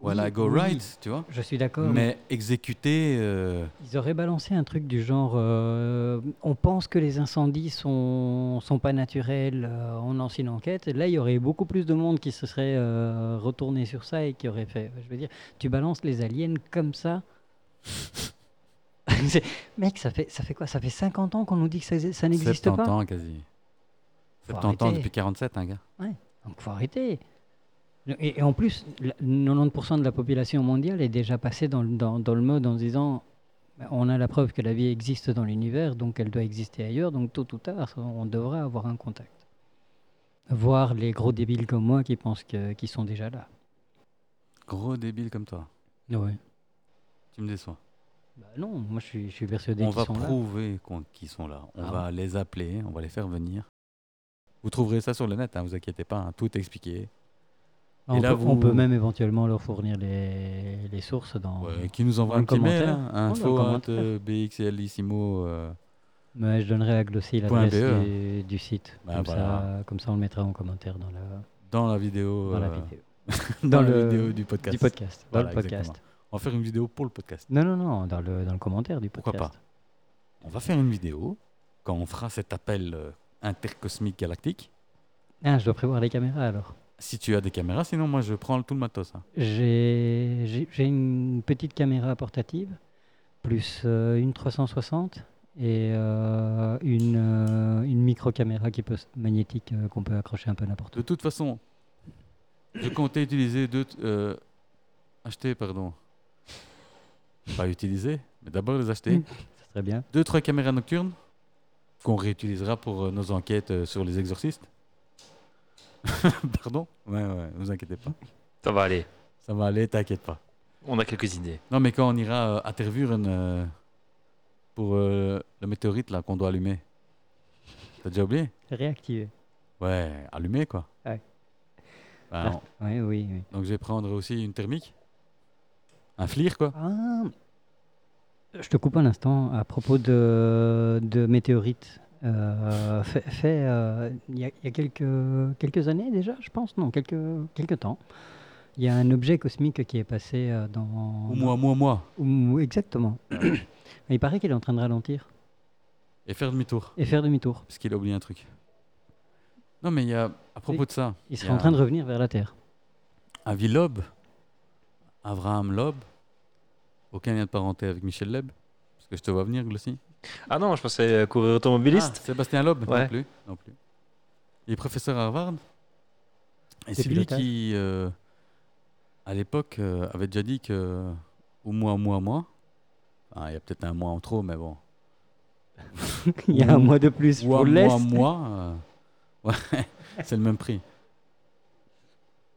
A: while
C: Oui,
A: I go
C: oui. Ah
A: right, tu vois.
C: Je suis d'accord.
A: Mais
C: mais
A: exécuté, euh,
C: Ils auraient balancé un truc du genre euh, on pense que les incendies sont, sont pas naturels, euh, on lance une enquête. Là, il y aurait beaucoup plus de monde qui se serait euh, retourné sur ça et qui aurait fait. Je veux dire, tu balances les aliens comme ça. *laughs* C'est- Mec, ça fait, ça fait quoi Ça fait 50 ans qu'on nous dit que ça, ça n'existe
A: 70
C: pas.
A: ans quasi.
C: Faut
A: 70 ans
C: arrêter.
A: depuis 47, hein, gars.
C: Donc, faut arrêter. Et, et en plus, la- 90% de la population mondiale est déjà passée dans, le- dans- dans le mode en se disant ben, on a la preuve que la vie existe dans l'univers, donc elle doit exister ailleurs, donc tôt ou tard, on devra avoir un contact. Voir les gros débiles comme moi qui pensent que- qu'ils sont déjà là.
A: Gros débile comme toi.
C: Oui.
A: Tu me déçois.
C: Bah non, moi je suis, je suis persuadé
A: On
C: qu'ils
A: va
C: sont là.
A: prouver qu'on- qu'ils sont là. On
C: Ah
A: va les appeler, on va les faire venir. Vous trouverez ça sur le net, hein, vous inquiétez pas, hein, tout est expliqué.
C: On,
A: Et là,
C: peut, on
A: vous-
C: peut même éventuellement leur fournir les, les sources dans.
A: Ouais, qui nous envoie
C: dans
A: un
C: le
A: petit mail,
C: commentaire.
A: hein,
C: le
A: info at,
C: commentaire.
A: euh, bxlissimo, euh,
C: Mais je donnerai à Glossy
A: Point
C: l'adresse
A: BE.
C: du, du site.
A: Bah,
C: comme,
A: voilà.
C: ça, comme ça, on le mettra en commentaire dans la,
A: dans la vidéo,
C: dans la
A: euh,
C: vidéo.
A: dans la
C: le-
A: vidéo du podcast.
C: Du podcast. Dans
A: Voilà,
C: le podcast.
A: On va faire une vidéo pour le podcast.
C: Non, non, non, dans le, dans le commentaire du
A: Pourquoi
C: podcast.
A: On va faire une vidéo quand on fera cet appel euh, intercosmique galactique.
C: pas Ah, je dois prévoir les caméras alors.
A: Si tu as des caméras, sinon moi je prends tout le matos. hein.
C: J'ai j'ai- j'ai une petite caméra portative, plus euh, une 360 et euh, une, euh, une micro-caméra qui peut, s- magnétique euh, qu'on peut accrocher un peu n'importe
A: De toute façon, je comptais utiliser deux. t- euh, acheter, pardon. Pas utiliser, mais d'abord les acheter.
C: Mm. où. Ça serait bien.
A: deux, trois caméras nocturnes qu'on réutilisera pour euh, nos enquêtes euh, sur les exorcistes. *laughs* pardon Ouais, ouais, vous inquiétez pas.
B: Ça va aller.
A: Ça va aller, t'inquiète pas.
B: On a quelques idées.
A: Non, mais quand on ira euh, à Tervuren euh, pour euh, le météorite là qu'on doit allumer. T'as déjà oublié
C: Réactiver.
A: Ouais, allumer quoi.
C: Ouais.
A: Ben,
C: Ah, Oui, oui, oui.
A: Donc je vais prendre aussi une thermique. Un FLIR quoi.
C: Ah. Je te coupe un instant à propos de, de météorites. Euh, fait, fait, euh, il y a, il y a quelques, quelques années déjà, je pense, non, quelques, quelques temps, il y a un objet cosmique qui est passé euh, dans.
A: Ou moi, moi, moi.
C: Ou- exactement. *coughs* il paraît qu'il est en train de ralentir
A: Et faire demi-tour.
C: et faire demi-tour.
A: Parce qu'il a oublié un truc. Non mais il y a, à propos de ça, il
C: Il
A: y
C: serait
A: a
C: en train de revenir vers la Terre. *laughs*
A: Avi Loeb, Avraham Loeb, aucun lien de parenté avec Michel Leb, parce que je te vois venir, Glossy.
B: Ah non, je pensais euh, courir
A: Ah,
B: automobiliste.
A: Sébastien Loeb, non,
B: Ouais.
A: plus, non plus. Il est professeur à Harvard. Et
C: Depuis
A: c'est lui
C: le tas.
A: qui, euh, à l'époque, euh, avait déjà dit que au moins, moi, moi. Ah, Il y a peut-être un mois en trop, mais bon.
C: il y a un mois de plus
A: Moi,
C: pour l'Est.
A: moi, moi, euh, *laughs* ouais, c'est le même prix.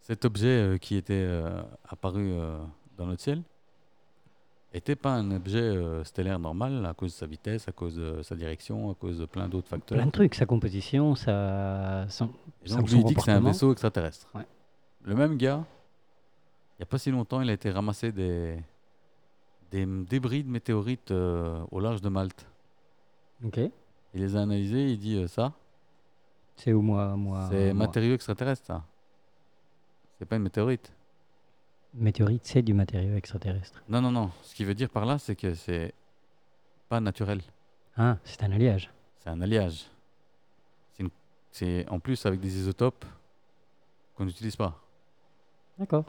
A: Cet objet euh, qui était euh, apparu euh, dans notre ciel n'était pas un objet euh, stellaire normal à cause de sa vitesse, à cause de sa direction, à cause de plein d'autres facteurs.
C: Plein de trucs, sa composition, sa, son-
A: Et
C: Ça
A: donc,
C: son
A: lui, il dit que c'est un
C: comportement.
A: vaisseau extraterrestre.
C: Ouais.
A: Le même gars, il n'y a pas si longtemps, il a été ramassé des, des m- débris de météorites euh, au large de Malte.
C: Ok.
A: Il les a analysés, il dit euh, ça,
C: C'est au mois. mois
A: c'est
C: mois.
A: matériaux extraterrestres, ça. C'est pas une météorite.
C: Météorite, c'est du matériau extraterrestre.
A: Non, non, non. Ce qu'il veut dire par là, c'est que c'est pas naturel.
C: Ah, c'est un alliage.
A: C'est un alliage. C'est une- C'est en plus avec des isotopes qu'on n'utilise pas.
C: D'accord.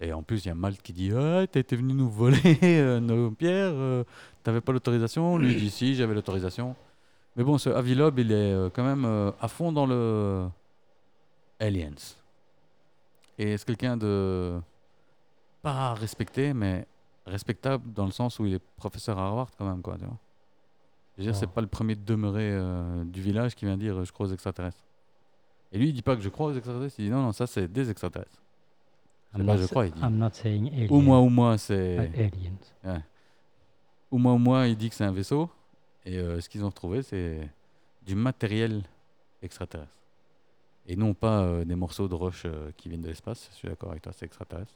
A: Et en plus, il y a Malte qui dit Ah, t'as été venu nous voler *laughs* euh, nos pierres, euh, t'avais pas l'autorisation. Lui il dit Si, j'avais l'autorisation. Mais bon, ce Avilob, il est euh, quand même euh, à fond dans le Aliens. Et c'est quelqu'un de. pas respecté, mais respectable dans le sens où il est professeur à Harvard quand même, quoi. Tu vois je veux dire,
C: Oh.
A: c'est pas le premier demeuré euh, du village qui vient dire euh, Je crois aux extraterrestres. Et lui, il dit pas que je crois aux extraterrestres, il dit Non, non, ça, c'est des extraterrestres. Je sais
C: I'm
A: pas,
C: not
A: je
C: sa-
A: crois, il dit.
C: I'm not saying aliens.
A: Ou moi, ou moi,
C: but
B: Ah,
A: c'est.
C: aliens.
A: Au moins, au moins, il dit que c'est un vaisseau. Et euh, ce qu'ils ont retrouvé, c'est du matériel extraterrestre. Et non pas euh, des morceaux de roche euh, qui viennent de l'espace. Je suis d'accord avec toi, c'est extraterrestre.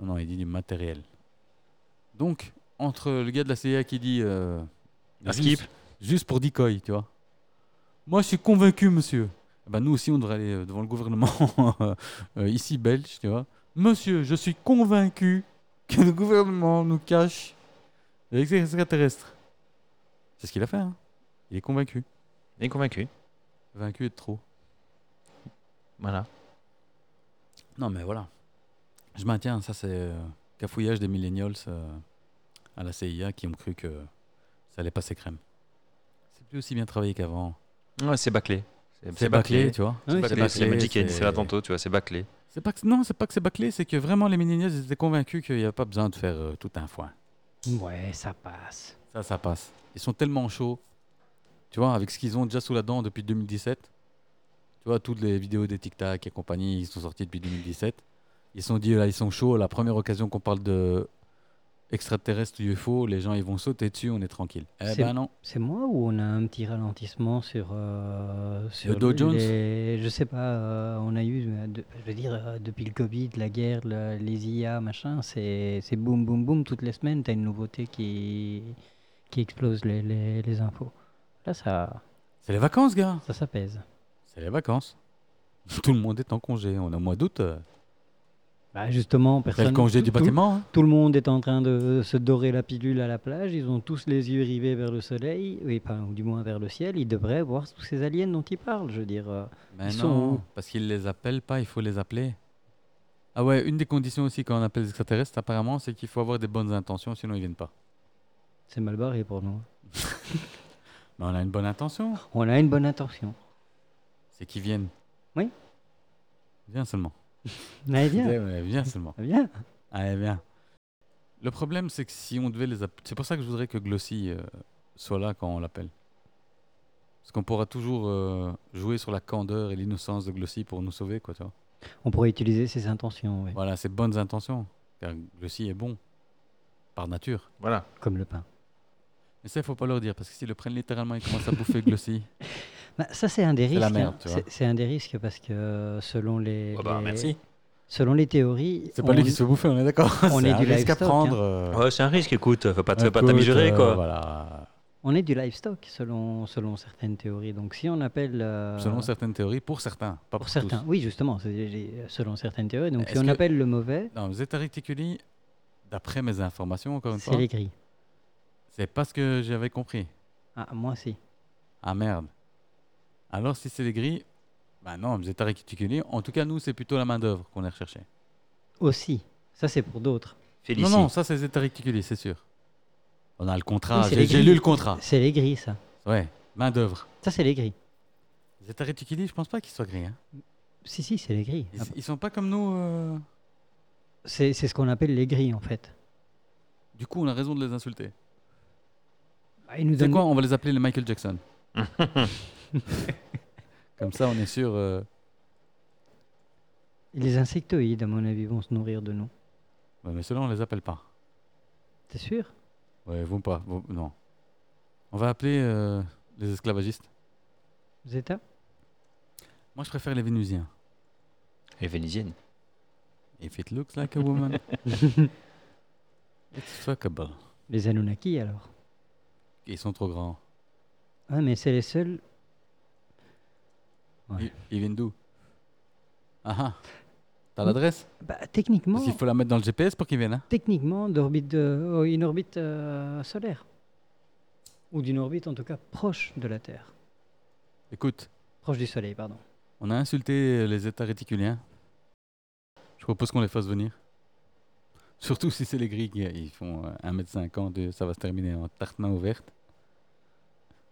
A: Non, non, il dit du matériel. Donc, entre le gars de la CIA qui dit. euh,
B: Un
A: juste-
B: skip.
A: Juste pour decoy, tu vois. Moi, je suis convaincu, monsieur. Eh ben, nous aussi, on devrait aller euh, devant le gouvernement *laughs* euh, ici belge, tu vois. Monsieur, je suis convaincu que le gouvernement nous cache les extraterrestres. C'est ce qu'il a fait, hein. Il est convaincu.
B: Il est convaincu.
A: Vaincu est trop.
B: Voilà.
A: Non, mais voilà. Je maintiens, ça, c'est euh, cafouillage des millennials euh, à la CIA qui ont cru que ça allait passer crème. C'est plus aussi bien travaillé qu'avant.
B: Ouais, c'est bâclé.
A: C'est bâclé, tu vois.
B: C'est
A: Oui,
B: bâclé.
A: bâclé,
B: C'est la musique,
A: c'est-
B: c'est là tantôt, tu vois, c'est bâclé.
A: C'est pas que, non, c'est pas que c'est bâclé, c'est que vraiment les millennials ils étaient convaincus qu'il n'y avait pas besoin de faire euh, tout un foin.
C: Ouais, ça passe.
A: Ça, ça passe. Ils sont tellement chauds, tu vois, avec ce qu'ils ont déjà sous la dent depuis 2017. Tu vois, toutes les vidéos des Tic Tac et compagnie, ils sont sortis depuis 2017. Ils se sont dit, là, ils sont chauds. La première occasion qu'on parle de extraterrestre UFO, les gens, ils vont sauter dessus, on est tranquille. Eh
C: C'est-
A: ben non.
C: C'est moi ou on a un petit ralentissement sur, euh, sur
A: Dow Jones
C: les- Je sais pas, euh, on a eu, euh, de- je veux dire, euh, depuis le Covid, la guerre, le- les IA, machin, c'est c'est boum, boum, boum, toutes les semaines, t'as une nouveauté qui, qui explose les, les, les infos. Là, ça,
A: C'est les vacances, gars.
C: ça s'apaise.
A: C'est les vacances. *laughs* Tout le monde est en congé. On est au mois d'août. euh,
C: Bah, justement,
A: C'est
C: personne.
A: le congé
C: tout- *laughs*
A: du
C: tout-
A: bâtiment. hein.
C: Tout le monde est en train de se dorer la pilule à la plage, ils ont tous les yeux rivés vers le soleil, oui, enfin, ou du moins vers le ciel, ils devraient voir tous ces aliens dont ils parlent, je veux dire. euh,
A: Mais
C: Ils sont
A: non,
C: où
A: parce qu'ils les appellent pas, il faut les appeler. Ah ouais, une des conditions aussi quand on appelle les extraterrestres, apparemment, c'est qu'il faut avoir des bonnes intentions, sinon ils viennent pas.
C: C'est mal barré pour nous.
A: Mais on a une bonne intention,
C: On a une bonne intention.
A: c'est qu'ils viennent.
C: Oui. Eh
A: Viens seulement.
C: Allez, viens.
A: Viens, ouais, viens
C: *laughs*
A: seulement.
C: Viens.
A: Allez, viens. Le problème, c'est que si on devait les appeler... C'est pour ça que je voudrais que Glossy euh, soit là quand on l'appelle. Parce qu'on pourra toujours euh, jouer sur la candeur et l'innocence de Glossy pour nous sauver, quoi, tu vois.
C: On pourrait utiliser ses intentions, oui,
A: Voilà, ses bonnes intentions. Car Glossy est bon, par nature.
B: Voilà.
C: comme le pain.
A: Mais ça, il faut pas leur dire, parce que s'ils le prennent littéralement, ils commencent à bouffer Glossy.
C: Bah, ça, c'est un des risques.
A: la
C: hein.
A: merde, tu vois.
C: C'est- C'est un des risques parce que euh, selon les,
B: Oh bah,
C: les-
B: merci.
C: selon les théories,
A: *laughs* C'est pas lui qui
C: on-
A: se fait bouffer, on est d'accord
C: on
A: C'est
C: est
A: un
C: du
A: risque à
C: livestock, hein.
A: prendre. euh,
B: Ouais, Oh, c'est un risque, écoute, faut pas, te-
A: un
B: faut pas
A: peu,
B: t'amuser,
A: euh,
B: quoi.
A: Voilà.
C: on est du livestock selon selon certaines théories. Donc si on appelle euh,
A: Selon certaines théories, pour certains, pas pour,
C: pour certains,
A: tous.
C: oui justement, c'est- j'ai- selon certaines théories. Donc si
A: Est-ce
C: on
A: que-
C: appelle le mauvais,
A: Non, Zeta Reticuli, d'après mes informations, encore une
C: c'est
A: fois,
C: les gris.
A: c'est pas ce que j'avais compris.
C: Ah moi si.
A: Ah merde. Alors, si c'est les gris, bah non, Zeta Reticuli, en tout cas, nous, c'est plutôt la main-d'œuvre qu'on est recherchée.
C: Aussi, ça c'est pour d'autres.
A: Non,
B: Félicie.
A: non, ça, c'est Zeta Reticuli, c'est sûr. On a le contrat,
C: Oui, c'est
A: j'ai
C: les
A: j'ai
C: gris.
A: lu le contrat.
C: C'est les gris ça.
A: Ouais, main-d'œuvre.
C: Ça c'est les gris.
A: Zeta Reticuli, je pense pas qu'il soit gris, hein.
C: Si si, c'est les gris.
A: Ils, ils sont pas comme nous. euh,
C: C'est c'est ce qu'on appelle les gris en fait.
A: Du coup, on a raison de les insulter.
C: Bah, ils nous
A: C'est
C: donnent
A: quoi On va les appeler les Michael Jackson.
C: *laughs*
A: comme ça, on est sûr. euh,
C: Les insectoïdes, à mon avis, vont se nourrir de nous.
A: ouais, Bah, mais ceux-là, on les appelle pas.
C: T'es sûr
A: Ouais, vous pas. vous- Non. On va appeler euh, les esclavagistes.
C: Zeta
A: Moi, je préfère les Vénusiens.
B: Les Vénitiennes.
A: If it looks like a
C: *laughs*
A: woman, it's fuckable.
C: Les Anunnaki, alors.
A: Ils sont trop grands.
C: Ah, mais c'est les seuls. Ouais.
A: Ils, ils viennent d'où Ah ah. T'as l'adresse
C: Bah, techniquement,
A: Parce qu'il faut la mettre dans le GPS pour qu'ils viennent. hein.
C: techniquement d'orbite de- oh, une orbite euh, solaire. Ou d'une orbite, en tout cas, proche de la Terre.
A: Écoute,
C: Proche du Soleil, pardon.
A: on a insulté les États réticuliens. propose qu'on les fasse venir. Surtout si c'est les grilles qui ils font euh, 1m50 et ça va se terminer en tarte main ouverte.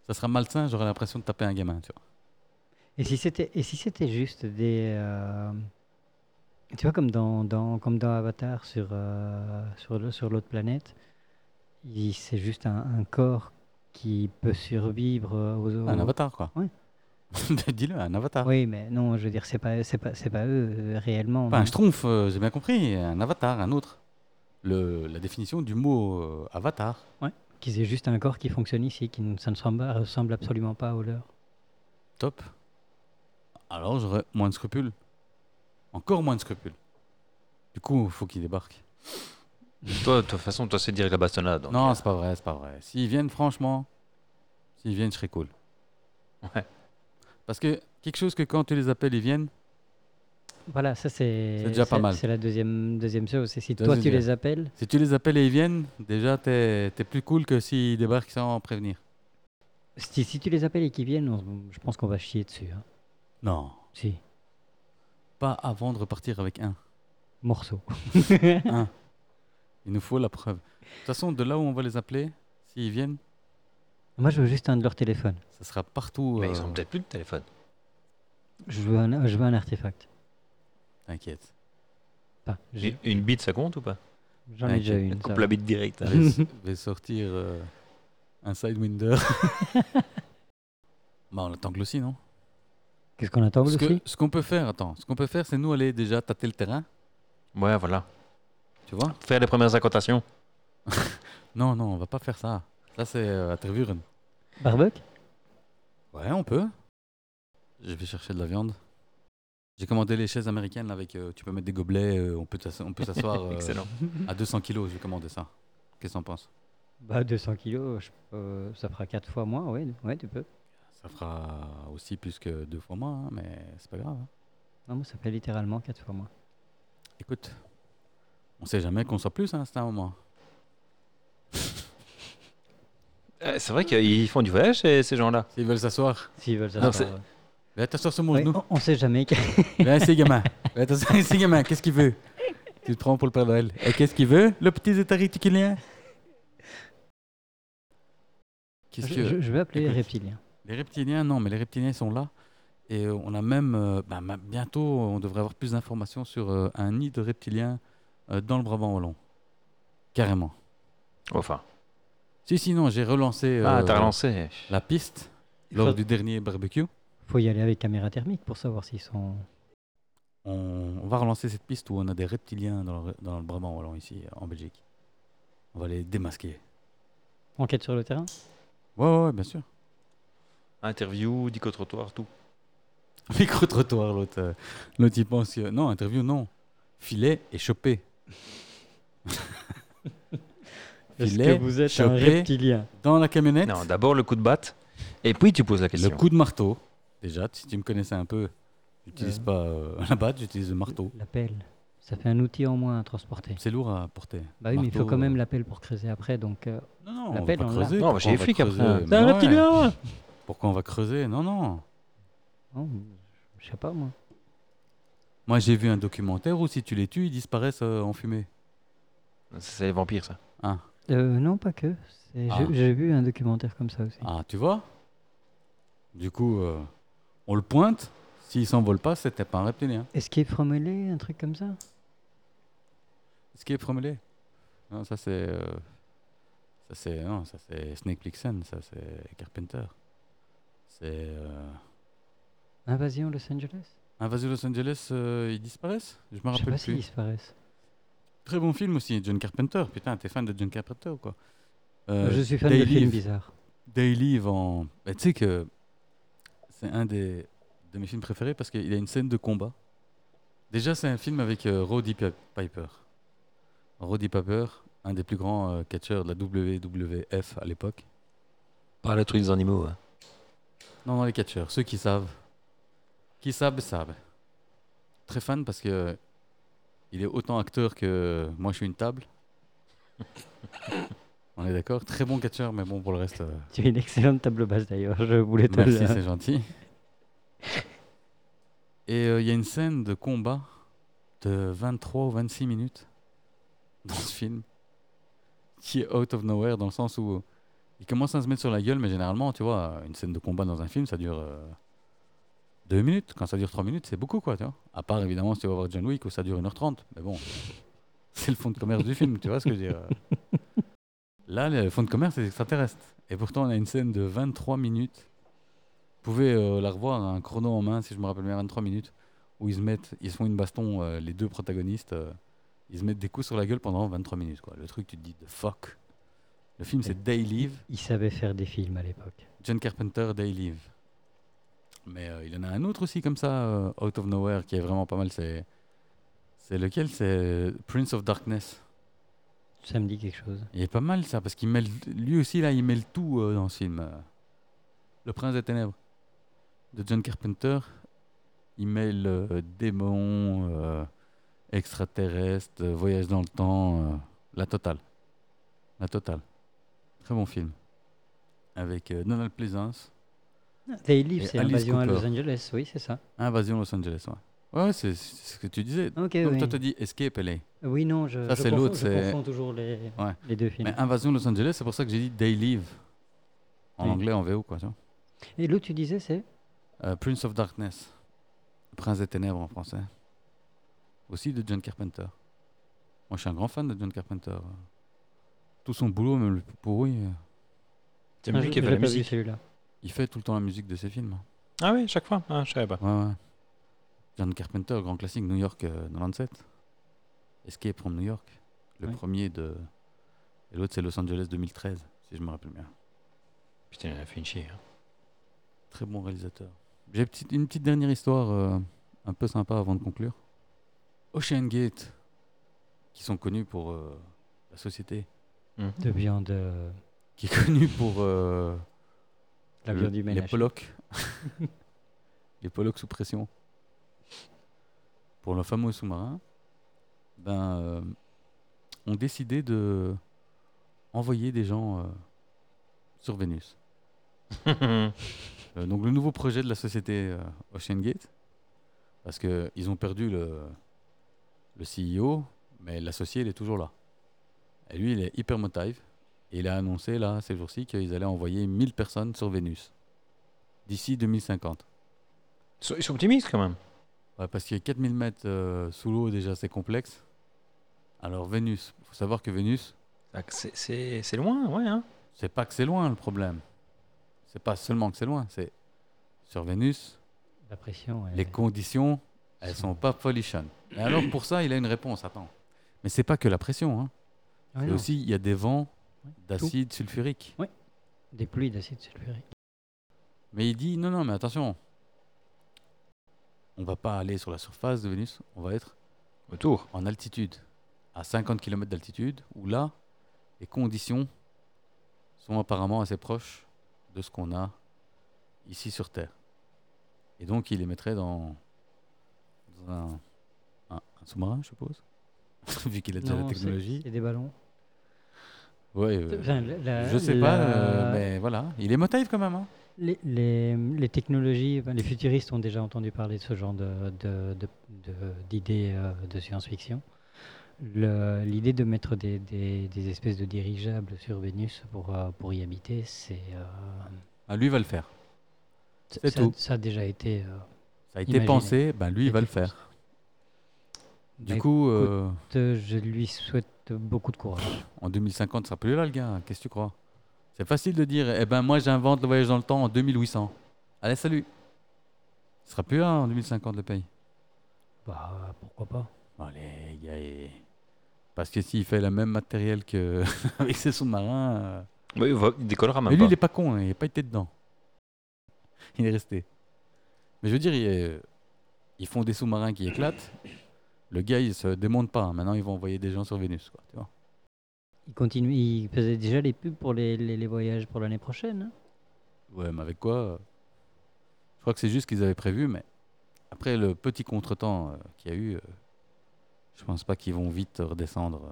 A: Ça sera malsain, j'aurai l'impression de taper un gamin, tu vois.
C: Et si c'était et si c'était juste des euh, tu vois comme dans, dans comme dans Avatar sur euh, sur le- sur l'autre planète, il- c'est juste un, un corps qui peut survivre euh, aux
A: Un
C: aux-
A: avatar, quoi.
C: Ouais.
A: *laughs* Dis-le, un avatar.
C: Oui, mais non, je veux dire c'est pas c'est pas c'est pas eux euh, réellement.
A: Pas un
C: non.
A: schtroumpf, euh, j'ai bien compris, un avatar, un autre. Le, la définition du mot euh, avatar.
C: Qu'ils aient juste un corps qui fonctionne ici, qui ne, ça ne semble, ressemble absolument pas au leur.
A: Top. Alors j'aurais moins de scrupules. Encore moins de scrupules. Du coup, faut qu'ils débarquent.
B: Toi, de toute façon, toi, c'est direct la bastonnade. donc,
A: non,
B: euh,
A: c'est pas vrai, c'est pas vrai. S'ils viennent, franchement, s'ils viennent, je serais cool.
B: Ouais.
A: Parce que quelque chose que quand tu les appelles, ils viennent.
C: Voilà, ça c'est
A: C'est déjà pas mal.
C: C'est la deuxième deuxième chose, c'est si
A: Ça,
C: toi
A: c'est
C: tu
A: bien.
C: les appelles,
A: Si tu les appelles et ils viennent, déjà t'es t'es plus cool que s'ils débarquent sans prévenir.
C: si, si tu les appelles et qu'ils viennent, on- je pense qu'on va chier dessus. hein.
A: Non.
C: Si,
A: Pas avant de repartir avec un.
C: morceau.
A: Il nous faut la preuve. De toute façon, de là où on va les appeler, s'ils viennent,
C: Moi, je veux juste un de leurs téléphones.
A: ça sera partout.
B: Mais
A: euh,
B: Bah, ils ont peut-être plus de téléphone.
C: Je veux un, je veux un artefact.
B: *laughs*
A: T'inquiète.
C: Enfin, j'ai-
B: Une- Une bite, ça compte ou pas
C: j'en ai déjà
A: t'inquiète,
C: une. ça
B: Coupe
C: va.
B: la bite directe.
A: Je vais- je vais sortir euh, un Sidewinder.
B: *laughs*
A: bah, on attend que aussi, non
C: Qu'est-ce qu'on attend
A: Ce
C: aussi
A: que- ce qu'on peut faire, attends, ce qu'on peut faire, c'est nous aller déjà tâter le terrain,
B: Ouais, voilà.
A: tu vois
B: Faire les premières incantations.
A: Non, non, on va pas faire ça. Ça, c'est euh, à Trevuren.
C: Barbuck
A: Ouais, on peut. Je vais chercher de la viande. J'ai commandé les chaises américaines là, avec. euh, tu peux mettre des gobelets, euh, on peut t'asse- on peut *laughs* s'asseoir euh,
B: Excellent.
A: à 200 kilos. J'ai commandé ça. Qu'est-ce que t'en penses
C: Bah 200 kilos, je- euh, ça fera 4 fois moins, ouais, ouais, tu peux.
A: Ça fera aussi plus que deux fois moins, hein, mais c'est pas grave. hein.
C: Non, moi, ça fait littéralement 4 fois moins.
A: Écoute, on sait jamais qu'on soit plus, hein, c'est un moment.
B: Euh, C'est vrai qu'ils font du voyage, ces ces gens-là.
A: S'ils veulent s'asseoir,
C: S'ils veulent ça.
B: Non,
C: faire,
B: c'est-
C: euh,
A: viens t'asseoir sur mon
C: ouais,
A: genou.
C: on, on sait jamais.
A: *laughs*
C: que-
A: Viens ici, gamin. Viens t'asseoir *laughs* ici, gamin. Qu'est-ce qu'il veut Tu te prends pour le Père Noël. Et qu'est-ce qu'il veut, le petit zétaritikilien Qu'est-ce
C: je,
A: que...
C: je- je vais appeler les
A: Écoute.
C: reptiliens.
A: Les reptiliens, non, mais les reptiliens sont là. Et euh, on a même... euh, bah, ma- bientôt, on devrait avoir plus d'informations sur euh, un nid de reptiliens euh, dans le Brabant Wallon. Carrément.
B: Enfin.
A: Si, sinon, j'ai relancé
B: Ah,
A: euh,
B: t'as relancé.
A: la piste
C: Il
A: lors
C: faut-
A: du dernier barbecue.
C: faut y aller avec caméra thermique pour savoir s'ils sont.
A: on, on va relancer cette piste où on a des reptiliens dans le, dans le Brabant wallon ici en Belgique. On va les démasquer.
C: Enquête sur le terrain
A: Ouais, ouais, ouais, bien sûr. *laughs*
B: Interview, dico-trottoir, tout.
A: Micro trottoir, l'autre, euh, l'autre il pense que- non, interview non, filet et choper.
C: Est-ce
A: Filet,
C: que vous êtes un
A: chopé.
C: reptilien
A: Dans la camionnette,
B: Non, d'abord le coup de batte. Et puis tu poses la
A: le
B: question.
A: coup de marteau. Déjà, si tu me connaissais un peu, j'utilise
C: Euh.
A: pas euh, *laughs* la batte, j'utilise le marteau.
C: L'appel. Ça fait un outil en moins à transporter.
A: C'est lourd à porter.
C: Bah oui, mais il faut
A: Marteau,
C: quand même
A: euh,
C: l'appel pour creuser après, donc. euh,
A: Non, non, on va
C: l'appel,
A: pas
C: on l'a.
A: creuser.
B: Non,
A: Pourquoi
B: j'ai
A: on
B: les
A: va
B: flics après.
A: creuser
B: C'est
A: Mais ouais,
B: reptilien
A: Pourquoi on va creuser Non, non.
C: non, Oh, je sais pas moi.
A: Moi, j'ai vu un documentaire où si tu les tues, ils disparaissent euh, en fumée.
B: C'est les vampires, ça.
A: Hein
C: Euh, non, pas que. C'est-
A: Ah.
C: j'ai- J'ai vu un documentaire comme ça aussi.
A: Ah, tu vois Du coup, euh, on le pointe. S'il s'envole pas, c'était pas un reptilien.
C: Escape from LA, un truc comme ça
A: Escape from LA. Non, ça c'est. euh, ça c'est. Non, ça c'est Snake Plixen, ça c'est Carpenter. C'est. euh,
C: Invasion Los Angeles
A: Invasion Los Angeles, euh, ils disparaissent Je me
C: Je sais
A: rappelle
C: pas
A: plus.
C: s'ils disparaissent.
A: Très bon film aussi, John Carpenter. Putain, t'es fan de John Carpenter ou quoi Euh,
C: je suis fan
A: Day
C: de films
A: Live.
C: bizarres. *laughs*
A: Daily en. Bah, tu sais que c'est un des, de mes films préférés parce qu'il a une scène de combat. Déjà, c'est un film avec euh, Roddy Pi- Piper. Roddy Piper, un des plus grands euh, catcheurs de la WWF à l'époque.
B: Pas le truc des animaux. hein.
A: Non, non, les catcheurs, ceux qui savent. Qui savent, savent. Très fan parce que il est autant acteur que moi, je suis une table. On est d'accord Très bon catcheur, mais bon, pour le reste. euh,
C: Tu as une excellente table basse d'ailleurs, je voulais te
A: Merci,
C: le
A: c'est gentil. Et euh, il y a une scène de combat de de 23 ou 26 minutes dans ce film qui est out of nowhere dans le sens où il commence à se mettre sur la gueule, mais généralement, tu vois, une scène de combat dans un film, ça dure euh, deux minutes. Quand ça dure trois minutes, c'est beaucoup, quoi, tu vois. À part, évidemment, si tu vas voir John Wick, où ça dure 1h30. Mais bon, c'est le fond de commerce du film, tu vois ce que je veux dire. Là, le fond de commerce, c'est les extraterrestres. Et pourtant, on a une scène de 23 minutes. Vous pouvez euh, la revoir, un chrono en main, si je me rappelle bien, 23 minutes, où ils se mettent, ils se font une baston, euh, les deux protagonistes, euh, ils se mettent des coups sur la gueule pendant 23 minutes, quoi. Le truc, tu te dis, the fuck. Le film, c'est Day Live.
C: Il savait faire des films à l'époque.
A: John Carpenter, Day Live. Mais euh, il y en a un autre aussi comme ça, euh, Out of Nowhere, qui est vraiment pas mal. C'est c'est lequel C'est Prince of Darkness.
C: Ça me dit quelque chose.
A: Il est pas mal ça, parce qu'il mêle, lui aussi là, il mêle tout euh, dans ce film. euh. Le Prince des Ténèbres de John Carpenter, il mêle euh, démons, euh, extraterrestres, euh, voyage dans le temps, euh, la totale. La totale. Très bon film. Avec euh, Donald Pleasance,
C: Day Live,
A: Et
C: c'est
A: Alice
C: Invasion à
A: Cooper.
C: Los Angeles, oui, c'est ça.
A: Invasion Los Angeles. Ouais, ouais c'est c'est ce que tu disais. Donc
C: Ok, oui.
A: toi, tu dis Escape LA.
C: Oui, non, je,
A: Ça,
C: je
A: c'est
C: confonds-
A: l'autre,
C: je
A: c'est-
C: confonds toujours les,
A: Ouais.
C: les deux films.
A: Mais Invasion Los Angeles, c'est pour ça que j'ai dit They Live. En
C: Oui.
A: anglais, en VO, quoi. tu vois.
C: Et l'autre, tu disais, c'est
A: Euh, Prince of Darkness. Prince des ténèbres en français. Aussi de John Carpenter. Moi, je suis un grand fan de John Carpenter. Tout son boulot, même le plus pourri, euh,
B: C'est
C: Ah,
B: lui
C: je-
B: qui a
C: je
B: fait la
C: l'ai pas vu,
B: musique.
C: celui-là.
A: il fait tout le temps la musique de ses films.
B: Ah oui, chaque fois. Ah, je savais pas.
A: Ouais, ouais. John Carpenter, grand classique, New York euh, 97. Escape from New York. Le
C: Ouais.
A: premier de. Et l'autre, c'est Los Angeles 2013, si je me rappelle bien.
B: Putain, il a fait une chier. hein.
A: Très bon réalisateur. J'ai une petite- une petite dernière histoire euh, un peu sympa avant de conclure. Ocean Gate, qui sont connus pour euh, la société,
B: hein.
C: De viande, euh,
A: qui est connue pour euh,
C: la
A: le-
C: viande du
A: les
C: ménage.
A: Pollock, *laughs* les Pollock sous pression, pour le fameux sous-marin, ben, euh, ont décidé de envoyer des gens euh, sur Vénus.
B: Hmm.
A: Euh, donc le nouveau projet de la société euh, Ocean Gate, parce que ils ont perdu le, le CEO, mais l'associé il est toujours là. Et lui il est hyper motive. Et il a annoncé là ces jours-ci qu'ils allaient envoyer 1000 personnes sur Vénus d'ici 2050.
B: *laughs* Ils sont- ils sont optimistes quand même.
A: Ouais, parce que 4000 mètres euh, sous l'eau déjà c'est complexe. Alors Vénus, faut savoir que Vénus,
B: Ah, que c'est- C'est c'est loin, ouais. Hein.
A: c'est pas que c'est loin le problème. C'est pas seulement que c'est loin, c'est sur Vénus,
C: La pression. ouais.
A: Les conditions, elles sont pas folichonnes. Et alors pour ça, il a une réponse, attends. Mais c'est pas que la pression, hein.
C: Ouais,
A: C'est
C: non,
A: aussi il y a des vents
C: Ouais,
A: d'acide sulfurique.
C: Des pluies d'acide sulfurique.
A: Mais il dit non non, mais attention. On va pas aller sur la surface de Vénus, on va être
B: Autour.
A: en altitude, à 50 km d'altitude, où là, les conditions sont apparemment assez proches de ce qu'on a ici sur Terre. Et donc, il les mettrait dans, dans un, un- un sous-marin, je suppose, *laughs* vu qu'il a déjà
C: Non,
A: la
C: c'est-
A: euh, technologie.
C: c'est des ballons.
A: Ouais, euh,
C: Enfin, la- la-
A: je sais pas,
C: la-
A: euh, mais voilà, il est motive quand même. hein.
C: Les, les- les technologies, ben, les futuristes ont déjà entendu parler de ce genre de- de- de- de- d'idées euh, de, science-fiction. Le- L'idée de mettre des, des- des espèces de dirigeables sur Vénus pour, euh, pour y habiter, c'est euh,
A: Ah, lui va le faire.
C: ça-
A: C'est
C: ça,
A: tout.
C: ça a déjà été. euh,
A: Ça a été
C: Imaginez.
A: pensé, ben lui il va le faire. Du
C: Bah,
A: coup, euh,
C: écoute, je lui souhaite beaucoup de courage.
A: En 2050, ça sera plus là, le gars. Qu'est-ce que tu crois C'est facile de dire, eh ben moi j'invente le voyage dans le temps en 2800. Allez, salut Ce sera plus là en 2050, le pays.
C: Bah, pourquoi pas
A: Allez, gars. et- Parce que s'il fait le même matériel que *laughs* avec ses sous-marins. euh,
B: Oui, il va- il décollera même
A: Mais lui, il
B: pas.
A: est pas con, hein, il n'a pas été dedans. *laughs* Il est resté. Mais je veux dire, il est- ils font des sous-marins qui éclatent. Le gars, il se démonte pas. Maintenant, ils vont envoyer des gens sur Vénus. Quoi, tu vois.
C: Il, continue, il faisait déjà les pubs pour les, les- les voyages pour l'année prochaine. hein.
A: Ouais, mais avec quoi euh, Je crois que c'est juste qu'ils avaient prévu, mais après le petit contretemps euh, qu'il y a eu, euh, je pense pas qu'ils vont vite redescendre.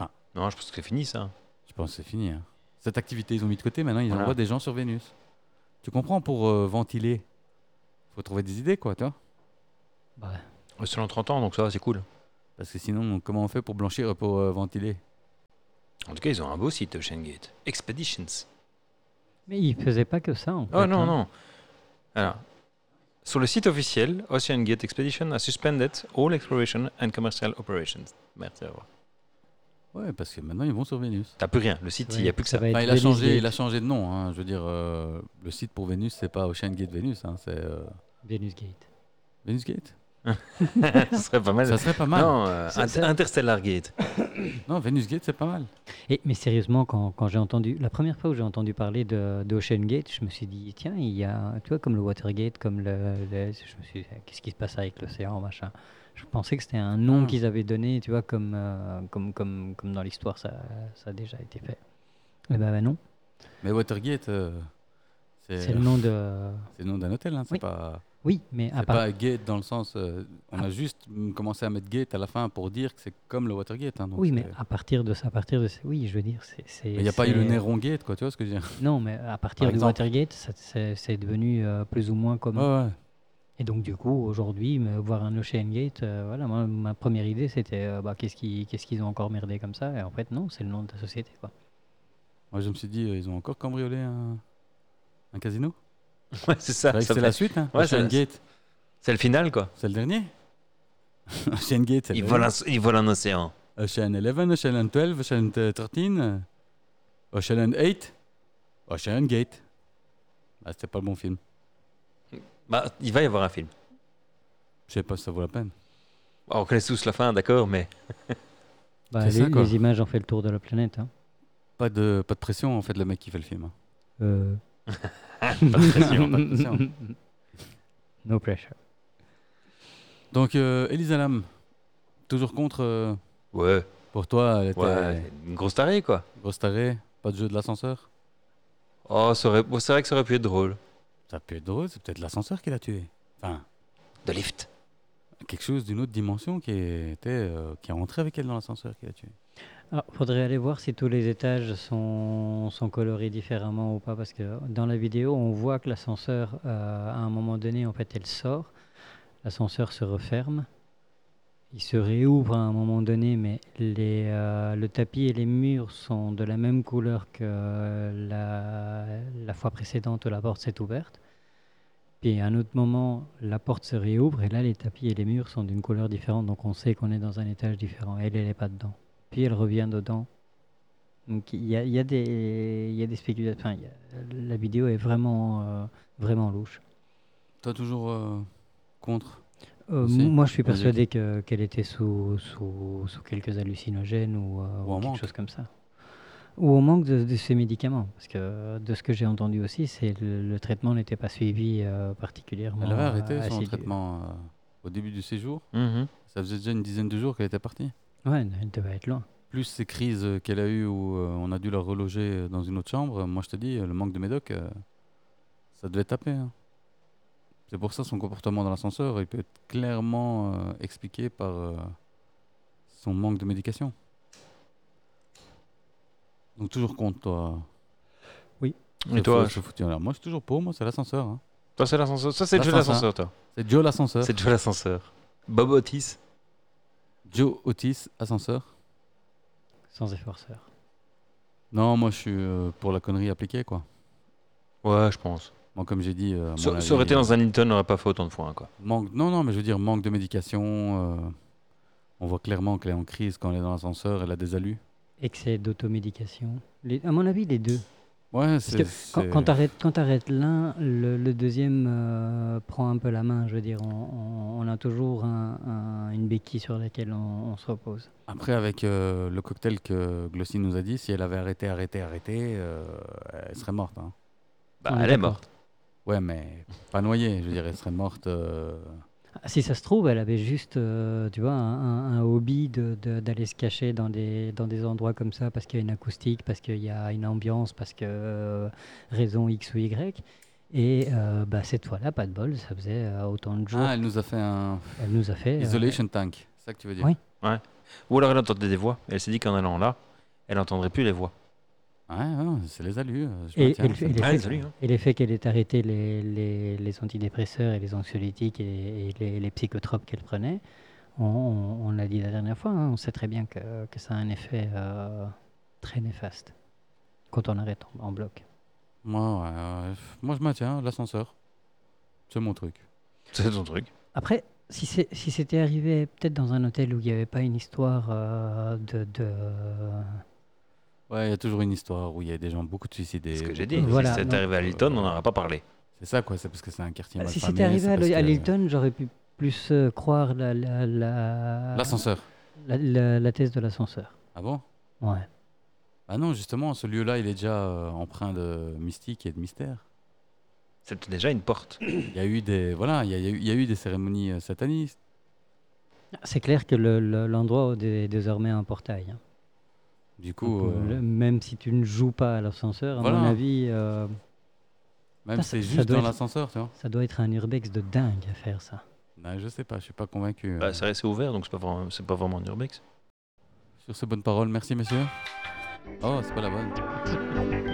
A: euh.
B: Non, je pense que c'est fini ça.
A: Je pense que c'est fini. hein. Cette activité, ils ont mis de côté, maintenant ils
B: Voilà.
A: envoient des gens sur Vénus. Tu comprends Pour euh, ventiler, faut trouver des idées, quoi, tu vois
C: Bah,
B: Selon 30 ans, donc ça va, c'est cool.
A: Parce que sinon, comment on fait pour blanchir, pour euh, ventiler
B: En tout cas, ils ont un beau site, Ocean Gate. Expeditions.
C: Mais il faisait pas que ça. En
B: Oh
C: fait,
B: non,
C: hein.
B: non. Alors, sur le site officiel, Ocean Gate Expedition a suspended all exploration and commercial operations. Merci, au revoir.
A: Ouais, parce que maintenant ils vont sur Vénus.
B: T'as plus rien. Le site, il
C: Ça va
B: n'y a
C: être-
B: plus que ça.
C: va
A: Enfin,
C: être
A: il, a
C: Venice
A: changé,
C: Gate.
A: il a changé de nom. hein. Je veux dire, euh, le site pour Vénus, c'est pas Ocean Gate Vénus, hein, c'est euh,
C: Venus Gate.
A: Vénus Gate.
B: *laughs* Ce serait pas mal.
A: Ça serait pas mal. Non,
B: non, euh,
C: Ça-
B: Inter-
C: ça-
B: Interstellar
A: *laughs*
B: Gate.
A: Vénus Gate, c'est pas mal.
C: Et, mais sérieusement, quand, quand j'ai entendu, la première fois où j'ai entendu parler de, de Ocean Gate, je me suis dit, tiens, il y a, tu vois, comme le Watergate, comme le, le- je me suis dit, qu'est-ce qui se passe avec l'océan, machin. Je pensais que c'était un nom
A: Ah.
C: qu'ils avaient donné, tu vois, comme, euh, comme, comme, comme dans l'histoire, ça, ça a déjà été fait. Eh ben, ben non,
A: Mais Watergate, euh, c'est
C: c'est le nom de...
A: c'est le nom d'un hôtel. Hein. C'est
C: Oui. Ah,
A: pas,
C: Oui, mais à
A: c'est
C: part...
A: pas Gate dans le sens. euh, on
C: Ah.
A: a juste mm, commencé à mettre Gate à la fin pour dire que c'est comme le Watergate. hein, donc
C: Oui, mais
A: c'est-
C: à partir de ça, à partir de ça, oui, je veux dire, c'est. c'est-
A: Mais il n'y a pas eu le
C: c'est-
A: Néron Gate, quoi. Tu vois ce que je veux dire
C: Non, mais à partir
A: Par
C: du
A: exemple.
C: Watergate, ça- c'est c'est devenu euh, plus ou moins commun.
A: Ouais, ouais.
C: Et donc, du coup, aujourd'hui, me- voir un Ocean Gate, euh, voilà, moi, ma première idée, c'était euh, bah, qu'est-ce qui- qu'est-ce qu'ils ont encore merdé comme ça Et en fait, non, c'est le nom de la société, quoi.
A: Moi, je me suis dit, euh, ils ont encore cambriolé un, un casino.
B: Ouais, c'est ça.
A: C'est vrai que
B: ça
A: c'est
B: fait-
A: la suite. Hein.
B: Ouais, c'est
A: Ocean
B: la-
A: Gate,
B: C'est le final, quoi.
A: c'est le dernier. *laughs* Ocean Gate, c'est
B: Ils
A: le
B: volent, un, ils volent un océan.
A: Ocean 11, Ocean 12, Ocean 13, euh, Ocean 8, Ocean Gate. Ah, c'était pas le bon film.
B: Bah, il va y avoir un film.
A: Je sais pas si ça vaut la peine.
B: On connaît tous la fin, d'accord, mais
C: Bah,
A: C'est
C: les,
A: ça, quoi.
C: les images ont fait le tour de la planète. hein.
A: Pas de, pas de pression, en fait, le mec qui fait le film. hein.
C: Euh,
B: pas de pression.
A: pas de pression. *laughs*
C: no pressure.
A: Donc, euh, Elisa Lam, toujours contre, euh,
B: ouais,
A: pour toi, elle était
B: ouais, une grosse tarée, quoi.
A: grosse tarée, pas de jeu de l'ascenseur.
B: Oh, ça aurait- bon, c'est vrai que ça aurait pu être drôle.
A: Ça peut être drôle, c'est peut-être l'ascenseur qui l'a tué. Enfin,
B: De lift.
A: quelque chose d'une autre dimension qui était, euh, qui est rentré avec elle dans l'ascenseur qui l'a tué.
C: Alors, Ah, faudrait aller voir si tous les étages sont, sont colorés différemment ou pas, parce que dans la vidéo, on voit que l'ascenseur, euh, à un moment donné, en fait, elle sort, l'ascenseur se referme, il se réouvre à un moment donné, mais les, euh, le tapis et les murs sont de la même couleur que euh, la, la fois précédente où la porte s'est ouverte. Puis à un autre moment, la porte se réouvre et là, les tapis et les murs sont d'une couleur différente, donc on sait qu'on est dans un étage différent. Elle, elle n'est pas dedans puis elle revient dedans. Donc il y a, il y a des, il y a des spéculations. Enfin, il y a- la vidéo est vraiment, euh, vraiment louche.
A: Toi, toujours euh, contre
C: Euh,
A: Aussi,
C: moi, je suis
A: vas-y.
C: persuadé que- qu'elle était sous, sous, sous quelques hallucinogènes ou, euh,
A: Ou
C: ou
A: un
C: quelque
A: manque.
C: chose comme ça. Ou au manque de, de ces médicaments. Parce que euh, de ce que j'ai entendu aussi, c'est le, le traitement n'était pas suivi euh, particulièrement.
A: Elle avait
C: euh,
A: arrêté son
C: assidu.
A: traitement euh, au début du séjour.
B: Mhm.
A: Ça faisait déjà une dizaine de jours qu'elle était partie.
C: Ouais, elle devait être loin.
A: Plus ces crises euh, qu'elle a eues où euh, on a dû la reloger euh, dans une autre chambre, euh, moi je te dis, euh, le manque de médoc, euh, ça devait taper. hein. C'est pour ça son comportement dans l'ascenseur, il peut être clairement euh, expliqué par euh, son manque de médication. Donc toujours contre toi.
B: Et
A: Ce
B: toi,
A: fou- ce foutu. Alors, moi je suis toujours pour, moi c'est l'ascenseur. hein.
B: toi c'est l'ascenseur. Ça, c'est le jeu de
A: L'ascenseur.
B: l'ascenseur, toi.
A: C'est Joe l'ascenseur.
B: C'est le jeu de l'ascenseur. Bob Otis.
A: Joe Otis, ascenseur.
C: Sans efforceur.
A: Non, moi je suis euh, pour la connerie appliquée quoi.
B: Ouais, je pense.
A: Moi, comme j'ai dit, euh, à mon
B: Ça
A: avis,
B: ça aurait été dans un Linton, on n'aurait pas fait autant de fois, hein, quoi.
A: manque. Non, non, mais je veux dire manque de médication. euh, On voit clairement qu'elle est en crise quand elle est dans l'ascenseur. Elle a des alus.
C: Excès d'automédication. Les- À mon avis, les deux.
A: Ouais,
C: Parce
A: c'est.
C: que quand,
A: c'est-
C: quand t'arrêtes, quand t'arrêtes l'un, le, le deuxième euh, prend un peu la main. Je veux dire, on, on- on a toujours un- un- une béquille sur laquelle on, on se repose.
A: Après, avec euh, le cocktail que Glossy nous a dit, si elle avait arrêté, arrêté, arrêté, euh, elle serait morte. hein.
B: Bah,
C: On
B: elle est
C: d'accord.
B: morte.
A: Ouais, mais pas noyée. Je veux dire, elle serait morte. euh,
C: Ah, Si ça se trouve, elle avait juste, euh, tu vois, un, un- un hobby de- de- d'aller se cacher dans des, dans des endroits comme ça parce qu'il y a une acoustique, parce qu'il y a une ambiance, parce que euh, raison X ou Y. Et euh, bah, cette fois-là, pas de bol, ça faisait euh, autant de jours.
A: Ah, elle nous a fait un
C: Elle nous a fait. euh,
A: isolation tank. C'est ça que tu veux dire
C: Oui.
B: Ou alors elle entendait des voix. Elle s'est dit qu'en allant là, elle n'entendrait plus les voix.
A: Ouais, ouais, c'est les alus. euh, je
C: Et-
A: maintiens,
C: et le-
A: ça.
C: et le-
B: Ah,
C: fait-
B: salut. hein.
C: Et l'effet qu'elle ait arrêté les, les, les antidépresseurs et les anxiolytiques et, et les, les psychotropes qu'elle prenait, On, on- on l'a dit la dernière fois, hein, on sait très bien que, que ça a un effet euh, très néfaste quand on arrête en, en bloc.
A: Moi, ouais, ouais. moi je maintiens l'ascenseur. C'est mon truc.
B: C'est ton truc.
C: Après, si c'est- si c'était arrivé peut-être dans un hôtel où il n'y avait pas une histoire euh, de, de-
A: Ouais, il y a toujours une histoire où il y a des gens beaucoup de suicidés.
B: C'est ce que j'ai
A: beaucoup
B: dit.
A: de-
C: Voilà,
B: si c'était
C: non.
B: arrivé à Hilton, on n'en aurait pas parlé.
A: C'est ça, quoi. C'est parce que c'est un quartier.
C: Bah,
A: mal
C: si
A: famé,
C: c'était arrivé
A: c'est
C: à,
A: parce
C: Lo- à
A: que-
C: Lilton, j'aurais pu plus euh, croire la, la, la,
A: L'ascenseur.
C: la- la- la thèse de l'ascenseur.
A: Ah bon
C: Ouais.
A: Ah non, justement, ce lieu-là, il est déjà euh, empreint de mystique et de mystère.
B: C'était déjà une porte.
A: Il y a eu des, voilà, il y a, il y a eu- il y a eu des cérémonies euh, satanistes.
C: C'est clair que le- le- l'endroit est désormais un portail. hein.
A: Du coup,
C: Donc,
A: euh,
C: le- même si tu ne joues pas à l'ascenseur, à
A: Voilà.
C: mon avis, euh,
A: même
C: ça-
A: c'est
C: ça
A: juste
C: doit
A: dans
C: être-
A: l'ascenseur, tu vois.
C: ça doit être un urbex de dingue à faire ça.
A: Non, je sais pas, je suis pas convaincu. euh.
B: Bah, ça restait ouvert, donc c'est pas vraiment, c'est pas vraiment un urbex.
C: *laughs*
A: Sur ces bonnes paroles, merci messieurs. Oh, c'est pas la bonne.